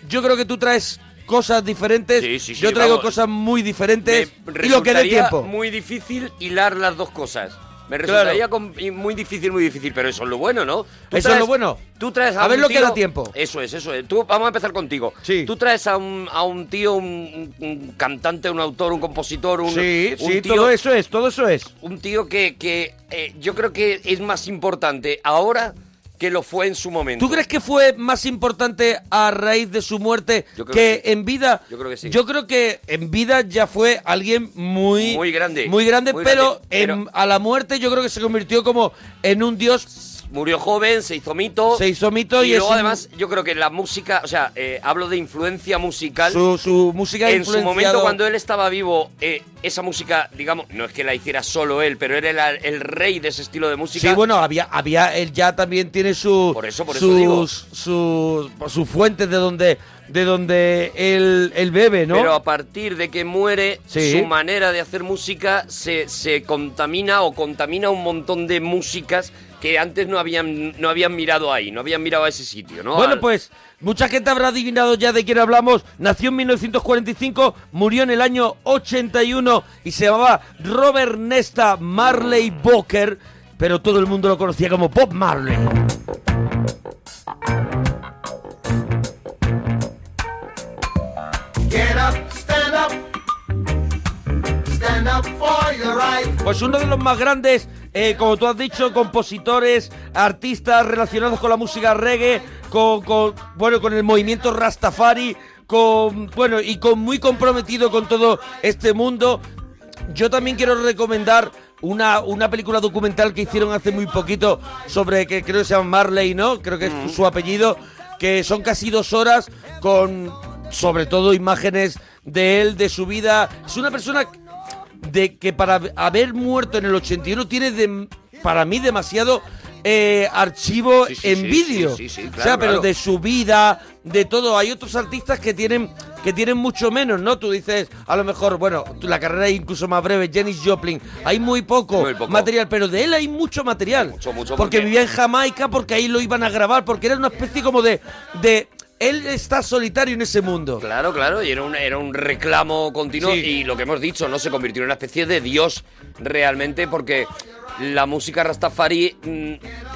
Speaker 2: Yo creo que tú traes cosas diferentes.
Speaker 3: sí,
Speaker 2: Yo traigo
Speaker 3: vamos.
Speaker 2: cosas muy diferentes.
Speaker 3: Me
Speaker 2: Y lo que dé
Speaker 3: resultaría
Speaker 2: tiempo.
Speaker 3: muy difícil hilar las dos cosas. Me
Speaker 2: Claro.
Speaker 3: resultaría com- y muy difícil, muy difícil, pero eso es lo bueno, ¿no? Tú
Speaker 2: Eso es lo bueno.
Speaker 3: Tú traes a,
Speaker 2: A ver
Speaker 3: un
Speaker 2: lo que
Speaker 3: tío-
Speaker 2: da tiempo.
Speaker 3: Eso es, eso es. Tú, vamos a empezar contigo. Tú traes a un, a un tío, un, un cantante, un autor, un compositor, un,
Speaker 2: sí,
Speaker 3: un
Speaker 2: sí,
Speaker 3: tío,
Speaker 2: todo eso es, todo eso es.
Speaker 3: un tío que, que eh, yo creo que es más importante ahora que lo fue en su momento.
Speaker 2: ¿Tú crees que fue más importante a raíz de su muerte
Speaker 3: Yo
Speaker 2: que,
Speaker 3: creo que sí.
Speaker 2: en vida?
Speaker 3: Yo creo que sí.
Speaker 2: Yo creo que en vida ya fue alguien muy...
Speaker 3: Muy grande.
Speaker 2: Muy grande,
Speaker 3: Muy
Speaker 2: pero,
Speaker 3: grande, pero-
Speaker 2: en- a la muerte yo creo que se convirtió como en un dios...
Speaker 3: Murió joven, se hizo mito.
Speaker 2: Se hizo mito y,
Speaker 3: luego
Speaker 2: es un-
Speaker 3: además yo creo que la música, o sea, eh, hablo de influencia musical.
Speaker 2: su, su música
Speaker 3: en su momento
Speaker 2: influenciado-
Speaker 3: cuando él estaba vivo, eh, esa música, digamos, no es que la hiciera solo él, pero él era el, el rey de ese estilo de música.
Speaker 2: Sí, bueno, había, había, él ya también tiene su,
Speaker 3: por eso
Speaker 2: sus,
Speaker 3: digo.
Speaker 2: sus, sus fuentes de donde, de donde él, él bebe, ¿no?
Speaker 3: Pero a partir de que muere,
Speaker 2: Sí.
Speaker 3: su manera de hacer música se, se contamina o contamina un montón de músicas que antes no habían, no habían mirado ahí, no habían mirado a ese sitio, ¿no?
Speaker 2: Bueno,
Speaker 3: Al-
Speaker 2: pues mucha gente habrá adivinado ya de quién hablamos. Nació en 1945, murió en el año 81 y se llamaba Robert Nesta Marley Boker, pero todo el mundo lo conocía como Bob Marley.
Speaker 19: Get up, stand up. Stand up for your right.
Speaker 2: Pues uno de los más grandes, eh, como tú has dicho, compositores, artistas relacionados con la música reggae, con, con, bueno, con el movimiento Rastafari, con bueno y con muy comprometido con todo este mundo. Yo también quiero recomendar una, una película documental que hicieron hace muy poquito sobre que creo que se llama Marley, ¿no? Creo que es su apellido, que son casi dos horas con sobre todo imágenes de él, de su vida. Es una persona de que para haber muerto en el 81 tiene de- para mí demasiado eh, archivo en
Speaker 3: sí,
Speaker 2: vídeo.
Speaker 3: sí, sí, sí,
Speaker 2: o sea,
Speaker 3: claro,
Speaker 2: pero
Speaker 3: claro.
Speaker 2: de su vida, de todo. Hay otros artistas que tienen que tienen mucho menos, ¿no? Tú dices, a lo mejor, bueno, tú- la carrera es incluso más breve, Janis Joplin, hay muy poco,
Speaker 3: Muy poco.
Speaker 2: material, pero de él hay mucho material.
Speaker 3: mucho,
Speaker 2: porque,
Speaker 3: porque-
Speaker 2: vivía en Jamaica, porque ahí lo iban a grabar, porque era una especie como de... de él está solitario en ese mundo.
Speaker 3: Claro, claro, y era un, era un reclamo continuo
Speaker 2: Sí.
Speaker 3: y lo que hemos dicho, ¿no? Se convirtió en una especie de dios realmente porque la música rastafari mm,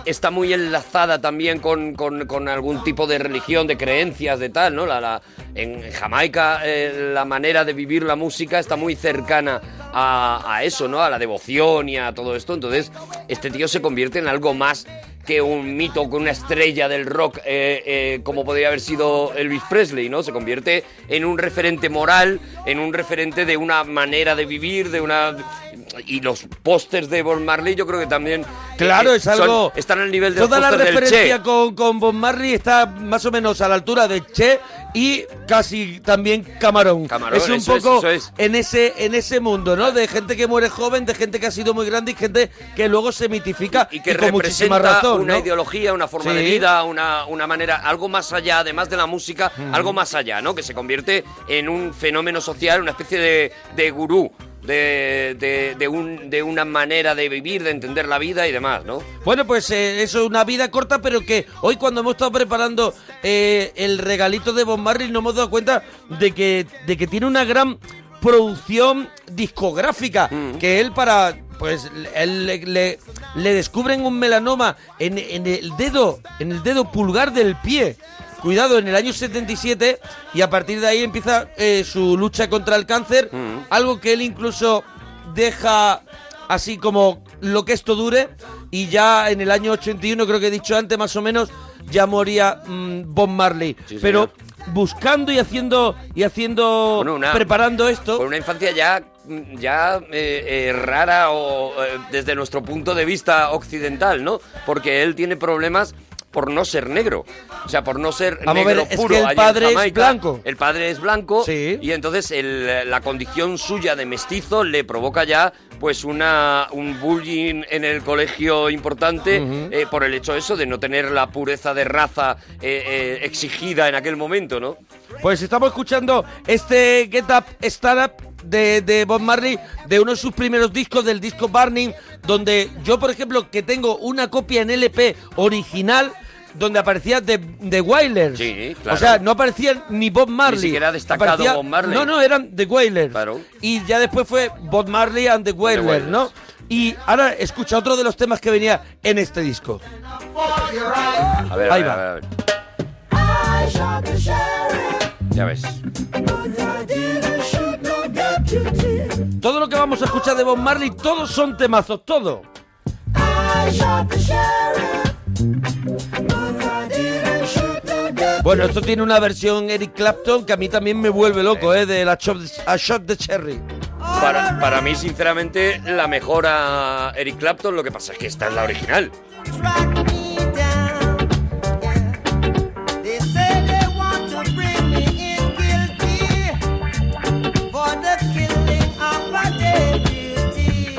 Speaker 3: está muy enlazada también con, con- con algún tipo de religión, de creencias, de tal, ¿no? La, la- en Jamaica eh, la manera de vivir la música está muy cercana a, a eso, ¿no? A la devoción y a todo esto. Entonces, este tío se convierte en algo más que un mito, que una estrella del rock, eh, eh, como podría haber sido Elvis Presley, ¿no? Se convierte en un referente moral, en un referente de una manera de vivir, de una y los pósters de Bob Marley yo creo que también... eh,
Speaker 2: Claro, es
Speaker 3: son-
Speaker 2: algo-
Speaker 3: están al nivel de
Speaker 2: Toda
Speaker 3: los
Speaker 2: la
Speaker 3: pósters del
Speaker 2: referencia
Speaker 3: Che.
Speaker 2: con, con Bob Marley está más o menos a la altura de Che y casi también Camarón.
Speaker 3: Camarón,
Speaker 2: es un
Speaker 3: eso es,
Speaker 2: poco
Speaker 3: eso es.
Speaker 2: en ese en ese mundo, ¿no? De gente que muere joven, de gente que ha sido muy grande y gente que luego se mitifica y,
Speaker 3: que
Speaker 2: con muchísima
Speaker 3: representa
Speaker 2: razón,
Speaker 3: una
Speaker 2: ¿no?
Speaker 3: ideología, una forma
Speaker 2: Sí.
Speaker 3: de vida, una, una manera, algo más allá, además de la música,
Speaker 2: Ujú.
Speaker 3: algo más allá, ¿no? Que se convierte en un fenómeno social, una especie de, de gurú, de, de- de un- de una manera de vivir, de entender la vida y demás, ¿no?
Speaker 2: Bueno, pues eh, eso es una vida corta, pero que hoy cuando hemos estado preparando eh, el regalito de Bob Marley nos hemos dado cuenta de que, de que tiene una gran producción discográfica, que él para... Pues él le, le- le descubren un melanoma en, en el dedo, en el dedo pulgar del pie. Cuidado, en el año 77 y a partir de ahí empieza eh, su lucha contra el cáncer, algo que él incluso deja así como lo que esto dure y ya en el año 81 creo que he dicho antes más o menos ya moría mm, Bob Marley pero buscando y haciendo y haciendo preparando esto
Speaker 3: Con una infancia ya, ya eh, eh, rara o eh, desde nuestro punto de vista occidental, ¿no? Porque él tiene problemas por no ser negro, o sea, por no ser
Speaker 2: Vamos a ver,
Speaker 3: negro
Speaker 2: es
Speaker 3: puro.
Speaker 2: que el
Speaker 3: Allí en
Speaker 2: padre es
Speaker 3: Jamaica,
Speaker 2: blanco.
Speaker 3: El padre es blanco y entonces el- la condición suya de mestizo le provoca ya pues una un bullying en el colegio importante
Speaker 2: Ujú.
Speaker 3: eh, por el hecho eso de no tener la pureza de raza eh, eh, exigida en aquel momento, ¿no?
Speaker 2: Pues estamos escuchando este Get Up, Stand Up de, de Bob Marley, de uno de sus primeros discos, del disco Burning, donde yo, por ejemplo, que tengo una copia en LP original, donde aparecía The, The Wailers.
Speaker 3: claro.
Speaker 2: O sea, no aparecían ni Bob Marley.
Speaker 3: Ni siquiera destacado
Speaker 2: Aparecía-
Speaker 3: Bob Marley.
Speaker 2: No, no, eran The Wailers. Y ya después fue Bob Marley and The Wailers,
Speaker 3: Wailers.
Speaker 2: ¿no? Y ahora escucha otro de los temas que venía en este disco.
Speaker 3: A ver, a
Speaker 2: Ahí
Speaker 3: ver,
Speaker 2: va.
Speaker 3: a ver, a ver.
Speaker 19: I shot the sheriff.
Speaker 3: ya ves.
Speaker 19: I didn't shoot no deputy.
Speaker 2: Todo lo que vamos a escuchar de Bob Marley, todos son temazos, todo.
Speaker 19: I shot the sheriff. But I didn't shoot no deputy.
Speaker 2: Bueno, esto tiene una versión Eric Clapton que a mí también me vuelve loco, ¿eh? De la Shop- a Shot de Cherry.
Speaker 3: Para, para mí, sinceramente, la mejor a Eric Clapton, lo que pasa es que esta es la original.
Speaker 19: They say they want to bring me in guilty for the killing of a deputy,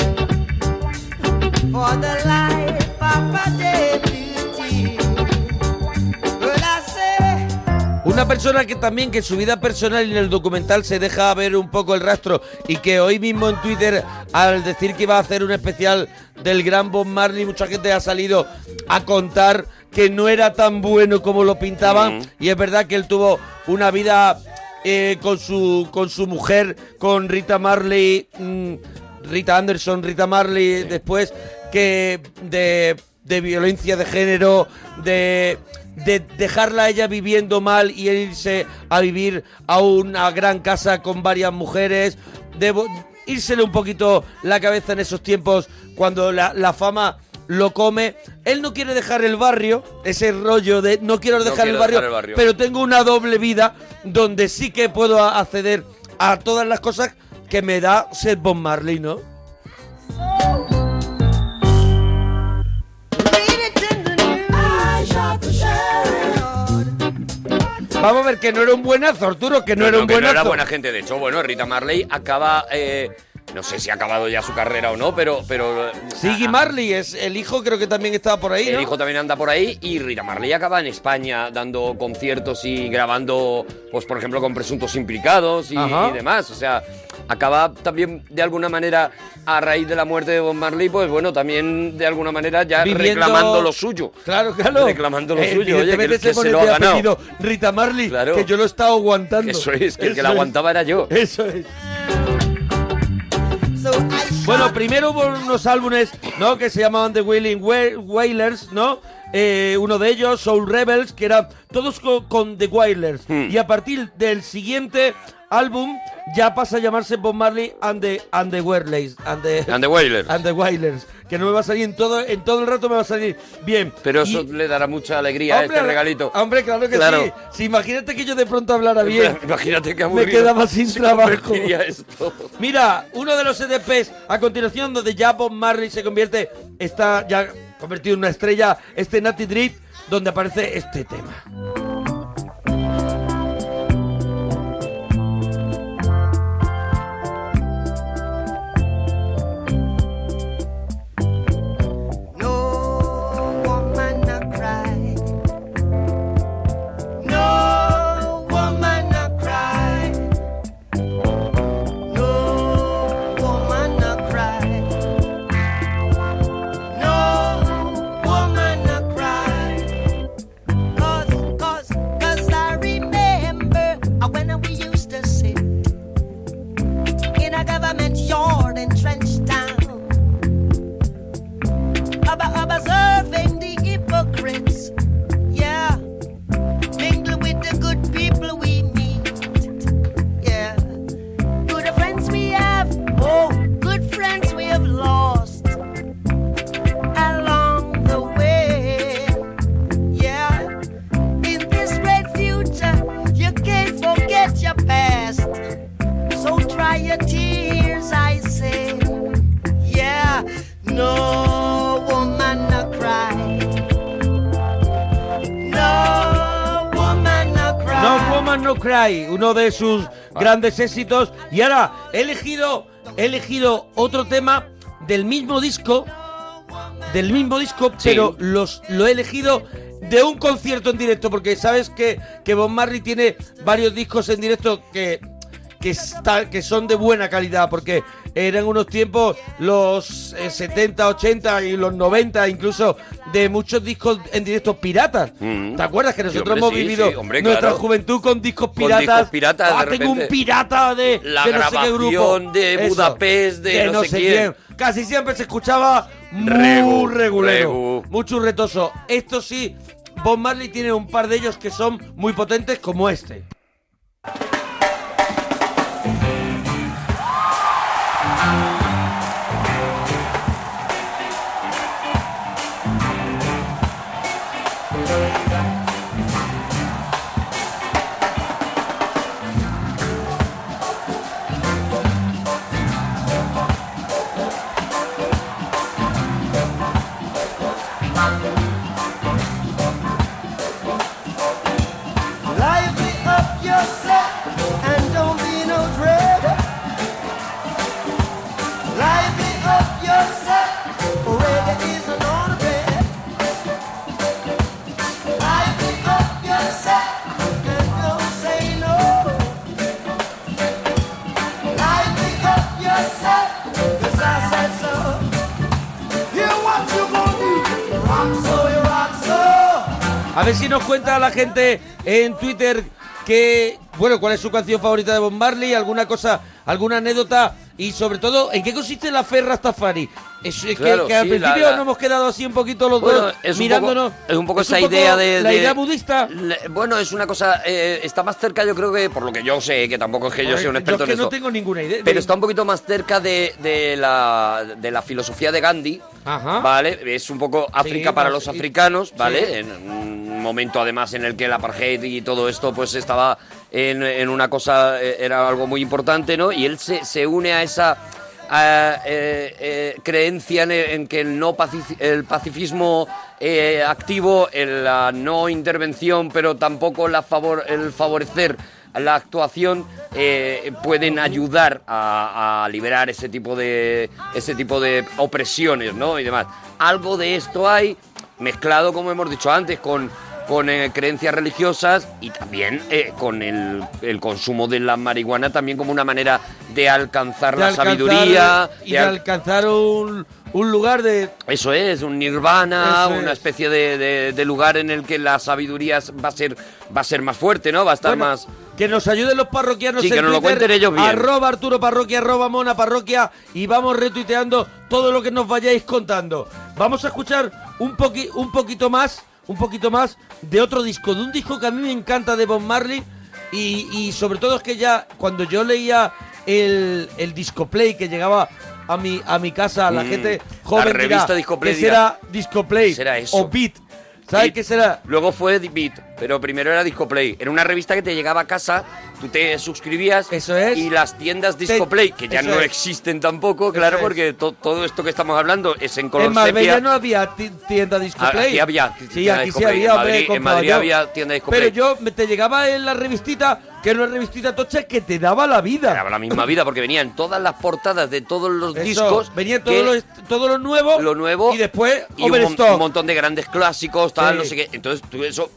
Speaker 19: for the life of a deputy. But I say.
Speaker 2: Una persona que también que en su vida personal y en el documental se deja ver un poco el rastro y que hoy mismo en Twitter al decir que iba a hacer un especial del gran Bob Marley mucha gente ha salido a contar que no era tan bueno como lo pintaban y es verdad que él tuvo una vida eh, con su con su mujer con Rita Marley mm, Rita Anderson Rita Marley después que de de violencia de género, de, de dejarla a ella viviendo mal y él irse a vivir a una gran casa con varias mujeres, de bo- írsele un poquito la cabeza en esos tiempos cuando la, la fama lo come. Él no quiere dejar el barrio, ese rollo de no quiero
Speaker 3: No
Speaker 2: dejar,
Speaker 3: quiero
Speaker 2: el, barrio,
Speaker 3: dejar el barrio.
Speaker 2: pero tengo una doble vida donde sí que puedo a- acceder a todas las cosas que me da Seth Bon Marley, ¿no? Vamos a ver que no era un buenazo, Arturo, que no, era un
Speaker 3: que no
Speaker 2: buenazo.
Speaker 3: era buena gente. De hecho, bueno, Rita Marley acaba. eh, no sé si ha acabado ya su carrera o no, pero. pero eh,
Speaker 2: Siggy Marley es el hijo, creo que también estaba por ahí,
Speaker 3: el
Speaker 2: ¿no?
Speaker 3: hijo también anda por ahí y Rita Marley acaba en España dando conciertos y grabando, pues por ejemplo, con presuntos implicados y,
Speaker 2: Ajá.
Speaker 3: y demás. O sea, acaba también de alguna manera, a raíz de la muerte de Bob Marley, pues bueno, también de alguna manera ya
Speaker 2: Viviendo-
Speaker 3: reclamando lo suyo.
Speaker 2: Claro, claro.
Speaker 3: Reclamando lo
Speaker 2: Eh,
Speaker 3: suyo, oye, que,
Speaker 2: evidentemente
Speaker 3: que
Speaker 2: se
Speaker 3: se
Speaker 2: pone
Speaker 3: lo ha
Speaker 2: de
Speaker 3: ganado.
Speaker 2: apellido Rita Marley,
Speaker 3: Claro.
Speaker 2: que yo lo he estado aguantando.
Speaker 3: Eso es, que el que la
Speaker 2: Eso es.
Speaker 3: aguantaba era yo.
Speaker 2: Eso es. Bueno, primero hubo unos álbumes, ¿no? Que se llamaban The Wailing Wa- Wailers, ¿no? Eh, uno de ellos, Soul Rebels, que eran todos co- con The Wailers.
Speaker 3: Hmm.
Speaker 2: Y a partir del siguiente álbum ya pasa a llamarse Bob Marley and the, and the Wailers. And the,
Speaker 3: And the Wailers.
Speaker 2: And the Wailers. que no me va a salir en todo, en todo el rato me va a salir bien.
Speaker 3: Pero eso le dará mucha alegría a
Speaker 2: Hombre,
Speaker 3: este regalito.
Speaker 2: Hombre, claro que
Speaker 3: Claro.
Speaker 2: sí. Si imagínate que yo de pronto hablara bien.
Speaker 3: Imagínate
Speaker 2: Me
Speaker 3: qué aburrido.
Speaker 2: quedaba sin
Speaker 3: se
Speaker 2: trabajo.
Speaker 3: convertiría esto.
Speaker 2: Mira, uno de los EDPs a continuación, donde ya Bob Marley se convierte, está ya convertido en una estrella, este Natty Drift, donde aparece este tema.
Speaker 19: No woman a cry. No woman a cry. No woman a cry. No woman a cry. Cause, cause, cause I remember when we used to sit in a government yard in Trenchtown about observing the hypocrites. Yeah, mingle with the good people we meet. Yeah, to the friends we have, oh, good friends we have lost along the way. Yeah, in this red future, you can't forget your past. So dry your tears, I say. Yeah, no woman a cry. No woman a cry.
Speaker 2: No Woman No Cry, uno de sus grandes éxitos. Y ahora he elegido, he elegido otro tema del mismo disco, del mismo disco, pero los, lo he elegido de un concierto en directo, porque sabes que, que Bob Marley tiene varios discos en directo que, que, está- que son de buena calidad, porque eran unos tiempos, los eh, 70, 80 y los 90, incluso de muchos discos en directo piratas. ¿Te acuerdas que
Speaker 3: Mm. Sí,
Speaker 2: nosotros
Speaker 3: hombre,
Speaker 2: hemos
Speaker 3: sí,
Speaker 2: vivido
Speaker 3: sí, hombre,
Speaker 2: nuestra
Speaker 3: claro.
Speaker 2: juventud con discos
Speaker 3: Con
Speaker 2: piratas?
Speaker 3: discos piratas,
Speaker 2: Ah,
Speaker 3: de
Speaker 2: tengo un
Speaker 3: repente.
Speaker 2: pirata de,
Speaker 3: La
Speaker 2: de no sé qué grupo.
Speaker 3: grabación de
Speaker 2: Eso,
Speaker 3: Budapest, de no sé quién.
Speaker 2: Casi siempre se escuchaba muy
Speaker 3: Regu,
Speaker 2: regulero,
Speaker 3: regu.
Speaker 2: muy churretoso. Esto sí, Bob Marley tiene un par de ellos que son muy potentes como este.
Speaker 19: Lively up yourself and don't be no dreader. Lively up yourself, reggae is an honor bed. Lively up yourself and don't say no. Lively up yourself, 'cause I said so. Hear what you gonna do, rock so you rock so.
Speaker 2: A ver si nos cuenta la gente en Twitter que, bueno, cuál es su canción favorita de Bob Marley, alguna cosa, alguna anécdota y sobre todo, ¿en qué consiste la fe Rastafari? Es, es que-
Speaker 3: Claro,
Speaker 2: que, al
Speaker 3: sí, la-
Speaker 2: principio
Speaker 3: la-
Speaker 2: nos hemos quedado así un poquito los
Speaker 3: Bueno,
Speaker 2: dos
Speaker 3: es un
Speaker 2: mirándonos.
Speaker 3: poco- es un poco esa idea de-
Speaker 2: La
Speaker 3: de-
Speaker 2: idea budista.
Speaker 3: Le- Bueno, es una cosa, eh, está más cerca yo creo que, por lo que yo sé, que tampoco es que yo sea un experto
Speaker 2: es que
Speaker 3: en
Speaker 2: no
Speaker 3: eso,
Speaker 2: tengo ninguna idea.
Speaker 3: pero está un poquito más cerca de, de la, de la filosofía de Gandhi,
Speaker 2: Ajá.
Speaker 3: ¿vale? Es un poco África para
Speaker 2: más-
Speaker 3: los
Speaker 2: Ah. y-
Speaker 3: africanos, ¿vale?
Speaker 2: sí.
Speaker 3: En un momento además en el que el apartheid y todo esto pues estaba en, en una cosa, eh, era algo muy importante, ¿no? Y él se, se une a esa a, eh, eh, creencia en, en que el, no pacifi- el pacifismo eh, activo, en la no intervención, pero tampoco la favor el favorecer la actuación eh, pueden ayudar a, a liberar ese tipo de ese tipo de opresiones, ¿no? Y demás. Algo de esto hay mezclado, como hemos dicho antes, con, con eh, creencias religiosas y también eh, con el, el consumo de la marihuana también como una manera de alcanzar
Speaker 2: de
Speaker 3: la
Speaker 2: alcanzar-
Speaker 3: sabiduría.
Speaker 2: y
Speaker 3: de
Speaker 2: de
Speaker 3: al-
Speaker 2: alcanzar un, un lugar de
Speaker 3: eso es, un nirvana,
Speaker 2: Eso es.
Speaker 3: una especie de, de- de lugar en el que la sabiduría va a ser, va a ser más fuerte, ¿no? Va a estar
Speaker 2: Bueno,
Speaker 3: más...
Speaker 2: Que nos ayuden los parroquianos
Speaker 3: Sí, que
Speaker 2: en
Speaker 3: nos lo
Speaker 2: Twitter,
Speaker 3: cuenten ellos bien.
Speaker 2: Arroba Arturo Parroquia, arroba Mona Parroquia y vamos retuiteando todo lo que nos vayáis contando. Vamos a escuchar un, poqui- un poquito más, un poquito más de otro disco, de un disco que a mí me encanta de Bob Marley y, y sobre todo es que ya cuando yo leía el, el disco play que llegaba a mi, a mi casa, la
Speaker 3: Mm.
Speaker 2: gente joven dirá
Speaker 3: revista Discoplay
Speaker 2: que
Speaker 3: dirá,
Speaker 2: será Discoplay
Speaker 3: será eso.
Speaker 2: o Beat. ¿Sabes
Speaker 3: Beat.
Speaker 2: qué será?
Speaker 3: Luego fue The Beat, pero primero era Discoplay. Era una revista que te llegaba a casa, tú te suscribías. Y las tiendas Discoplay, que ya
Speaker 2: eso
Speaker 3: no
Speaker 2: es.
Speaker 3: existen tampoco, claro,
Speaker 2: es.
Speaker 3: porque to- todo esto que estamos hablando es en color
Speaker 2: En Marbella
Speaker 3: sepia. Ah,
Speaker 2: no había ti- tienda Discoplay.
Speaker 3: Aquí había
Speaker 2: Sí,
Speaker 3: tienda
Speaker 2: aquí sí
Speaker 3: Discoplay.
Speaker 2: había,
Speaker 3: En
Speaker 2: hombre,
Speaker 3: Madrid- en
Speaker 2: compraba
Speaker 3: Madrid
Speaker 2: yo.
Speaker 3: había tienda Discoplay.
Speaker 2: Pero yo me- te llegaba en la revistita, que era una revistita tocha que te daba la vida.
Speaker 3: Era la misma vida, porque venían todas las portadas de todos los
Speaker 2: Eso,
Speaker 3: discos.
Speaker 2: venían
Speaker 3: que-
Speaker 2: todo lo, est- todo lo nuevo. Lo
Speaker 3: nuevo.
Speaker 2: Y después,
Speaker 3: y un, mon-
Speaker 2: Overstock.
Speaker 3: un montón de grandes clásicos, tal,
Speaker 2: Sí.
Speaker 3: no sé qué. Entonces, tú eso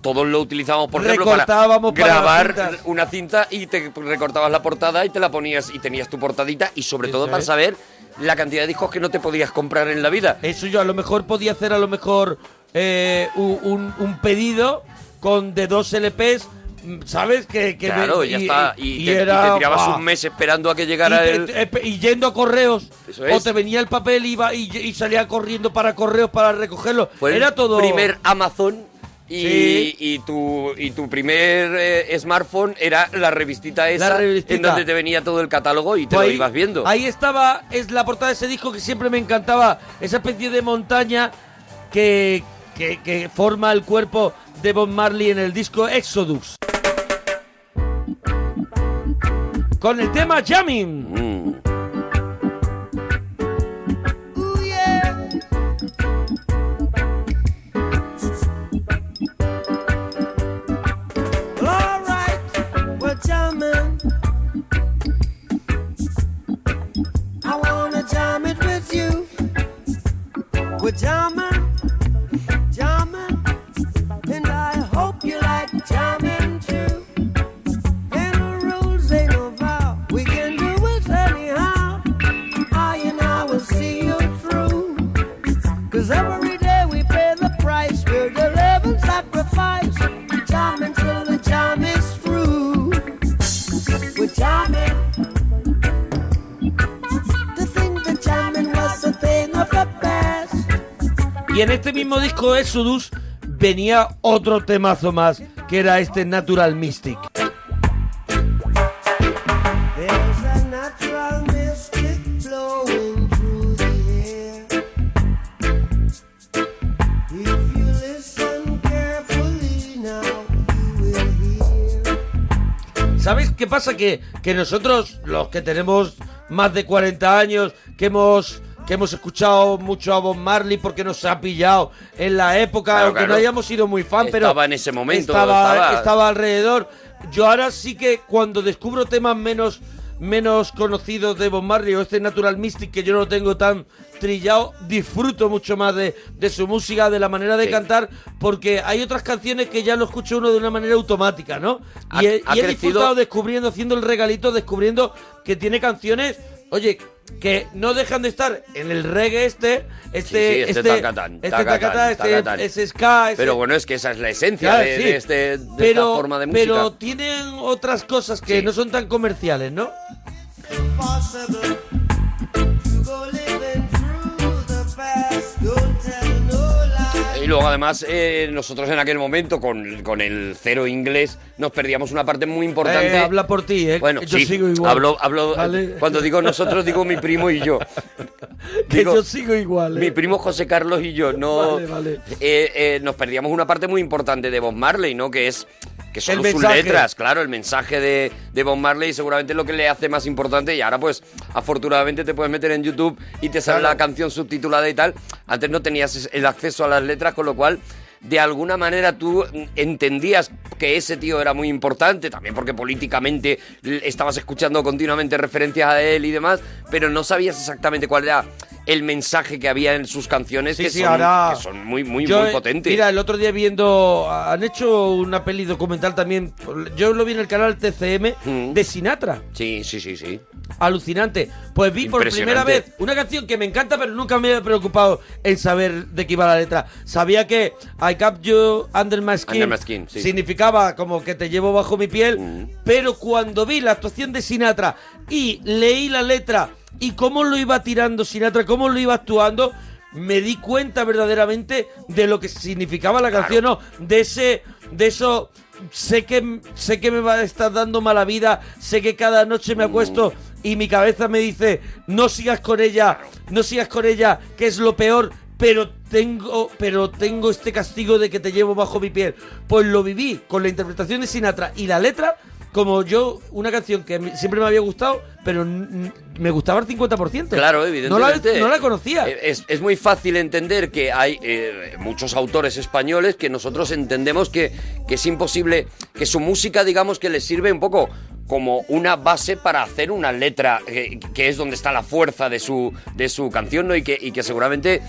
Speaker 3: todos lo utilizamos, por ejemplo,
Speaker 2: Recortábamos para
Speaker 3: grabar
Speaker 2: las cintas.
Speaker 3: una cinta y te recortabas la portada y te la ponías y tenías tu portadita y sobre todo
Speaker 2: Eso
Speaker 3: para
Speaker 2: es.
Speaker 3: saber la cantidad de discos que no te podías comprar en la vida.
Speaker 2: Eso yo a lo mejor podía hacer a lo mejor eh, un, un- un pedido con de dos LPs, mm, ¿sabes? Que, que me-
Speaker 3: claro, ya está. Y, te, y te tirabas
Speaker 2: ¡buah!
Speaker 3: un mes esperando a que llegara
Speaker 2: y,
Speaker 3: el...
Speaker 2: te- te- y yendo a correos.
Speaker 3: Eso es.
Speaker 2: O te venía el papel iba, y, y salía corriendo para correos para recogerlo.
Speaker 3: Fue el
Speaker 2: Era todo.
Speaker 3: primer Amazon y,
Speaker 2: Sí.
Speaker 3: y tu, y tu primer eh, smartphone era la revistita esa
Speaker 2: revistita.
Speaker 3: en donde te venía todo el catálogo y te
Speaker 2: Pues
Speaker 3: lo ibas viendo.
Speaker 2: Ahí estaba, es la portada de ese disco que siempre me encantaba. Esa especie de montaña que, que, que forma el cuerpo de Bob Marley en el disco Exodus. Con el tema Jamming.
Speaker 3: Mm.
Speaker 19: Well, all right, we're jamming. I wanna jam it with you. We're jamming, jamming, and I hope you like jamming too. And the rules ain't no vow. We can do it anyhow. I and I will see you through. Cause every day we pay the price. We're the living sacrifice. Time until the time is through. We're jamming. To think that jamming was a thing of the past.
Speaker 2: Y en este mismo disco Exodus venía otro temazo más, que era este Natural Mystic.
Speaker 19: There's a natural mystic flowing through the air. If you listen carefully now, you will hear.
Speaker 2: ¿Sabes qué pasa? Que, que nosotros, los que tenemos más de 40 años, que hemos, que hemos escuchado mucho a Bob Marley porque nos ha pillado en la época,
Speaker 3: Claro,
Speaker 2: aunque
Speaker 3: claro.
Speaker 2: no hayamos sido muy fan, pero...
Speaker 3: Estaba en ese momento,
Speaker 2: Estaba,
Speaker 3: estaba-
Speaker 2: estaba alrededor. Yo ahora sí que cuando descubro temas menos menos conocidos de Bob Marley o este Natural Mystic que yo no tengo tan trillado, disfruto mucho más de, de su música, de la manera de
Speaker 3: Sí.
Speaker 2: cantar, porque hay otras canciones que ya lo escucha uno de una manera automática, ¿no? y he,
Speaker 3: ha
Speaker 2: y he
Speaker 3: crecido-
Speaker 2: disfrutado descubriendo, haciendo el regalito, descubriendo que tiene canciones, oye, que no dejan de estar en el reggae este, este,
Speaker 3: Sí, sí, este tacatán,
Speaker 2: este
Speaker 3: tacatán,
Speaker 2: tacatá, este-
Speaker 3: tacatán.
Speaker 2: ese ska, ese-
Speaker 3: Pero bueno, es que esa es la esencia
Speaker 2: Claro,
Speaker 3: de,
Speaker 2: sí.
Speaker 3: de este, de
Speaker 2: pero,
Speaker 3: esta forma de música.
Speaker 2: Pero tienen otras cosas que no son tan comerciales, ¿no?
Speaker 19: possible to go living through the past. Don't tell no lie.
Speaker 3: Y luego además eh, nosotros en aquel momento con, con el cero inglés nos perdíamos una parte muy importante.
Speaker 2: Eh, habla por ti, ¿eh?
Speaker 3: Bueno,
Speaker 2: yo
Speaker 3: sí,
Speaker 2: sigo igual.
Speaker 3: Hablo, hablo,
Speaker 2: ¿Vale?
Speaker 3: Cuando digo nosotros, digo mi primo y yo.
Speaker 2: que
Speaker 3: digo-
Speaker 2: yo sigo igual. ¿eh?
Speaker 3: Mi primo José Carlos y yo no
Speaker 2: Vale, vale.
Speaker 3: Eh, eh, nos perdíamos una parte muy importante de Bob Marley, ¿no? Que es que son
Speaker 2: El
Speaker 3: sus
Speaker 2: mensaje.
Speaker 3: letras, claro, el mensaje de, de Bob Marley seguramente es lo que le hace más importante y ahora pues afortunadamente te puedes meter en YouTube y te sale
Speaker 2: Claro.
Speaker 3: la canción subtitulada y tal. Antes no tenías es- el acceso a las letras, con lo cual de alguna manera tú mm, entendías que ese tío era muy importante, también porque políticamente l- estabas escuchando continuamente referencias a él y demás, pero no sabías exactamente cuál era el mensaje que había en sus canciones
Speaker 2: Sí,
Speaker 3: que,
Speaker 2: sí,
Speaker 3: son,
Speaker 2: ahora-
Speaker 3: que son muy, muy,
Speaker 2: Yo,
Speaker 3: muy
Speaker 2: eh,
Speaker 3: potentes.
Speaker 2: Mira, el otro día viendo. Han hecho una peli documental también. Yo lo vi en el canal TCM de Sinatra.
Speaker 3: Mm. Sí, sí, sí, sí.
Speaker 2: Alucinante. Pues vi por primera
Speaker 3: Impresionante.
Speaker 2: vez una canción que me encanta, pero nunca me había preocupado en saber de qué iba la letra. Sabía que I Got You Under My Skin,
Speaker 3: Under my skin, sí.
Speaker 2: significaba como que te llevo bajo mi piel, pero cuando vi la actuación de Sinatra y leí la letra y cómo lo iba tirando Sinatra, cómo lo iba actuando, me di cuenta verdaderamente de lo que significaba la canción, ¿no? de ese, de eso. Sé que, sé que me va a estar dando mala vida, sé que cada noche me acuesto y mi cabeza me dice, no sigas con ella, no sigas con ella, que es lo peor, pero tengo, pero tengo este castigo de que te llevo bajo mi piel. Pues lo viví con la interpretación de Sinatra y la letra, como yo, una canción que me- siempre me había gustado, pero n- me gustaba al 50%.
Speaker 3: Claro,
Speaker 2: No la,
Speaker 3: evidentemente.
Speaker 2: no la conocía.
Speaker 3: Eh, Es, es muy fácil entender que hay eh, muchos autores españoles que nosotros entendemos que, que es imposible, que su música, digamos, que les sirve un poco como una base para hacer una letra, eh, que es donde está la fuerza de su, de su canción, ¿no? Y que, y que seguramente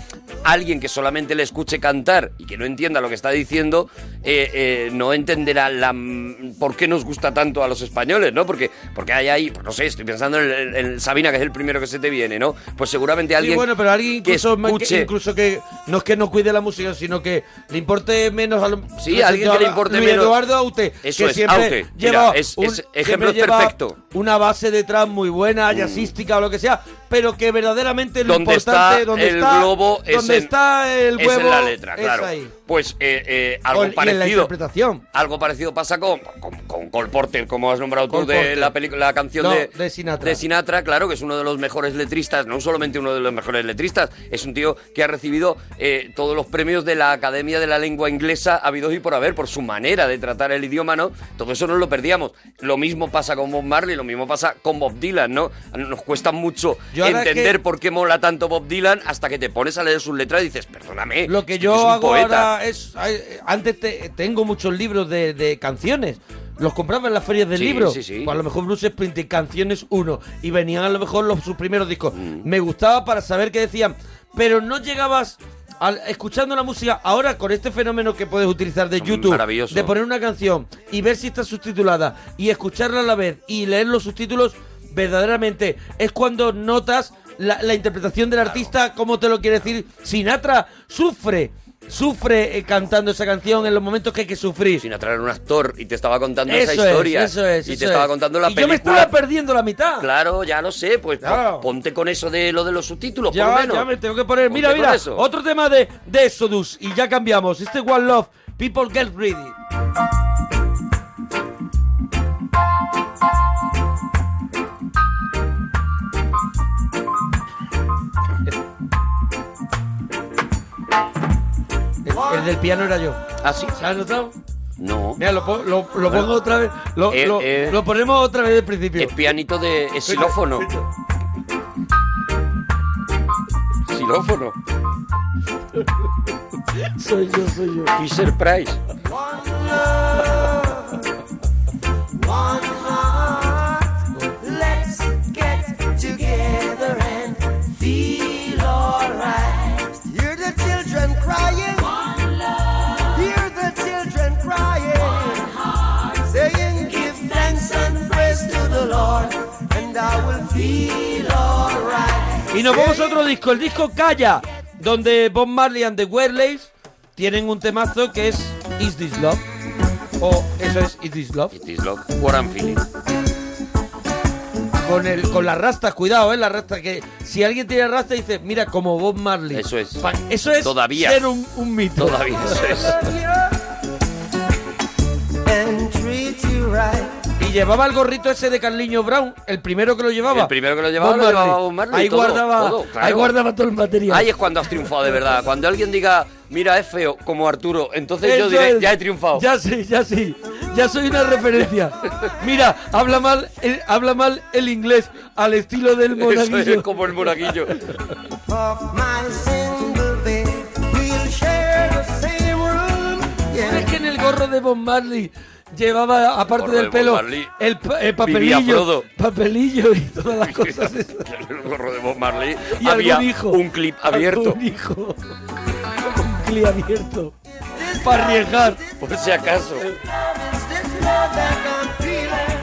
Speaker 3: alguien que solamente le escuche cantar y que no entienda lo que está diciendo, eh, eh, no entenderá la, mm, por qué nos gusta tanto a los españoles, ¿no? Porque, porque hay ahí, pues no sé, estoy pensando en, en- en Sabina, que es el primero que se te viene, ¿no? Pues seguramente
Speaker 2: Sí,
Speaker 3: alguien
Speaker 2: bueno, pero alguien
Speaker 3: que
Speaker 2: incluso, ma- que-
Speaker 3: escuche-
Speaker 2: incluso que no es que no cuide la música, sino que le importe menos a lo,
Speaker 3: Sí, alguien
Speaker 2: respecto
Speaker 3: que le
Speaker 2: a
Speaker 3: importe
Speaker 2: Luis
Speaker 3: menos-
Speaker 2: Eduardo Aute,
Speaker 3: Eso
Speaker 2: que
Speaker 3: es,
Speaker 2: siempre
Speaker 3: Aute. Mira,
Speaker 2: lleva
Speaker 3: es-
Speaker 2: un-
Speaker 3: es-
Speaker 2: siempre
Speaker 3: ejemplo
Speaker 2: lleva
Speaker 3: perfecto.
Speaker 2: una base detrás muy buena, jazzística o lo que sea, pero que verdaderamente lo
Speaker 3: Donde
Speaker 2: importante
Speaker 3: está
Speaker 2: donde
Speaker 3: el
Speaker 2: está
Speaker 3: globo es
Speaker 2: donde
Speaker 3: en-
Speaker 2: está el
Speaker 3: es en
Speaker 2: huevo
Speaker 3: la letra,
Speaker 2: es
Speaker 3: claro.
Speaker 2: ahí.
Speaker 3: Pues eh, eh, algo
Speaker 2: O- y en la
Speaker 3: parecido.
Speaker 2: interpretación.
Speaker 3: Algo parecido pasa con, con, con Cole Porter, como has nombrado
Speaker 2: Cole
Speaker 3: tú, de
Speaker 2: Porter.
Speaker 3: la, pelic- la canción
Speaker 2: No,
Speaker 3: de,
Speaker 2: de Sinatra.
Speaker 3: de Sinatra, claro, que es uno de los mejores letristas, no solamente uno de los mejores letristas, es un tío que ha recibido eh, todos los premios de la Academia de la Lengua Inglesa habidos y por haber, por su manera de tratar el idioma, ¿no? Todo eso nos lo perdíamos. Lo mismo pasa con Bob Marley, lo mismo pasa con Bob Dylan, ¿no? Nos cuesta mucho
Speaker 2: Yo ahora es
Speaker 3: entender
Speaker 2: que-
Speaker 3: por qué mola tanto Bob Dylan hasta que te pones a leer sus letras y dices, perdóname.
Speaker 2: Lo que
Speaker 3: este
Speaker 2: yo
Speaker 3: es un
Speaker 2: hago
Speaker 3: poeta".
Speaker 2: ahora es. eh, Antes te- tengo muchos libros de, de canciones. Los compraba en las ferias del
Speaker 3: Sí,
Speaker 2: libro.
Speaker 3: sí, sí.
Speaker 2: Pues a lo mejor Bruce Springsteen, canciones 1. Y venían a lo mejor los, sus primeros discos.
Speaker 3: Mm.
Speaker 2: Me gustaba para saber qué decían. Pero no llegabas. al- escuchando la música, ahora con este fenómeno que puedes utilizar de YouTube,
Speaker 3: maravilloso.
Speaker 2: de poner una canción y ver si está subtitulada y escucharla a la vez y leer los subtítulos, verdaderamente es cuando notas la, la interpretación del artista, cómo te lo quiere decir. Sinatra sufre, sufre eh, cantando esa canción en los momentos que hay que sufrir.
Speaker 3: Sinatra era un actor y te estaba contando esa
Speaker 2: Eso es,
Speaker 3: historia.
Speaker 2: eso es,
Speaker 3: y
Speaker 2: eso
Speaker 3: te estaba
Speaker 2: es.
Speaker 3: contando la
Speaker 2: Y yo me
Speaker 3: película.
Speaker 2: estaba perdiendo la mitad.
Speaker 3: Claro, ya lo sé, pues po-
Speaker 2: Claro.
Speaker 3: ponte con eso de lo de los subtítulos, por lo
Speaker 2: Ya,
Speaker 3: menos.
Speaker 2: ya me tengo que poner. Mira,
Speaker 3: Ponte con
Speaker 2: mira,
Speaker 3: eso.
Speaker 2: otro tema de, de Exodus y ya cambiamos. Este One Love, People Get Ready. El del piano era yo.
Speaker 3: ¿Ah, sí?
Speaker 2: ¿Se ha notado?
Speaker 3: No.
Speaker 2: Mira, lo, po- lo- lo
Speaker 3: Bueno.
Speaker 2: pongo otra vez. Lo,
Speaker 3: Eh,
Speaker 2: lo-
Speaker 3: eh.
Speaker 2: lo ponemos otra vez del principio.
Speaker 3: Es pianito de es xilófono. Xilófono.
Speaker 2: soy yo, soy yo.
Speaker 3: Fisher Price.
Speaker 19: One heart, let's get together and feel alright. Hear the children crying. One love. Hear the children crying. One heart. Saying, give thanks and praise to the Lord, and I will feel alright.
Speaker 2: Y nos vamos a otro disco, el disco Calla, donde Bob Marley and the Wailers tienen un temazo que es Is This Love. O eso es Is This Love.
Speaker 3: It is love, what I'm feeling.
Speaker 2: Con, el, con las rastas, cuidado, ¿eh? La rasta que si alguien tiene rasta dice, mira, como Bob Marley.
Speaker 3: Eso es.
Speaker 2: Pa- Eso es
Speaker 3: Todavía.
Speaker 2: ser un, un mito.
Speaker 3: Todavía, eso es.
Speaker 19: And treat you right.
Speaker 2: Y llevaba el gorrito ese de Carliño Brown, el primero que lo llevaba.
Speaker 3: El primero que lo llevaba,
Speaker 2: Bob
Speaker 3: lo
Speaker 2: Marley.
Speaker 3: llevaba Bob Marley,
Speaker 2: Ahí
Speaker 3: todo,
Speaker 2: guardaba,
Speaker 3: todo, claro.
Speaker 2: ahí guardaba todo el material.
Speaker 3: Ahí es cuando has triunfado de verdad. Cuando alguien diga, mira, es feo, como Arturo, entonces yo
Speaker 2: Eso
Speaker 3: diré,
Speaker 2: es.
Speaker 3: ya he triunfado.
Speaker 2: Ya sí, ya sí. Ya soy una referencia. Mira, habla mal, el, habla mal el inglés al estilo del
Speaker 3: Eso es
Speaker 2: monaguillo.
Speaker 3: como el monaguillo.
Speaker 19: of my single bed. We'll share the same room.
Speaker 2: ¿Sabes que en el gorro de Bob Marley llevaba, aparte
Speaker 3: gorro de
Speaker 2: del
Speaker 3: Bob
Speaker 2: pelo,
Speaker 3: Marley
Speaker 2: el, pa- el
Speaker 3: vivía Frodo.
Speaker 2: papelillo, papelillo y todas las cosas?
Speaker 3: el gorro de Bob Marley.
Speaker 2: Y
Speaker 3: Había
Speaker 2: algún hijo.
Speaker 3: un clip abierto.
Speaker 2: Algún hijo. Un clip abierto. Para arriesgar.
Speaker 3: Por si acaso.
Speaker 19: It's this love that I'm feeling.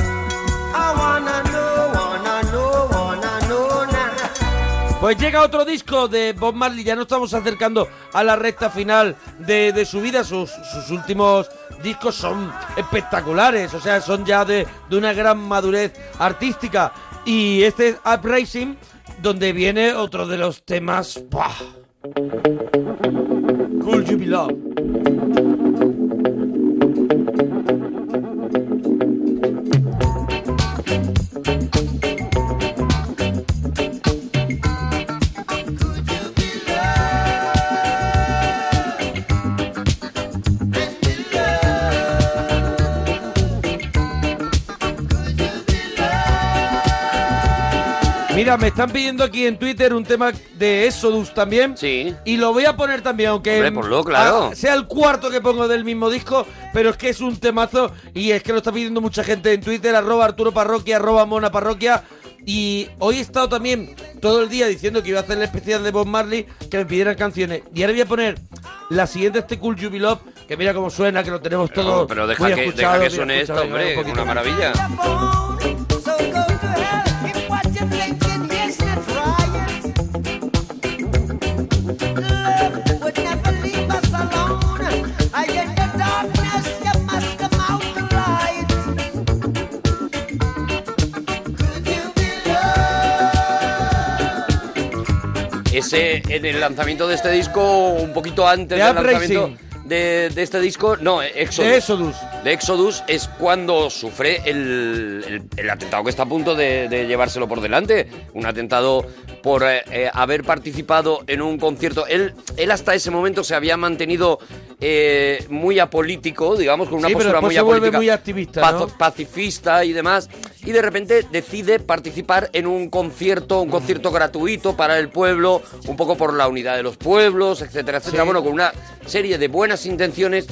Speaker 19: I wanna know, wanna know, wanna know now.
Speaker 2: Pues llega otro disco de Bob Marley, ya nos estamos acercando a la recta final de, de su vida, sus, sus últimos discos son espectaculares, o sea, son ya de, de una gran madurez artística. Y este es Uprising, donde viene otro de los temas... ¡buah! Could You Be Love. Mira, me están pidiendo aquí en Twitter un tema de Exodus también. Sí. Y lo voy a poner también, aunque.
Speaker 3: Hombre, ponlo, claro.
Speaker 2: ah, sea el cuarto que pongo del mismo disco, pero es que es un temazo y es que lo está pidiendo mucha gente en Twitter, arroba Arturo Parroquia, arroba Mona Parroquia. Y hoy he estado también todo el día diciendo que iba a hacer la especial de Bob Marley, que me pidieran canciones. Y ahora voy a poner la siguiente, este Cool Jubilop, que mira cómo suena, que lo tenemos todo.
Speaker 3: Pero deja
Speaker 2: muy
Speaker 3: que,
Speaker 2: escuchado,
Speaker 3: deja que
Speaker 2: muy
Speaker 3: suene esto,
Speaker 2: escuchado,
Speaker 3: hombre,
Speaker 2: un
Speaker 3: es
Speaker 2: poquito.
Speaker 3: una maravilla.
Speaker 19: So go to hell if what you're thinking is not right. Love would never leave us alone. I in the darkness, you must come out the light.
Speaker 3: Ese, en el lanzamiento de este disco, un poquito antes
Speaker 2: De
Speaker 3: del
Speaker 2: Uprising.
Speaker 3: lanzamiento de, de este disco, no, Exodus.
Speaker 2: De Exodus.
Speaker 3: De Exodus es cuando sufre el, el- el atentado que está a punto de, de llevárselo por delante. Un atentado por eh, eh, haber participado en un concierto. Él, él hasta ese momento se había mantenido eh, muy apolítico, digamos, con una
Speaker 2: Sí, pero
Speaker 3: postura
Speaker 2: después
Speaker 3: muy
Speaker 2: se vuelve
Speaker 3: apolítica.
Speaker 2: muy activista,
Speaker 3: Pazo-
Speaker 2: ¿no?
Speaker 3: pacifista y demás. Y de repente decide participar en un concierto, un concierto gratuito para el pueblo, un poco por la unidad de los pueblos, etcétera, etcétera.
Speaker 2: Sí.
Speaker 3: Bueno, con una serie de buenas intenciones,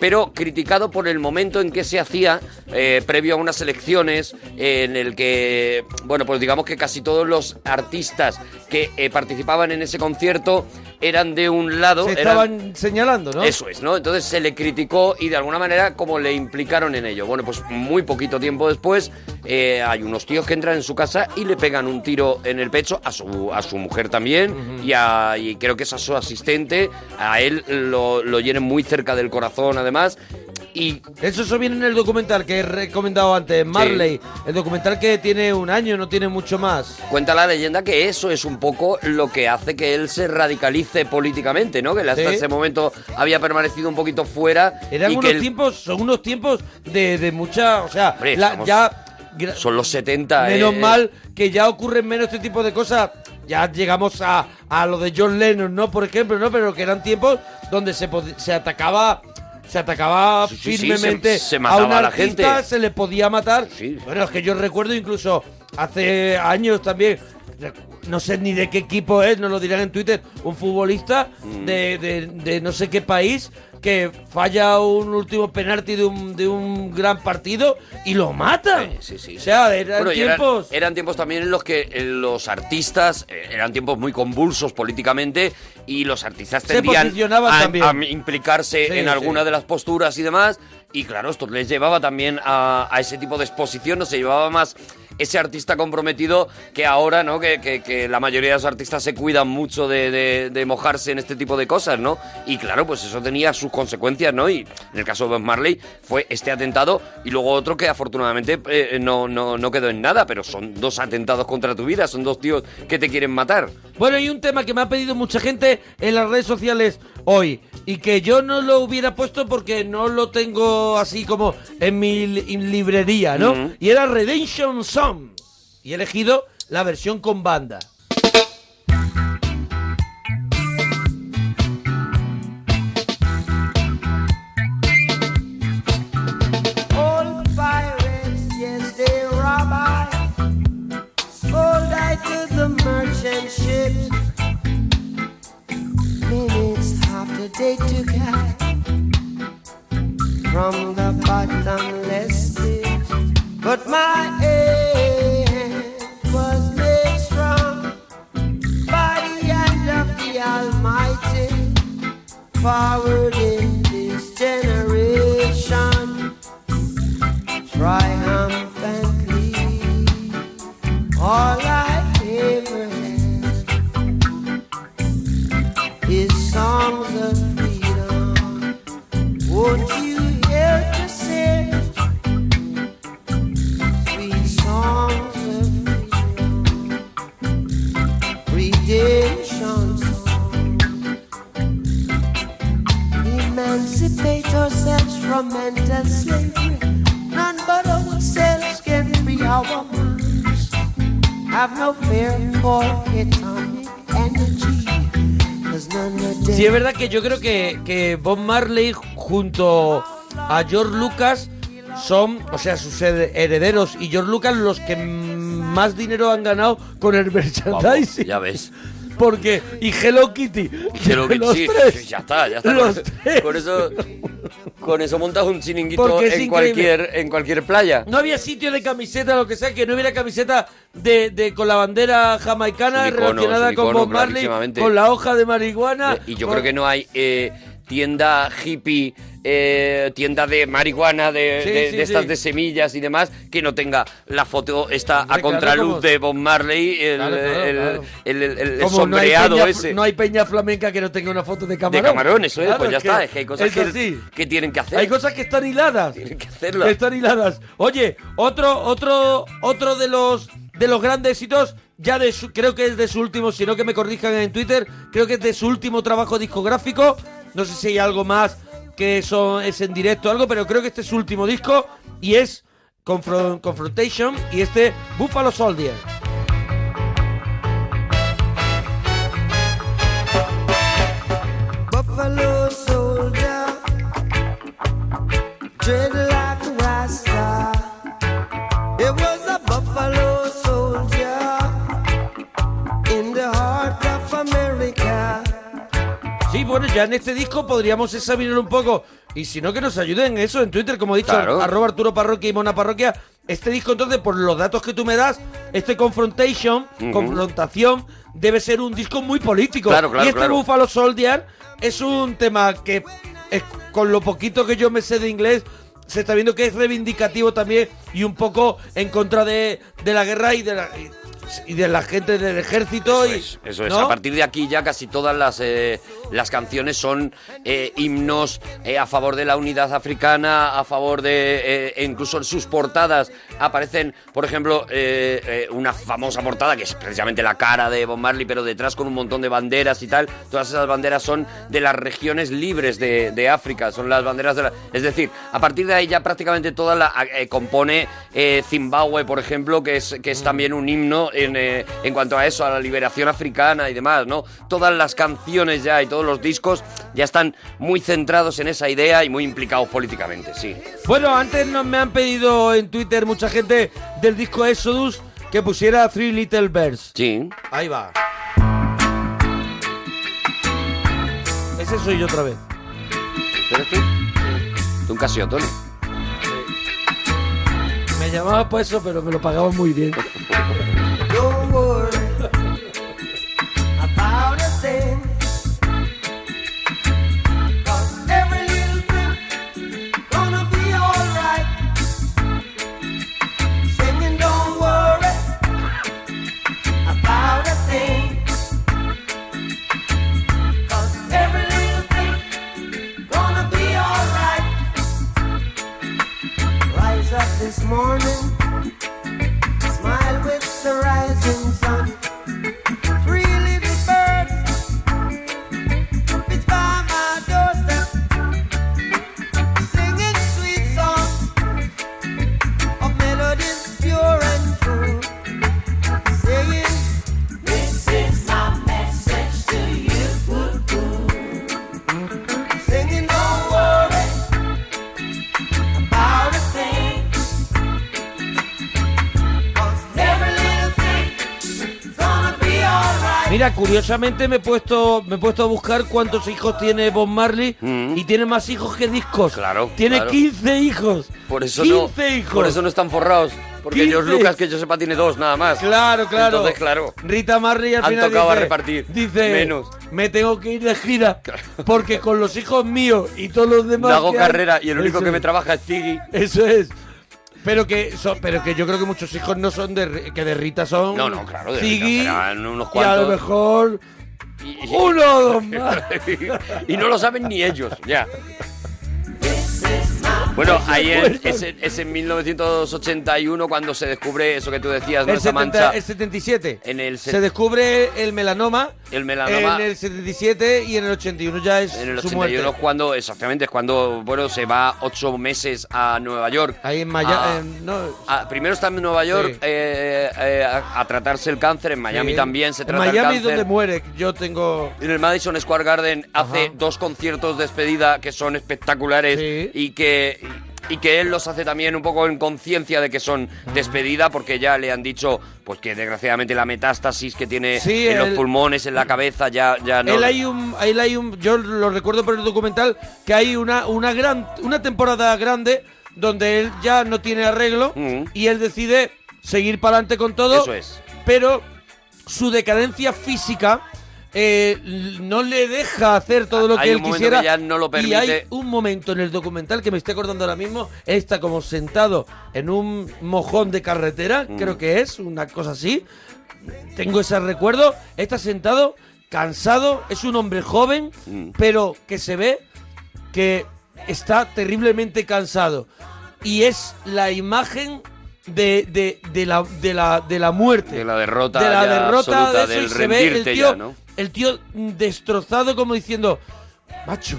Speaker 3: pero criticado por el momento en que se hacía, eh, previo a unas elecciones, eh, en el que, bueno, pues digamos que casi todos los artistas que eh, participaban en ese concierto eran de un lado.
Speaker 2: Se
Speaker 3: eran-
Speaker 2: estaban señalando, ¿no?
Speaker 3: eso es, ¿no? Entonces se le criticó y de alguna manera como le implicaron en ello. Bueno, pues muy poquito tiempo después eh, hay unos tíos que entran en su casa y le pegan un tiro en el pecho a su, a su mujer también y, a- y creo que es a su asistente. A él lo, lo hieren muy cerca del corazón además y...
Speaker 2: Eso, eso viene en el documental que he recomendado antes, Marley. El documental que tiene un año, no tiene mucho más.
Speaker 3: Cuenta la leyenda que eso es un poco lo que hace que él se radicalice políticamente, ¿no? Que él hasta
Speaker 2: Sí.
Speaker 3: ese momento había permanecido un poquito fuera.
Speaker 2: Eran
Speaker 3: y que
Speaker 2: unos
Speaker 3: él-
Speaker 2: tiempos, son unos tiempos de, de mucha, o sea,
Speaker 3: Hombre,
Speaker 2: la-
Speaker 3: estamos-
Speaker 2: ya
Speaker 3: Son los 70.
Speaker 2: menos
Speaker 3: eh,
Speaker 2: mal que ya ocurren menos este tipo de cosas. Ya llegamos a, a lo de John Lennon, ¿no? Por ejemplo, ¿no? Pero que eran tiempos donde se, pod- se atacaba se atacaba
Speaker 3: sí, sí,
Speaker 2: firmemente
Speaker 3: se- se mataba
Speaker 2: a un
Speaker 3: a la
Speaker 2: artista,
Speaker 3: gente.
Speaker 2: se le podía matar. Bueno, es que yo recuerdo incluso hace años también, no sé ni de qué equipo es, nos lo dirán en Twitter, un futbolista
Speaker 3: Mm.
Speaker 2: de, de- de no sé qué país que falla un último penalti de un, de un gran partido y lo matan. O sea, eran
Speaker 3: Bueno, y
Speaker 2: tiempos...
Speaker 3: Eran, tiempos también en los que eh, los artistas eh, eran tiempos muy convulsos políticamente y los artistas
Speaker 2: Se
Speaker 3: tendían
Speaker 2: posicionaban
Speaker 3: a,
Speaker 2: también.
Speaker 3: a implicarse
Speaker 2: Sí,
Speaker 3: en alguna
Speaker 2: sí.
Speaker 3: de las posturas y demás. Y claro, esto les llevaba también a, a ese tipo de exposición, no se llevaba más ese artista comprometido que ahora, ¿no? Que, que- que la mayoría de los artistas se cuidan mucho de, de- de mojarse en este tipo de cosas, ¿no? Y claro, pues eso tenía sus consecuencias, ¿no? Y en el caso de Bob Marley fue este atentado y luego otro que afortunadamente eh, no, no, no quedó en nada, pero son dos atentados contra tu vida, son dos tíos que te quieren matar.
Speaker 2: Bueno, hay un tema que me ha pedido mucha gente en las redes sociales hoy y que yo no lo hubiera puesto porque no lo tengo así como en mi li- librería, ¿no?
Speaker 3: Ujú.
Speaker 2: Y era Redemption Song. Y he elegido la versión con banda.
Speaker 19: Old pirates, yes, they rob us. Sold I to the merchant ships. Minutes after they took I from the bottomless pit. But my hand was made strong by the hand of the Almighty. Forward in this generation triumphantly. All I ever had is songs of freedom. Won't you hear to sing sweet songs of freedom? Redemption songs. In our mental slavery. None but ourselves can free our minds. Have no fear for atomic energy. Cause none of them
Speaker 2: Sí, es verdad que yo creo que, que Bob Marley junto a George Lucas son, o sea, sus her- herederos y George Lucas los que mm, más dinero han ganado con el merchandising.
Speaker 3: ya ves.
Speaker 2: Porque, y Hello Kitty.
Speaker 3: Pero que
Speaker 2: los
Speaker 3: sí,
Speaker 2: tres.
Speaker 3: ya está, ya está.
Speaker 2: Los
Speaker 3: con, eso, con eso con eso montas un chiringuito
Speaker 2: Porque es
Speaker 3: en
Speaker 2: increíble.
Speaker 3: cualquier en cualquier playa.
Speaker 2: No había sitio de camiseta, lo que sea, que no hubiera camiseta de, de- con la bandera jamaicana
Speaker 3: Es un icono, es
Speaker 2: relacionada
Speaker 3: un
Speaker 2: con
Speaker 3: icono,
Speaker 2: Bob Marley,
Speaker 3: clarísimamente.
Speaker 2: con la hoja de marihuana.
Speaker 3: Y yo
Speaker 2: con-
Speaker 3: creo que no hay eh, tienda hippie, eh, tienda de marihuana, de,
Speaker 2: Sí,
Speaker 3: de-
Speaker 2: sí,
Speaker 3: de estas
Speaker 2: sí.
Speaker 3: de semillas y demás, que no tenga la foto esta a
Speaker 2: claro,
Speaker 3: contraluz
Speaker 2: como-
Speaker 3: de Bob Marley, el,
Speaker 2: Claro, claro,
Speaker 3: el-
Speaker 2: claro.
Speaker 3: el- el- el
Speaker 2: Como no hay,
Speaker 3: sombreado
Speaker 2: peña,
Speaker 3: ese.
Speaker 2: no hay peña flamenca que no tenga una foto de
Speaker 3: de
Speaker 2: camarón.
Speaker 3: camarón, eso es,
Speaker 2: Claro,
Speaker 3: pues ya
Speaker 2: que-
Speaker 3: está, es que hay cosas
Speaker 2: eso
Speaker 3: que,
Speaker 2: sí.
Speaker 3: que tienen que hacer.
Speaker 2: Hay cosas que están hiladas.
Speaker 3: que hacerlas.
Speaker 2: Que están hiladas. Oye, otro, otro, otro de los de los grandes éxitos, ya de su- creo que es de su último, si no que me corrijan en Twitter, creo que es de su último trabajo discográfico. No sé si hay algo más que eso es en directo o algo, pero creo que este es su último disco y es Confron- Confrontation y este Buffalo Soldier.
Speaker 19: Buffalo soldier, treaded like a rasta. It was a buffalo soldier in the heart of America.
Speaker 2: Sí, bueno, ya en este disco podríamos examinar un poco. Y si no, que nos ayuden eso en Twitter, como he dicho,
Speaker 3: Claro.
Speaker 2: arroba Arturo Parroquia y Mona Parroquia. Este disco, entonces, por los datos que tú me das, este Confrontation,
Speaker 3: Ujú.
Speaker 2: Confrontación, debe ser un disco muy político.
Speaker 3: Claro, claro,
Speaker 2: y este
Speaker 3: claro.
Speaker 2: Buffalo Soldier es un tema que, es- con lo poquito que yo me sé de inglés, se está viendo que es reivindicativo también y un poco en contra de, de la guerra y de la, y- y de la gente del ejército. y,
Speaker 3: Eso es,
Speaker 2: ¿no?
Speaker 3: a partir de aquí ya casi todas las, eh, las canciones son eh, himnos eh, a favor de la unidad africana, a favor de... eh, e incluso en sus portadas aparecen, por ejemplo, eh, eh, una famosa portada que es precisamente la cara de Bob Marley, pero detrás con un montón de banderas y tal. Todas esas banderas son de las regiones libres de, de África, son las banderas de la... Es decir, a partir de ahí ya prácticamente toda la... eh, compone eh, Zimbabue, por ejemplo, que es,
Speaker 2: Mm.
Speaker 3: que es también un himno en, eh, en cuanto a eso, a la liberación africana y demás, ¿no? Todas las canciones ya y todos los discos ya están muy centrados en esa idea y muy implicados políticamente, sí.
Speaker 2: Bueno, antes nos me han pedido en Twitter mucha gente del disco Exodus que pusiera Three Little Birds.
Speaker 3: Sí.
Speaker 2: Ahí va. Ese soy yo otra vez.
Speaker 3: Pero tú, tú un casiotón.
Speaker 2: Me llamaba por eso, pero me lo pagaba muy bien.
Speaker 19: Don't worry about a thing. 'Cause every little thing gonna be alright. Singing, don't worry about a thing. 'Cause every little thing gonna be alright. Rise up this morning. Smile with the rising sun. Three little birds. It's by my doorstep. Singing sweet songs of melodies pure and true. Saying, This is my message to you. Singing, don't worry about a thing. Every little thing's gonna be alright.
Speaker 2: Mira, curiosamente me he puesto me he puesto a buscar cuántos hijos tiene Bob Marley y tiene más hijos que discos. Claro. Tiene
Speaker 3: Mm. claro.
Speaker 2: 15 hijos.
Speaker 3: Por eso
Speaker 2: 15
Speaker 3: no,
Speaker 2: hijos.
Speaker 3: Por eso no están forrados. Porque
Speaker 2: 15.
Speaker 3: George Lucas, que yo sepa, tiene dos nada más.
Speaker 2: Claro, claro.
Speaker 3: Entonces, claro.
Speaker 2: Rita Marley al
Speaker 3: Han
Speaker 2: final
Speaker 3: tocado a
Speaker 2: dice,
Speaker 3: repartir.
Speaker 2: dice,
Speaker 3: Menos.
Speaker 2: me tengo que ir de gira porque con los hijos míos y todos los
Speaker 3: No
Speaker 2: demás
Speaker 3: hago
Speaker 2: que hay-
Speaker 3: carrera y el único
Speaker 2: Eso
Speaker 3: que me
Speaker 2: es.
Speaker 3: trabaja es Tiggy.
Speaker 2: Eso es. Pero que son, pero que yo creo que muchos hijos no son de Ri- que de Rita son
Speaker 3: No, no, claro, de
Speaker 2: Ziggy,
Speaker 3: Rita serán unos
Speaker 2: y a lo
Speaker 3: cuantos.
Speaker 2: mejor uno o dos más.
Speaker 3: y no lo saben ni ellos, ya.
Speaker 19: This is my
Speaker 3: Bueno, ahí es, es en- es en 1981 cuando se descubre eso que tú decías, ¿no?
Speaker 2: El,
Speaker 3: Esa
Speaker 2: 70
Speaker 3: mancha
Speaker 2: el 77.
Speaker 3: en el, se-
Speaker 2: Se descubre el melanoma,
Speaker 3: el melanoma.
Speaker 2: en el 77 y en el 81 ya es
Speaker 3: En el
Speaker 2: su
Speaker 3: 81 es
Speaker 2: muerte.
Speaker 3: cuando, exactamente, es cuando, bueno, se va ocho meses a Nueva York.
Speaker 2: Ahí en Maya-
Speaker 3: a-
Speaker 2: en- no,
Speaker 3: a- primero está en Nueva York
Speaker 2: Sí.
Speaker 3: eh, eh, a, a tratarse el cáncer, en Miami
Speaker 2: sí.
Speaker 3: también se
Speaker 2: En
Speaker 3: trata
Speaker 2: Miami
Speaker 3: el
Speaker 2: es donde
Speaker 3: cáncer.
Speaker 2: muere. Yo tengo...
Speaker 3: En el Madison Square Garden hace dos conciertos de despedida que son espectaculares y que y que él los hace también un poco en conciencia de que son despedida porque ya le han dicho pues que desgraciadamente la metástasis que tiene
Speaker 2: Sí,
Speaker 3: en los
Speaker 2: él-
Speaker 3: pulmones, en la cabeza ya ya Ah, no
Speaker 2: Él hay un, él hay un, yo lo recuerdo por el documental que hay una una gran una temporada grande donde él ya no tiene arreglo y él decide seguir para adelante con todo.
Speaker 3: Mm. Eso es.
Speaker 2: Pero su decadencia física eh, l- no le deja hacer todo lo
Speaker 3: Ah, Hay
Speaker 2: que
Speaker 3: un
Speaker 2: él
Speaker 3: momento
Speaker 2: quisiera.
Speaker 3: que ya no lo
Speaker 2: Y hay
Speaker 3: permite.
Speaker 2: un momento en el documental que me estoy acordando ahora mismo. Él está como sentado en un mojón de carretera,
Speaker 3: Mm.
Speaker 2: creo que es, una cosa así tengo ese recuerdo. Está sentado, cansado, es un hombre joven, pero que se ve que está terriblemente cansado. Y es la imagen de, de- de la, de, la, de la muerte.
Speaker 3: de la derrota,
Speaker 2: de la
Speaker 3: ya
Speaker 2: derrota
Speaker 3: absoluta,
Speaker 2: de eso y
Speaker 3: del
Speaker 2: se ve el
Speaker 3: rendirte
Speaker 2: tío,
Speaker 3: ya, ¿no?
Speaker 2: el tío destrozado como diciendo, macho,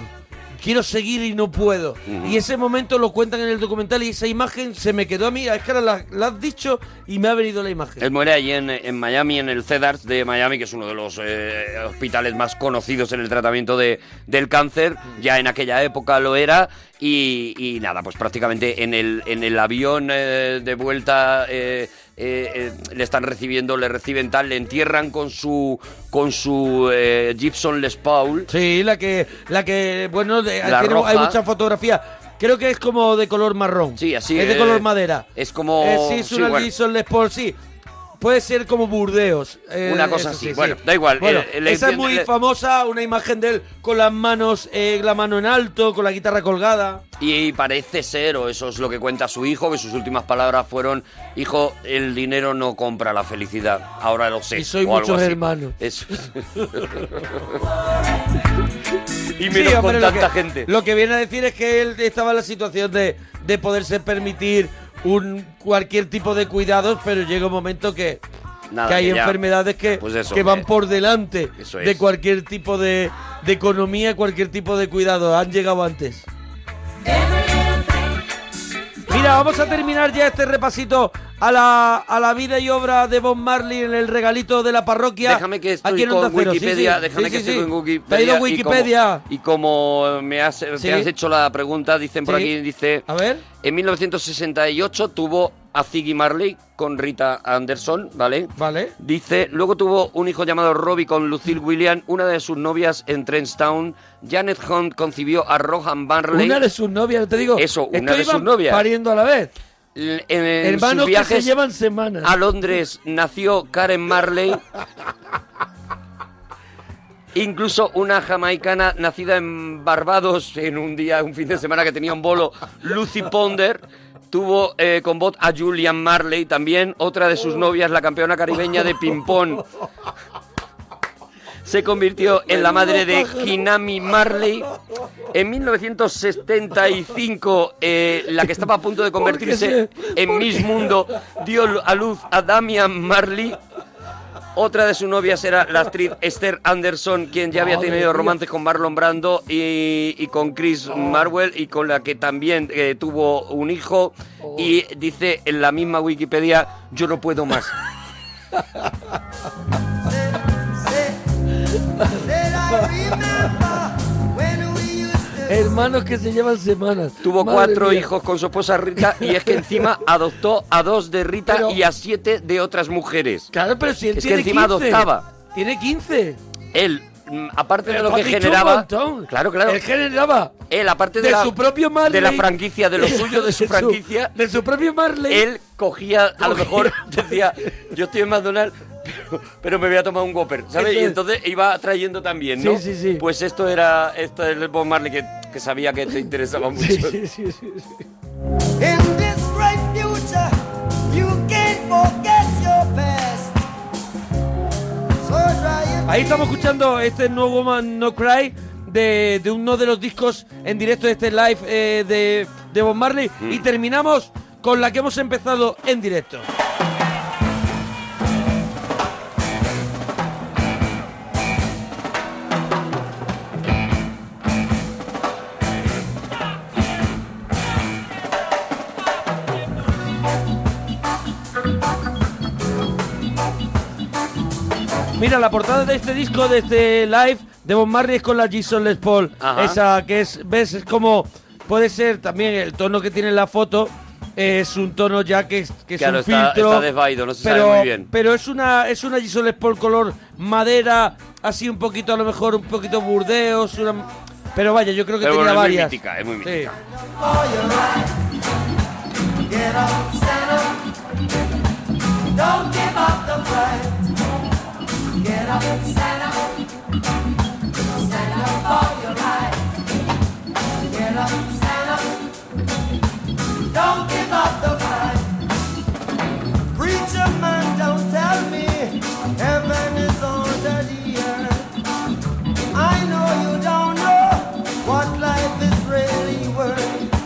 Speaker 2: quiero seguir y no puedo.
Speaker 3: Ujú.
Speaker 2: Y ese momento lo cuentan en el documental y esa imagen se me quedó a mí. Es que ahora la, la has dicho y me ha venido la imagen.
Speaker 3: Él muere allí en, en Miami, en el Cedars de Miami, que es uno de los eh, hospitales más conocidos en el tratamiento de, del cáncer. Ya en aquella época lo era. Y, y nada, pues prácticamente en el, en el avión eh, de vuelta eh, eh, eh, le están recibiendo, le reciben tal, le entierran con su, con su eh, Gibson Les Paul.
Speaker 2: Sí, la que, la que bueno, de-
Speaker 3: La
Speaker 2: tiene- hay
Speaker 3: roja.
Speaker 2: muchas fotografías. Creo que es como de color marrón.
Speaker 3: Sí, así
Speaker 2: es. de
Speaker 3: eh,
Speaker 2: color madera.
Speaker 3: Es como.
Speaker 2: Eh, sí, es
Speaker 3: sí,
Speaker 2: una
Speaker 3: bueno.
Speaker 2: Gibson Les Paul, sí. Puede ser como Burdeos. eh,
Speaker 3: Una
Speaker 2: eso
Speaker 3: cosa así.
Speaker 2: sí, sí.
Speaker 3: Bueno, da igual,
Speaker 2: Bueno,
Speaker 3: eh, le
Speaker 2: esa es
Speaker 3: entiende-
Speaker 2: muy
Speaker 3: le-
Speaker 2: famosa, una imagen de él con las manos, eh, la mano en alto, con la guitarra colgada.
Speaker 3: Y parece ser, o eso es lo que cuenta su hijo, que sus últimas palabras fueron, hijo, el dinero no compra la felicidad, ahora lo sé.
Speaker 2: Y soy
Speaker 3: o algo
Speaker 2: muchos
Speaker 3: así.
Speaker 2: hermanos.
Speaker 3: Eso.
Speaker 2: Sí,
Speaker 3: y menos
Speaker 2: hombre,
Speaker 3: con
Speaker 2: lo
Speaker 3: tanta
Speaker 2: que-
Speaker 3: gente.
Speaker 2: Lo que viene a decir es que él estaba en la situación de, de poderse permitir un cualquier tipo de cuidados, pero llega un momento que,
Speaker 3: Nada,
Speaker 2: que hay
Speaker 3: que ya-
Speaker 2: enfermedades que,
Speaker 3: pues eso,
Speaker 2: que van
Speaker 3: que-
Speaker 2: por delante
Speaker 3: eso
Speaker 2: de
Speaker 3: es.
Speaker 2: cualquier tipo de, de economía, cualquier tipo de cuidado. Han llegado antes. Mira, vamos a terminar ya este repasito a la, a la vida y obra de Bob Marley en el regalito de la parroquia.
Speaker 3: Déjame que estoy
Speaker 2: Aquí en
Speaker 3: con
Speaker 2: Ah, Onda Cero. Sí, sí.
Speaker 3: Wikipedia,
Speaker 2: Sí,
Speaker 3: déjame
Speaker 2: sí,
Speaker 3: que estoy
Speaker 2: sí.
Speaker 3: con
Speaker 2: Te
Speaker 3: Wikipedia.
Speaker 2: ha ido
Speaker 3: y como-
Speaker 2: Wikipedia.
Speaker 3: Y como, me has, te
Speaker 2: Sí.
Speaker 3: has hecho la pregunta, dicen por
Speaker 2: Sí.
Speaker 3: aquí, dice...
Speaker 2: A ver.
Speaker 3: En 1968 tuvo a Ziggy Marley con Rita Anderson, ¿vale?
Speaker 2: Vale.
Speaker 3: Dice, luego tuvo un hijo llamado Robbie con Lucille William, una de sus novias en Trenstown. Janet Hunt concibió a Rohan Barley.
Speaker 2: Una de sus novias, te digo.
Speaker 3: Eso, una
Speaker 2: Esto
Speaker 3: de
Speaker 2: iban
Speaker 3: sus novias.
Speaker 2: Pariendo a la vez.
Speaker 3: L- en- en
Speaker 2: Hermanos
Speaker 3: sus
Speaker 2: que se
Speaker 3: viajes
Speaker 2: llevan semanas.
Speaker 3: a Londres nació Karen Marley. Incluso una jamaicana nacida en Barbados en un día, un fin de semana que tenía un bolo, Lucy Ponder, tuvo eh, con bot a Julian Marley también, otra de sus novias, la campeona caribeña de ping-pong. Se convirtió en la madre de Hinami Marley. En 1975, eh, la que estaba a punto de convertirse en Miss Mundo dio a luz a Damian Marley. Otra de sus novias era la actriz Esther Anderson, quien ya había
Speaker 2: Madre
Speaker 3: tenido
Speaker 2: mía. Oh.
Speaker 3: romances con Marlon Brando y, y con Chris Marwell y con la que también eh, tuvo un hijo.
Speaker 2: Oh.
Speaker 3: Y dice en la misma Wikipedia, yo no puedo más.
Speaker 2: Hermanos que se llevan semanas.
Speaker 3: Tuvo
Speaker 2: Madre
Speaker 3: cuatro
Speaker 2: mía.
Speaker 3: hijos con su esposa Rita y es que encima adoptó a dos de Rita
Speaker 2: Pero-
Speaker 3: y a siete de otras mujeres.
Speaker 2: Claro, pero si él
Speaker 3: es que
Speaker 2: tiene
Speaker 3: encima
Speaker 2: 15.
Speaker 3: adoptaba.
Speaker 2: Tiene 15.
Speaker 3: Él, mm, aparte de
Speaker 2: Pero
Speaker 3: lo que
Speaker 2: has dicho un
Speaker 3: generaba...
Speaker 2: montón.
Speaker 3: Claro, claro.
Speaker 2: Él generaba
Speaker 3: Él, aparte de,
Speaker 2: de,
Speaker 3: la,
Speaker 2: su propio Marley.
Speaker 3: de la franquicia, de lo suyo, de su franquicia,
Speaker 2: De su propio Marley.
Speaker 3: él cogía, a lo mejor decía, yo estoy en McDonald's, pero, pero me voy a tomar un Whopper, ¿sabes?
Speaker 2: Eso
Speaker 3: Y
Speaker 2: es.
Speaker 3: entonces iba trayendo también, ¿no?
Speaker 2: Sí, sí, sí.
Speaker 3: Pues esto era, esto es el Bob Marley que, que sabía que te interesaba mucho.
Speaker 2: Sí, sí, sí, sí.
Speaker 19: In this bright future, you can't forget your past. So try and
Speaker 2: Ahí estamos escuchando este nuevo Man No Cry de, de uno de los discos en directo de este live eh, de de Bob Marley y terminamos con la que hemos empezado en directo. Mira, la portada de este disco de este live de Bob Marley es con la Jason Les Paul.
Speaker 3: Ajá.
Speaker 2: Esa que es, ves, es como, puede ser también el tono que tiene la foto, es un tono ya que, es- que
Speaker 3: Claro,
Speaker 2: es un
Speaker 3: está-
Speaker 2: filtro.
Speaker 3: está desvaído, no se sabe
Speaker 2: pero,
Speaker 3: muy bien.
Speaker 2: Pero es una, es una Jason Les Paul color madera, así un poquito, a lo mejor un poquito burdeos, una... Pero vaya, yo creo que
Speaker 3: Pero
Speaker 2: tenía
Speaker 3: bueno, es muy
Speaker 2: varias.
Speaker 3: mítica, es muy
Speaker 2: Sí.
Speaker 3: mítica.
Speaker 19: Get up, stand up. Don't give up the fight. Get up, stand up. Stand up for your right. Get up, stand up. Don't give up the fight. Preacher man, don't tell me heaven is under the earth. I know you don't know what life is really worth.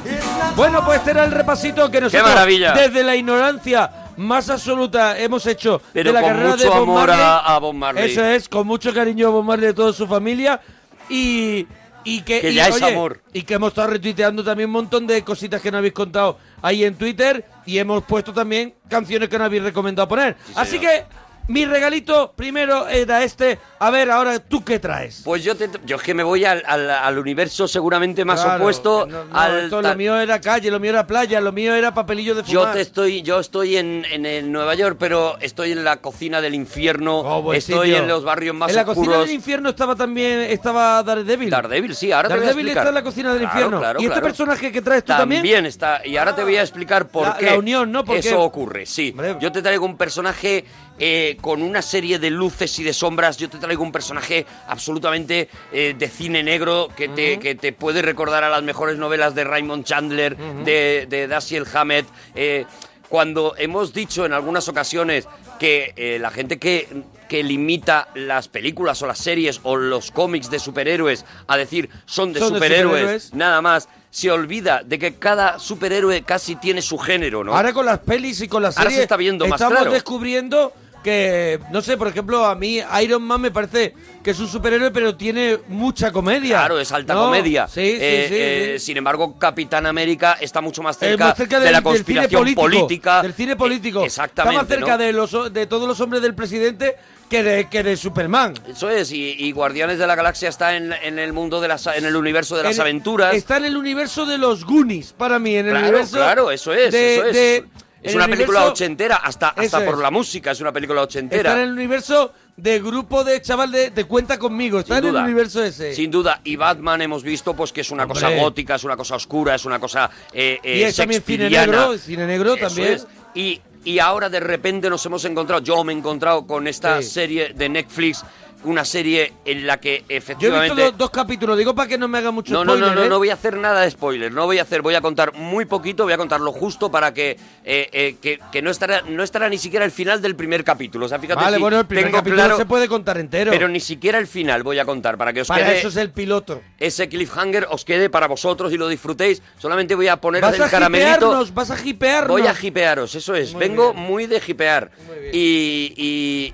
Speaker 19: It's not
Speaker 2: Bueno, pues este era el repasito que nosotros
Speaker 3: maravilla!
Speaker 2: desde la ignorancia más absoluta hemos hecho
Speaker 3: Pero
Speaker 2: de la
Speaker 3: con
Speaker 2: carrera
Speaker 3: mucho
Speaker 2: de Bob
Speaker 3: amor
Speaker 2: Marley.
Speaker 3: a- a Bob Marley.
Speaker 2: Eso es, con mucho cariño a Bob Marley y a toda su familia y y que,
Speaker 3: Que
Speaker 2: y,
Speaker 3: ya es amor.
Speaker 2: y que hemos estado retuiteando también un montón de cositas que no habéis contado ahí en Twitter y hemos puesto también canciones que no habéis recomendado poner. Así que mi regalito primero era este. A ver, ahora tú qué traes.
Speaker 3: Pues yo, te- yo es que me voy al, al- al universo seguramente Este más
Speaker 2: Claro,
Speaker 3: opuesto
Speaker 2: no, no,
Speaker 3: al...
Speaker 2: esto, lo
Speaker 3: tal-
Speaker 2: mío era calle, lo mío era playa, lo mío era papelillo de fumar.
Speaker 3: Yo te estoy, yo estoy en, en, en Nueva York, pero estoy en la cocina del infierno.
Speaker 2: Oh, buen
Speaker 3: estoy
Speaker 2: sitio.
Speaker 3: en los barrios más
Speaker 2: En la cocina
Speaker 3: oscuros.
Speaker 2: del infierno estaba también estaba Daredevil.
Speaker 3: Daredevil, sí, ahora te voy a
Speaker 2: Daredevil
Speaker 3: explicar.
Speaker 2: está en la cocina del
Speaker 3: Claro,
Speaker 2: infierno.
Speaker 3: claro,
Speaker 2: y este
Speaker 3: claro.
Speaker 2: personaje que traes tú
Speaker 3: también,
Speaker 2: también, Ah,
Speaker 3: está. Y ahora te voy a explicar por
Speaker 2: La-
Speaker 3: qué
Speaker 2: la unión, ¿no? Porque-
Speaker 3: eso ocurre. Sí. Yo te traigo un personaje eh, con una serie de luces y de sombras. Yo te traigo un personaje absolutamente eh, de cine negro que, te, que te puede recordar a las mejores novelas de Raymond Chandler, de, de Dashiell Hammett. eh, cuando hemos dicho en algunas ocasiones que eh, la gente que, que limita las películas o las series o los cómics de superhéroes a decir son de
Speaker 2: Son de
Speaker 3: superhéroes,
Speaker 2: superhéroes.
Speaker 3: nada más, se olvida de que cada superhéroe casi tiene su género, ¿no?
Speaker 2: ahora con las pelis y con las
Speaker 3: Ahora
Speaker 2: series
Speaker 3: se está viendo más
Speaker 2: estamos
Speaker 3: claro.
Speaker 2: descubriendo que no sé, por ejemplo, a mí Iron Man me parece que es un superhéroe pero tiene mucha comedia.
Speaker 3: Claro, es alta
Speaker 2: ¿no?
Speaker 3: comedia.
Speaker 2: Sí, sí,
Speaker 3: Eh,
Speaker 2: sí,
Speaker 3: eh,
Speaker 2: sí.
Speaker 3: Sin embargo, Capitán América está mucho más cerca,
Speaker 2: Eh, más cerca
Speaker 3: de
Speaker 2: del-
Speaker 3: la
Speaker 2: del
Speaker 3: conspiración
Speaker 2: cine político,
Speaker 3: política. Eh,
Speaker 2: del cine político. Está
Speaker 3: exactamente.
Speaker 2: más cerca
Speaker 3: ¿no?
Speaker 2: de los de todos los hombres del presidente que de que de Superman.
Speaker 3: Eso es, y, y Guardianes de la Galaxia está en, en el mundo de las, en el universo de las
Speaker 2: En-
Speaker 3: aventuras.
Speaker 2: Está en el universo de los Goonies, para mí, en el
Speaker 3: claro,
Speaker 2: universo.
Speaker 3: claro, eso es,
Speaker 2: de-
Speaker 3: eso es.
Speaker 2: de- en
Speaker 3: es
Speaker 2: el
Speaker 3: una película
Speaker 2: universo-
Speaker 3: ochentera, hasta,
Speaker 2: Eso
Speaker 3: hasta por
Speaker 2: es.
Speaker 3: la música es una película ochentera.
Speaker 2: Está en el universo de grupo de chaval de, de cuenta conmigo. Está
Speaker 3: Sin
Speaker 2: en
Speaker 3: duda.
Speaker 2: el universo ese.
Speaker 3: Sin duda, y Batman hemos visto pues que es una cosa
Speaker 2: Hombre.
Speaker 3: gótica, es una cosa oscura, es una cosa eh, eh,
Speaker 2: y es también cine
Speaker 3: shakespeariana.
Speaker 2: negro, cine negro
Speaker 3: Eso
Speaker 2: también.
Speaker 3: es. Y, y ahora de repente nos hemos encontrado, yo me he encontrado con esta serie de Netflix, una serie en la que
Speaker 2: Yo he visto
Speaker 3: efectivamente...
Speaker 2: los dos capítulos, digo para que no me haga mucho
Speaker 3: No, no,
Speaker 2: spoiler.
Speaker 3: no, no,
Speaker 2: ¿eh?
Speaker 3: no voy a hacer nada de spoiler, no voy a hacer, voy a contar muy poquito, voy a contar lo justo para que, eh, eh, que, que no, estará, no estará ni siquiera el final del primer capítulo. O sea, fíjate,
Speaker 2: Vale,
Speaker 3: si
Speaker 2: bueno, el primer
Speaker 3: tengo
Speaker 2: capítulo
Speaker 3: claro,
Speaker 2: se puede contar entero.
Speaker 3: pero ni siquiera el final voy a contar para que os
Speaker 2: para
Speaker 3: quede
Speaker 2: eso es el piloto.
Speaker 3: ese cliffhanger os quede para vosotros y lo disfrutéis. Solamente voy a poneros
Speaker 2: Vas
Speaker 3: el
Speaker 2: a
Speaker 3: caramelito.
Speaker 2: hipearnos, vas a hipearnos.
Speaker 3: Voy a hipearos, eso es. Vengo muy de hipear. Y, y-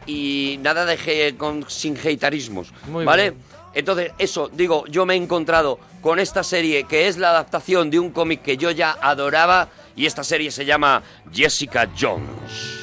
Speaker 3: y nada de ge- con, sin heitarismos,
Speaker 2: Muy
Speaker 3: ¿vale?
Speaker 2: bien.
Speaker 3: Entonces, eso, digo, yo me he encontrado con esta serie que es la adaptación de un cómic que yo ya adoraba y esta serie se llama Jessica Jones.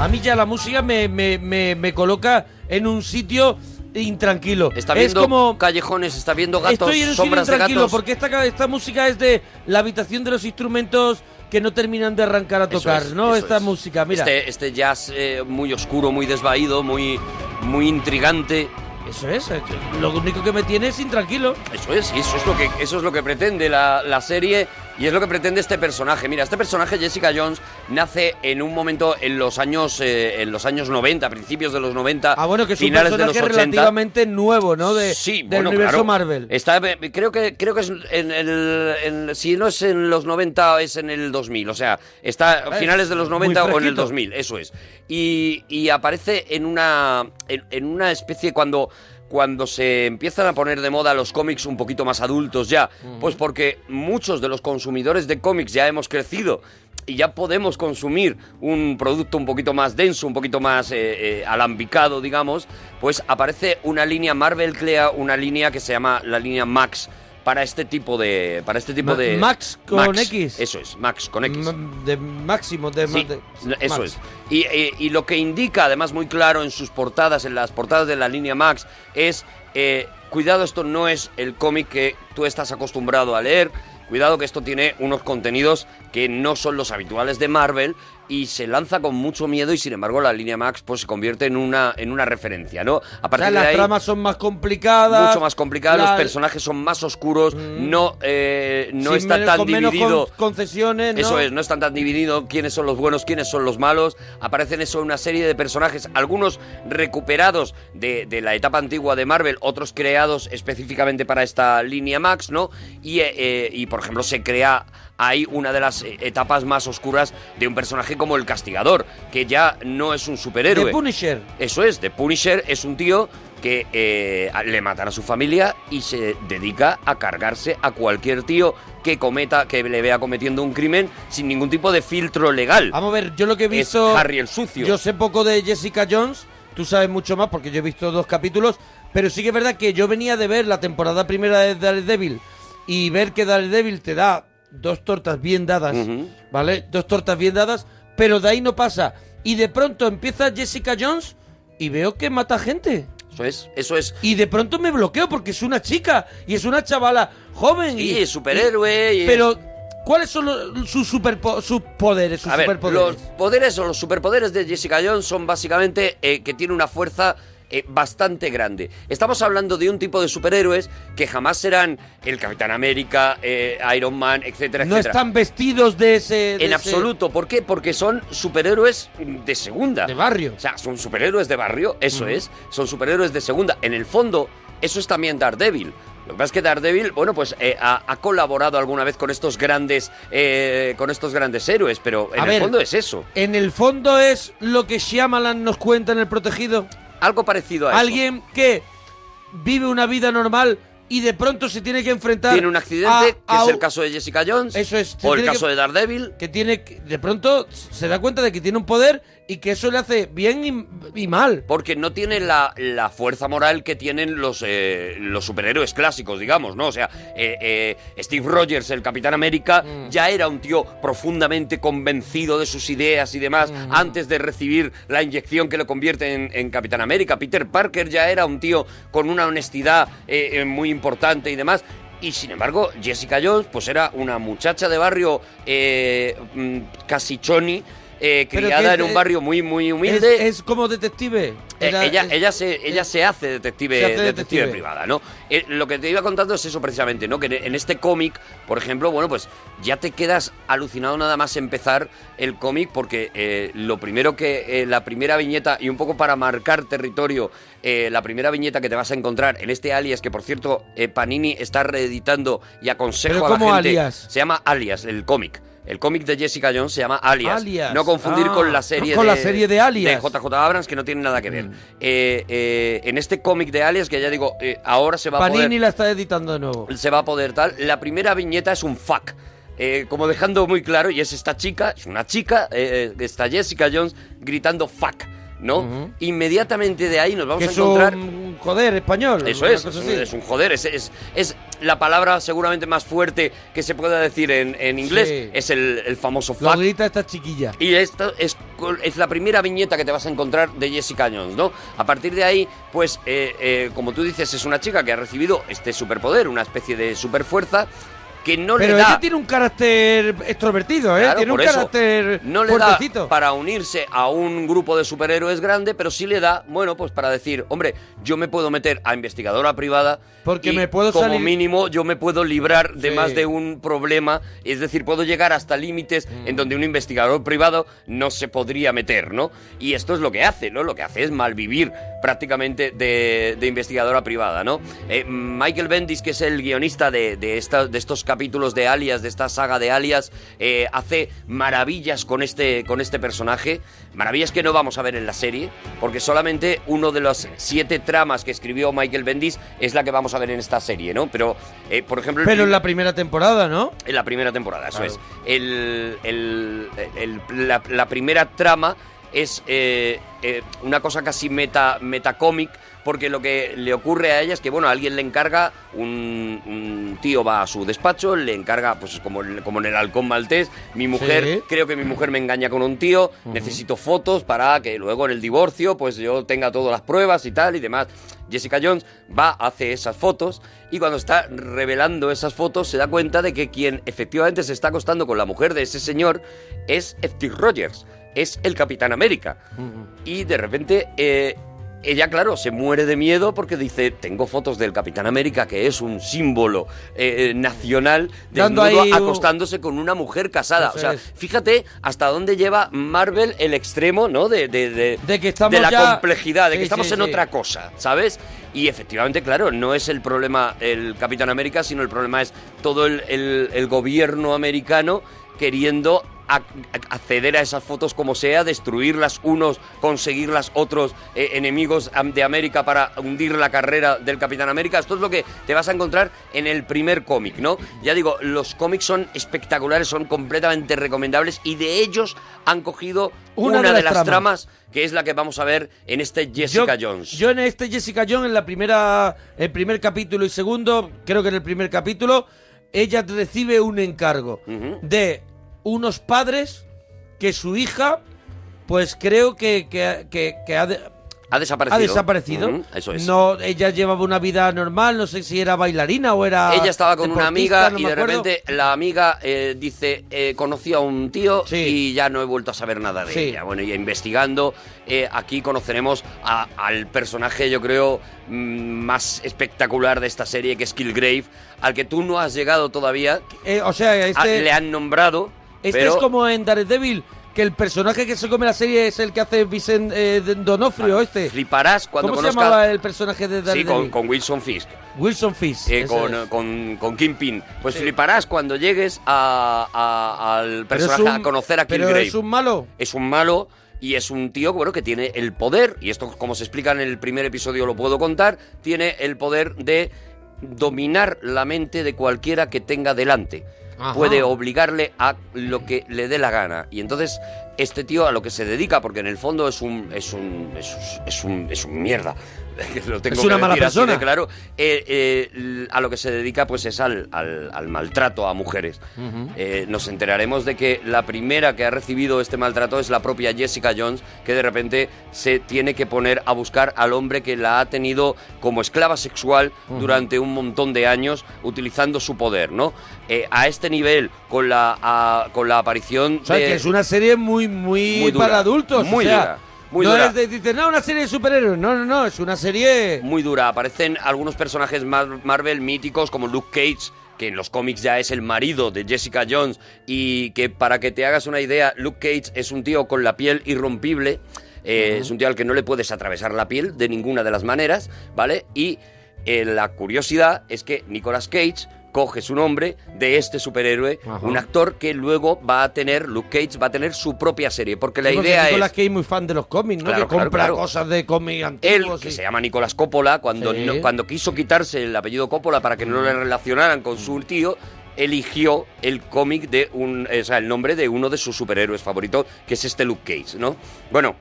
Speaker 2: A mí ya la música me, me, me, me coloca en un sitio intranquilo.
Speaker 3: Está
Speaker 2: es
Speaker 3: viendo
Speaker 2: como
Speaker 3: callejones, está viendo gatos,
Speaker 2: Estoy en un sitio
Speaker 3: sombras de
Speaker 2: tranquilo
Speaker 3: gatos.
Speaker 2: porque esta, ca- esta música es de la habitación de los instrumentos que no terminan de arrancar a
Speaker 3: Eso
Speaker 2: tocar,
Speaker 3: es,
Speaker 2: ¿no?
Speaker 3: eso
Speaker 2: Esta
Speaker 3: es.
Speaker 2: música, mira.
Speaker 3: Este, este jazz eh, muy oscuro, muy desvaído, muy, muy intrigante.
Speaker 2: Eso es, eh, lo único que me tiene es intranquilo.
Speaker 3: Eso es, y eso es lo que, eso es lo que pretende la, la serie. Y es lo que pretende este personaje. Mira, este personaje, Jessica Jones, nace en un momento en los años, eh, en los años 90, principios de los 90,
Speaker 2: Ah, bueno, que es un
Speaker 3: finales de los
Speaker 2: personaje
Speaker 3: 80.
Speaker 2: relativamente nuevo, ¿no? De,
Speaker 3: Sí,
Speaker 2: del
Speaker 3: bueno,
Speaker 2: universo
Speaker 3: claro.
Speaker 2: Marvel.
Speaker 3: Está, eh, creo que creo que es en el, en- si no es en los 90 es en el 2000, o sea, está a
Speaker 2: Eh,
Speaker 3: finales de los
Speaker 2: muy
Speaker 3: 90 o en el
Speaker 2: fresquito.
Speaker 3: 2000, eso es. Y, y aparece en una en, en una especie cuando cuando se empiezan a poner de moda los cómics un poquito más adultos ya,
Speaker 2: Ujú.
Speaker 3: pues porque muchos de los consumidores de cómics ya hemos crecido y ya podemos consumir un producto un poquito más denso, un poquito más eh, eh, alambicado, digamos, pues aparece una línea Marvel crea una línea que se llama la línea Max para este tipo de para este tipo
Speaker 2: Ma-
Speaker 3: de
Speaker 2: Max con X.
Speaker 3: Eso es, Max con X.
Speaker 2: M- De máximo, de,
Speaker 3: Sí,
Speaker 2: de-
Speaker 3: eso
Speaker 2: Max.
Speaker 3: es. Y, eh, y lo que indica, además, muy claro en sus portadas, en las portadas de la línea Max, es, eh, cuidado, esto no es el cómic que tú estás acostumbrado a leer, cuidado que esto tiene unos contenidos que no son los habituales de Marvel y se lanza con mucho miedo y sin embargo la línea Max pues se convierte en una en una referencia, ¿no? A
Speaker 2: O sea,
Speaker 3: partir de
Speaker 2: las
Speaker 3: ahí
Speaker 2: tramas son más complicadas.
Speaker 3: mucho más complicada, los
Speaker 2: la- Mm.
Speaker 3: personajes son más oscuros, no eh, no
Speaker 2: sin
Speaker 3: está
Speaker 2: menos-
Speaker 3: tan
Speaker 2: con menos
Speaker 3: dividido
Speaker 2: con- concesiones, ¿no?
Speaker 3: eso es, no están tan divididos quiénes son los buenos, quiénes son los malos. Aparecen eso una serie de personajes, algunos recuperados de, de la etapa antigua de Marvel, otros creados específicamente para esta línea Max, ¿no? Y, eh, eh, y, por ejemplo, se crea ahí una de las eh, etapas más oscuras de un personaje como el Castigador, que ya no es un superhéroe.
Speaker 2: The Punisher.
Speaker 3: Eso es, The Punisher es un tío que eh, a- le matan a su familia y se dedica a cargarse a cualquier tío que cometa, que le vea cometiendo un crimen sin ningún tipo de filtro legal.
Speaker 2: Vamos a ver, yo lo que he visto.
Speaker 3: Harry el sucio.
Speaker 2: Yo sé poco de Jessica Jones, tú sabes mucho más porque yo he visto dos capítulos, pero sí que es verdad que yo venía de ver la temporada primera de Daredevil y ver que Daredevil te da dos tortas bien dadas, ¿vale? Dos tortas bien dadas, pero de ahí no pasa. Y de pronto empieza Jessica Jones y veo que mata gente.
Speaker 3: Eso es, eso es.
Speaker 2: Y de pronto me bloqueo porque es una chica y es una chavala joven.
Speaker 3: Sí,
Speaker 2: y
Speaker 3: es superhéroe y es-
Speaker 2: Pero, ¿cuáles son los- sus, superpo- sus poderes? Sus
Speaker 3: A ver,
Speaker 2: superpoderes?
Speaker 3: los poderes o los superpoderes de Jessica Jones son básicamente eh, que tiene una fuerza eh, bastante grande. Estamos hablando de un tipo de superhéroes que jamás serán el Capitán América, eh, Iron Man, etcétera,
Speaker 2: No
Speaker 3: etcétera.
Speaker 2: están vestidos de ese. de
Speaker 3: En
Speaker 2: ese-
Speaker 3: absoluto, ¿por qué? Porque son superhéroes de segunda. De
Speaker 2: barrio.
Speaker 3: O sea, son superhéroes de barrio, eso
Speaker 2: Ujú.
Speaker 3: es. Son superhéroes de segunda. En el fondo, eso es también Daredevil. Lo que pasa es que Daredevil, bueno, pues eh, ha, ha colaborado alguna vez con estos grandes, eh, con estos grandes héroes, pero en
Speaker 2: A
Speaker 3: el
Speaker 2: ver.
Speaker 3: fondo es eso.
Speaker 2: En el fondo es lo que Shyamalan nos cuenta en El Protegido.
Speaker 3: Algo parecido a eso.
Speaker 2: Alguien que vive una vida normal y de pronto se tiene que enfrentar.
Speaker 3: Tiene un accidente,
Speaker 2: a-
Speaker 3: que
Speaker 2: a
Speaker 3: es el
Speaker 2: un-
Speaker 3: caso de Jessica Jones.
Speaker 2: Eso es. se
Speaker 3: O el
Speaker 2: tiene
Speaker 3: caso
Speaker 2: que-
Speaker 3: de Daredevil.
Speaker 2: Que tiene. que- De pronto se da cuenta de que tiene un poder y que eso le hace bien y, y mal.
Speaker 3: Porque no tiene la, la fuerza moral que tienen los, eh, los superhéroes clásicos, digamos, ¿no? O sea, eh, eh, Steve Rogers, el Capitán América,
Speaker 2: Mm.
Speaker 3: ya era un tío profundamente convencido de sus ideas y demás
Speaker 2: Mm.
Speaker 3: antes de recibir la inyección que lo convierte en, en Capitán América. Peter Parker ya era un tío con una honestidad eh, eh, muy importante y demás. Y sin embargo, Jessica Jones, pues era una muchacha de barrio eh, mm, casi choni, eh,
Speaker 2: Pero que
Speaker 3: criada
Speaker 2: es
Speaker 3: en un
Speaker 2: de-
Speaker 3: barrio muy, muy
Speaker 2: Es,
Speaker 3: humilde.
Speaker 2: es como detective.
Speaker 3: Eh,
Speaker 2: Era-
Speaker 3: ella,
Speaker 2: es-
Speaker 3: ella, se, ella se hace detective,
Speaker 2: se hace
Speaker 3: detective
Speaker 2: detective.
Speaker 3: privada, ¿no? Eh, lo que te iba contando es eso precisamente, ¿no? Que en- en este cómic, por ejemplo, bueno, pues ya te quedas alucinado nada más empezar el cómic porque eh, lo primero que, eh, la primera viñeta, y un poco para marcar territorio, eh, la primera viñeta que te vas a encontrar en este alias, que por cierto, eh, Panini está reeditando y aconsejo
Speaker 2: ¿Pero
Speaker 3: a la
Speaker 2: cómo
Speaker 3: gente.
Speaker 2: alias?
Speaker 3: Se llama Alias, el cómic. El cómic de Jessica Jones se llama Alias.
Speaker 2: Alias.
Speaker 3: No confundir
Speaker 2: Ah,
Speaker 3: con la serie
Speaker 2: con
Speaker 3: de,
Speaker 2: la serie de Alias.
Speaker 3: de JJ Abrams, que no tiene nada que ver.
Speaker 2: Mm.
Speaker 3: Eh, eh, en este cómic de Alias, que ya digo, eh, ahora se va
Speaker 2: Panini
Speaker 3: a poder.
Speaker 2: la está editando de nuevo.
Speaker 3: Se va a poder tal. La primera viñeta es un fuck. eh, como dejando muy claro, y es esta chica, es una chica, eh, eh, está Jessica Jones gritando fuck, ¿no?
Speaker 2: Ujú.
Speaker 3: Inmediatamente de ahí nos vamos
Speaker 2: Que
Speaker 3: a
Speaker 2: es
Speaker 3: encontrar.
Speaker 2: un joder español.
Speaker 3: Eso
Speaker 2: una
Speaker 3: es,
Speaker 2: cosa
Speaker 3: es
Speaker 2: así.
Speaker 3: un- es un joder, es, es, es la palabra seguramente más fuerte que se pueda decir en, en inglés,
Speaker 2: Sí.
Speaker 3: es el, el famoso
Speaker 2: Lo
Speaker 3: fuck.
Speaker 2: grita esta chiquilla.
Speaker 3: Y esta es, col- es la primera viñeta que te vas a encontrar de Jessica Jones, ¿no? A partir de ahí, pues, eh, eh, como tú dices, es una chica que ha recibido este superpoder, una especie de superfuerza, que no
Speaker 2: Pero
Speaker 3: le da.
Speaker 2: ella tiene un carácter extrovertido, ¿eh?
Speaker 3: Claro,
Speaker 2: tiene un
Speaker 3: por eso,
Speaker 2: carácter
Speaker 3: no le da
Speaker 2: fuertecito.
Speaker 3: para unirse a un grupo de superhéroes grande, pero sí le da, bueno, pues para decir, hombre, yo me puedo meter a investigadora privada
Speaker 2: Porque
Speaker 3: y
Speaker 2: me puedo
Speaker 3: como
Speaker 2: salir-
Speaker 3: mínimo yo me puedo librar de
Speaker 2: Sí.
Speaker 3: más de un problema, es decir, puedo llegar hasta límites en donde un investigador privado no se podría meter, ¿no? Y esto es lo que hace, ¿no? Lo que hace es malvivir prácticamente de, de investigadora privada, ¿no? Eh, Michael Bendis, que es el guionista de, de esta- de estos capítulos de Alias, de esta saga de Alias, eh, hace maravillas con este, con este personaje, maravillas que no vamos a ver en la serie, porque solamente uno de los siete tramas que escribió Michael Bendis es la que vamos a ver en esta serie, ¿no? Pero, eh, por ejemplo... el
Speaker 2: Pero en
Speaker 3: primer-
Speaker 2: la primera temporada, ¿no?
Speaker 3: en la primera temporada, eso
Speaker 2: Claro.
Speaker 3: es. El- el- el- la, la primera trama es eh, eh, una cosa casi meta metacómic, porque lo que le ocurre a ella es que, bueno, alguien le encarga, un, un tío va a su despacho, le encarga, pues como, en- como en el halcón maltés, mi mujer,
Speaker 2: Sí.
Speaker 3: creo que mi mujer me engaña con un tío, necesito fotos para que luego en el divorcio, pues yo tenga todas las pruebas y tal y demás. Jessica Jones va, hace esas fotos y cuando está revelando esas fotos se da cuenta de que quien efectivamente se está acostando con la mujer de ese señor es Steve Rogers, es el Capitán América. Y de repente eh, ella, claro, se muere de miedo porque dice, tengo fotos del Capitán América, que es un símbolo eh, eh, nacional,
Speaker 2: Dando
Speaker 3: desnudo,
Speaker 2: ahí un-
Speaker 3: acostándose con una mujer casada.
Speaker 2: Eso
Speaker 3: o sea,
Speaker 2: es.
Speaker 3: fíjate hasta dónde lleva Marvel el extremo, ¿no? De, de, de-
Speaker 2: que estamos
Speaker 3: de la
Speaker 2: ya-
Speaker 3: complejidad, de
Speaker 2: Sí,
Speaker 3: que estamos
Speaker 2: sí,
Speaker 3: en
Speaker 2: sí.
Speaker 3: otra cosa, ¿sabes? Y efectivamente, claro, no es el problema el Capitán América, sino el problema es todo el, el- el gobierno americano queriendo ac- ac- acceder a esas fotos como sea, destruirlas unos, conseguirlas otros eh, enemigos am- de América para hundir la carrera del Capitán América. Esto es lo que te vas a encontrar en el primer cómic, ¿no? Ya digo, los cómics son espectaculares, son completamente recomendables y de ellos han cogido una, de, las tramas. que es la que vamos a ver en este Jessica Jones.
Speaker 2: Yo en este Jessica Jones, en la primera, el primer capítulo y segundo, creo que en el primer capítulo, ella recibe un encargo de unos padres que su hija, pues creo que, que- que- que ha, de-
Speaker 3: Ha desaparecido.
Speaker 2: ha desaparecido.
Speaker 3: Ujú, eso es.
Speaker 2: No, ella llevaba una vida normal, no sé si era bailarina o era.
Speaker 3: Ella estaba con una
Speaker 2: deportista,
Speaker 3: amiga
Speaker 2: no
Speaker 3: y
Speaker 2: me
Speaker 3: de
Speaker 2: acuerdo.
Speaker 3: repente la amiga eh, dice, eh, conocí a un tío y ya no he vuelto a saber nada de
Speaker 2: Sí.
Speaker 3: ella. Bueno, y investigando, eh, aquí conoceremos a- al personaje, yo creo, mm, más espectacular de esta serie, que es Killgrave, al que tú no has llegado todavía.
Speaker 2: Eh, o sea,
Speaker 3: Ah,
Speaker 2: este.
Speaker 3: le han nombrado.
Speaker 2: Este
Speaker 3: pero-
Speaker 2: es como en Daredevil, que el personaje que se come la serie es el que hace Vicente eh, Donofrio, este.
Speaker 3: Fliparás cuando
Speaker 2: ¿Cómo se
Speaker 3: conozcas-
Speaker 2: llamaba el personaje de
Speaker 3: Sí,
Speaker 2: Daredevil?
Speaker 3: con, con Wilson Fisk.
Speaker 2: Wilson Fisk.
Speaker 3: Eh,
Speaker 2: ese
Speaker 3: con,
Speaker 2: es.
Speaker 3: con, con Kingpin. Pues
Speaker 2: Sí.
Speaker 3: fliparás cuando llegues a- a- al
Speaker 2: Pero es
Speaker 3: personaje, a
Speaker 2: un-
Speaker 3: conocer a
Speaker 2: pero
Speaker 3: Killgrave.
Speaker 2: es un malo.
Speaker 3: es un malo y es un tío bueno, que tiene el poder, y esto como se explica en el primer episodio lo puedo contar, tiene el poder de dominar la mente de cualquiera que tenga delante.
Speaker 2: Ajá.
Speaker 3: Puede obligarle a lo que le dé la gana. Y entonces este tío a lo que se dedica, porque en el fondo es un es un es, un- es un, es un mierda. Lo tengo
Speaker 2: Es una
Speaker 3: que
Speaker 2: mala
Speaker 3: decir así de
Speaker 2: persona.
Speaker 3: claro, Eh, eh, l- a lo que se dedica pues es al- al- al maltrato a mujeres. Eh, nos enteraremos de que la primera que ha recibido este maltrato es la propia Jessica Jones, que de repente se tiene que poner a buscar al hombre que la ha tenido como esclava sexual
Speaker 2: Ujú.
Speaker 3: durante un montón de años, utilizando su poder, ¿no? Eh, a este nivel, con la, a- con la aparición
Speaker 2: O sea,
Speaker 3: de...
Speaker 2: que es una serie muy, muy,
Speaker 3: Muy dura,
Speaker 2: para adultos. o
Speaker 3: muy
Speaker 2: sea,
Speaker 3: dura, muy
Speaker 2: no
Speaker 3: dura.
Speaker 2: es de, dices, no, una serie de superhéroes. No, no, no, es una serie...
Speaker 3: muy dura. Aparecen algunos personajes Mar- Marvel míticos como Luke Cage, que en los cómics ya es el marido de Jessica Jones y que para que te hagas una idea, Luke Cage es un tío con la piel irrompible, eh, es un tío al que no le puedes atravesar la piel de ninguna de las maneras, ¿vale? Y eh, la curiosidad es que Nicolas Cage coge su nombre de este superhéroe,
Speaker 2: Ajá.
Speaker 3: un actor que luego va a tener, Luke Cage va a tener su propia serie, porque la
Speaker 2: Sí, porque
Speaker 3: idea es...
Speaker 2: Nicolas Cage muy fan de los cómics, ¿no?
Speaker 3: Claro,
Speaker 2: que
Speaker 3: claro,
Speaker 2: compra
Speaker 3: claro. Este
Speaker 2: cosas de cómics
Speaker 3: Él,
Speaker 2: antiguos.
Speaker 3: que
Speaker 2: y-
Speaker 3: se llama Nicolás Coppola, cuando,
Speaker 2: Sí. Mm.
Speaker 3: no- cuando quiso quitarse el apellido Coppola para que no le relacionaran con su tío, eligió el cómic de un. eh, O sea, el nombre de uno de sus superhéroes favoritos, que es este Luke Cage, ¿no? Bueno.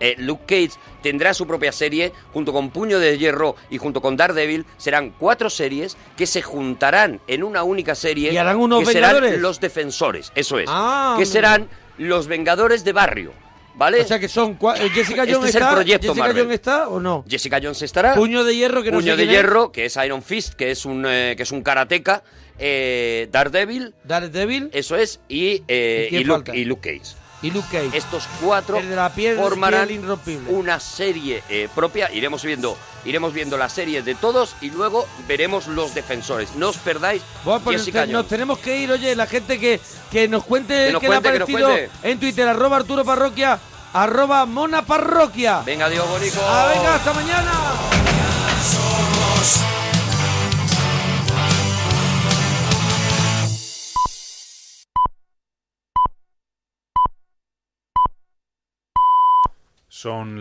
Speaker 3: eh, Luke Cage tendrá su propia serie junto con Puño de Hierro y junto con Daredevil serán cuatro series que se juntarán en una única serie
Speaker 2: ¿Y harán unos
Speaker 3: que serán
Speaker 2: Vengadores?
Speaker 3: los defensores, eso es,
Speaker 2: Ah,
Speaker 3: que
Speaker 2: amigo.
Speaker 3: serán los Vengadores de barrio. ¿Vale?
Speaker 2: O sea que son. cua- eh, Jessica
Speaker 3: Este
Speaker 2: Jones
Speaker 3: es el
Speaker 2: está.
Speaker 3: proyecto
Speaker 2: Jessica
Speaker 3: Marvel.
Speaker 2: Jones está o no.
Speaker 3: Jessica Jones estará.
Speaker 2: Puño de hierro que no
Speaker 3: Puño
Speaker 2: sé
Speaker 3: de
Speaker 2: quién es.
Speaker 3: hierro, que es Iron Fist, que es un eh, que es un karateca. eh, Daredevil.
Speaker 2: Daredevil.
Speaker 3: Eso es. Y, eh,
Speaker 2: ¿Y quién
Speaker 3: y Luke,
Speaker 2: falta?
Speaker 3: y Luke Cage.
Speaker 2: Y Luke Cage.
Speaker 3: Estos cuatro
Speaker 2: El de la piel,
Speaker 3: formarán
Speaker 2: piel irrompible.
Speaker 3: una serie eh, propia. Iremos viendo, iremos viendo las series de todos y luego veremos los defensores. No os perdáis
Speaker 2: Voy a poner-
Speaker 3: Jessica Jones.
Speaker 2: nos tenemos que ir, oye, la gente que, que nos cuente
Speaker 3: Que nos
Speaker 2: qué le ha
Speaker 3: cuente, que nos
Speaker 2: parecido
Speaker 3: cuente.
Speaker 2: en Twitter, arroba Arturo Parroquia, arroba Mona Parroquia.
Speaker 3: Venga, Diego Bonico.
Speaker 2: Ah, venga, hasta mañana.
Speaker 1: Somos
Speaker 21: Son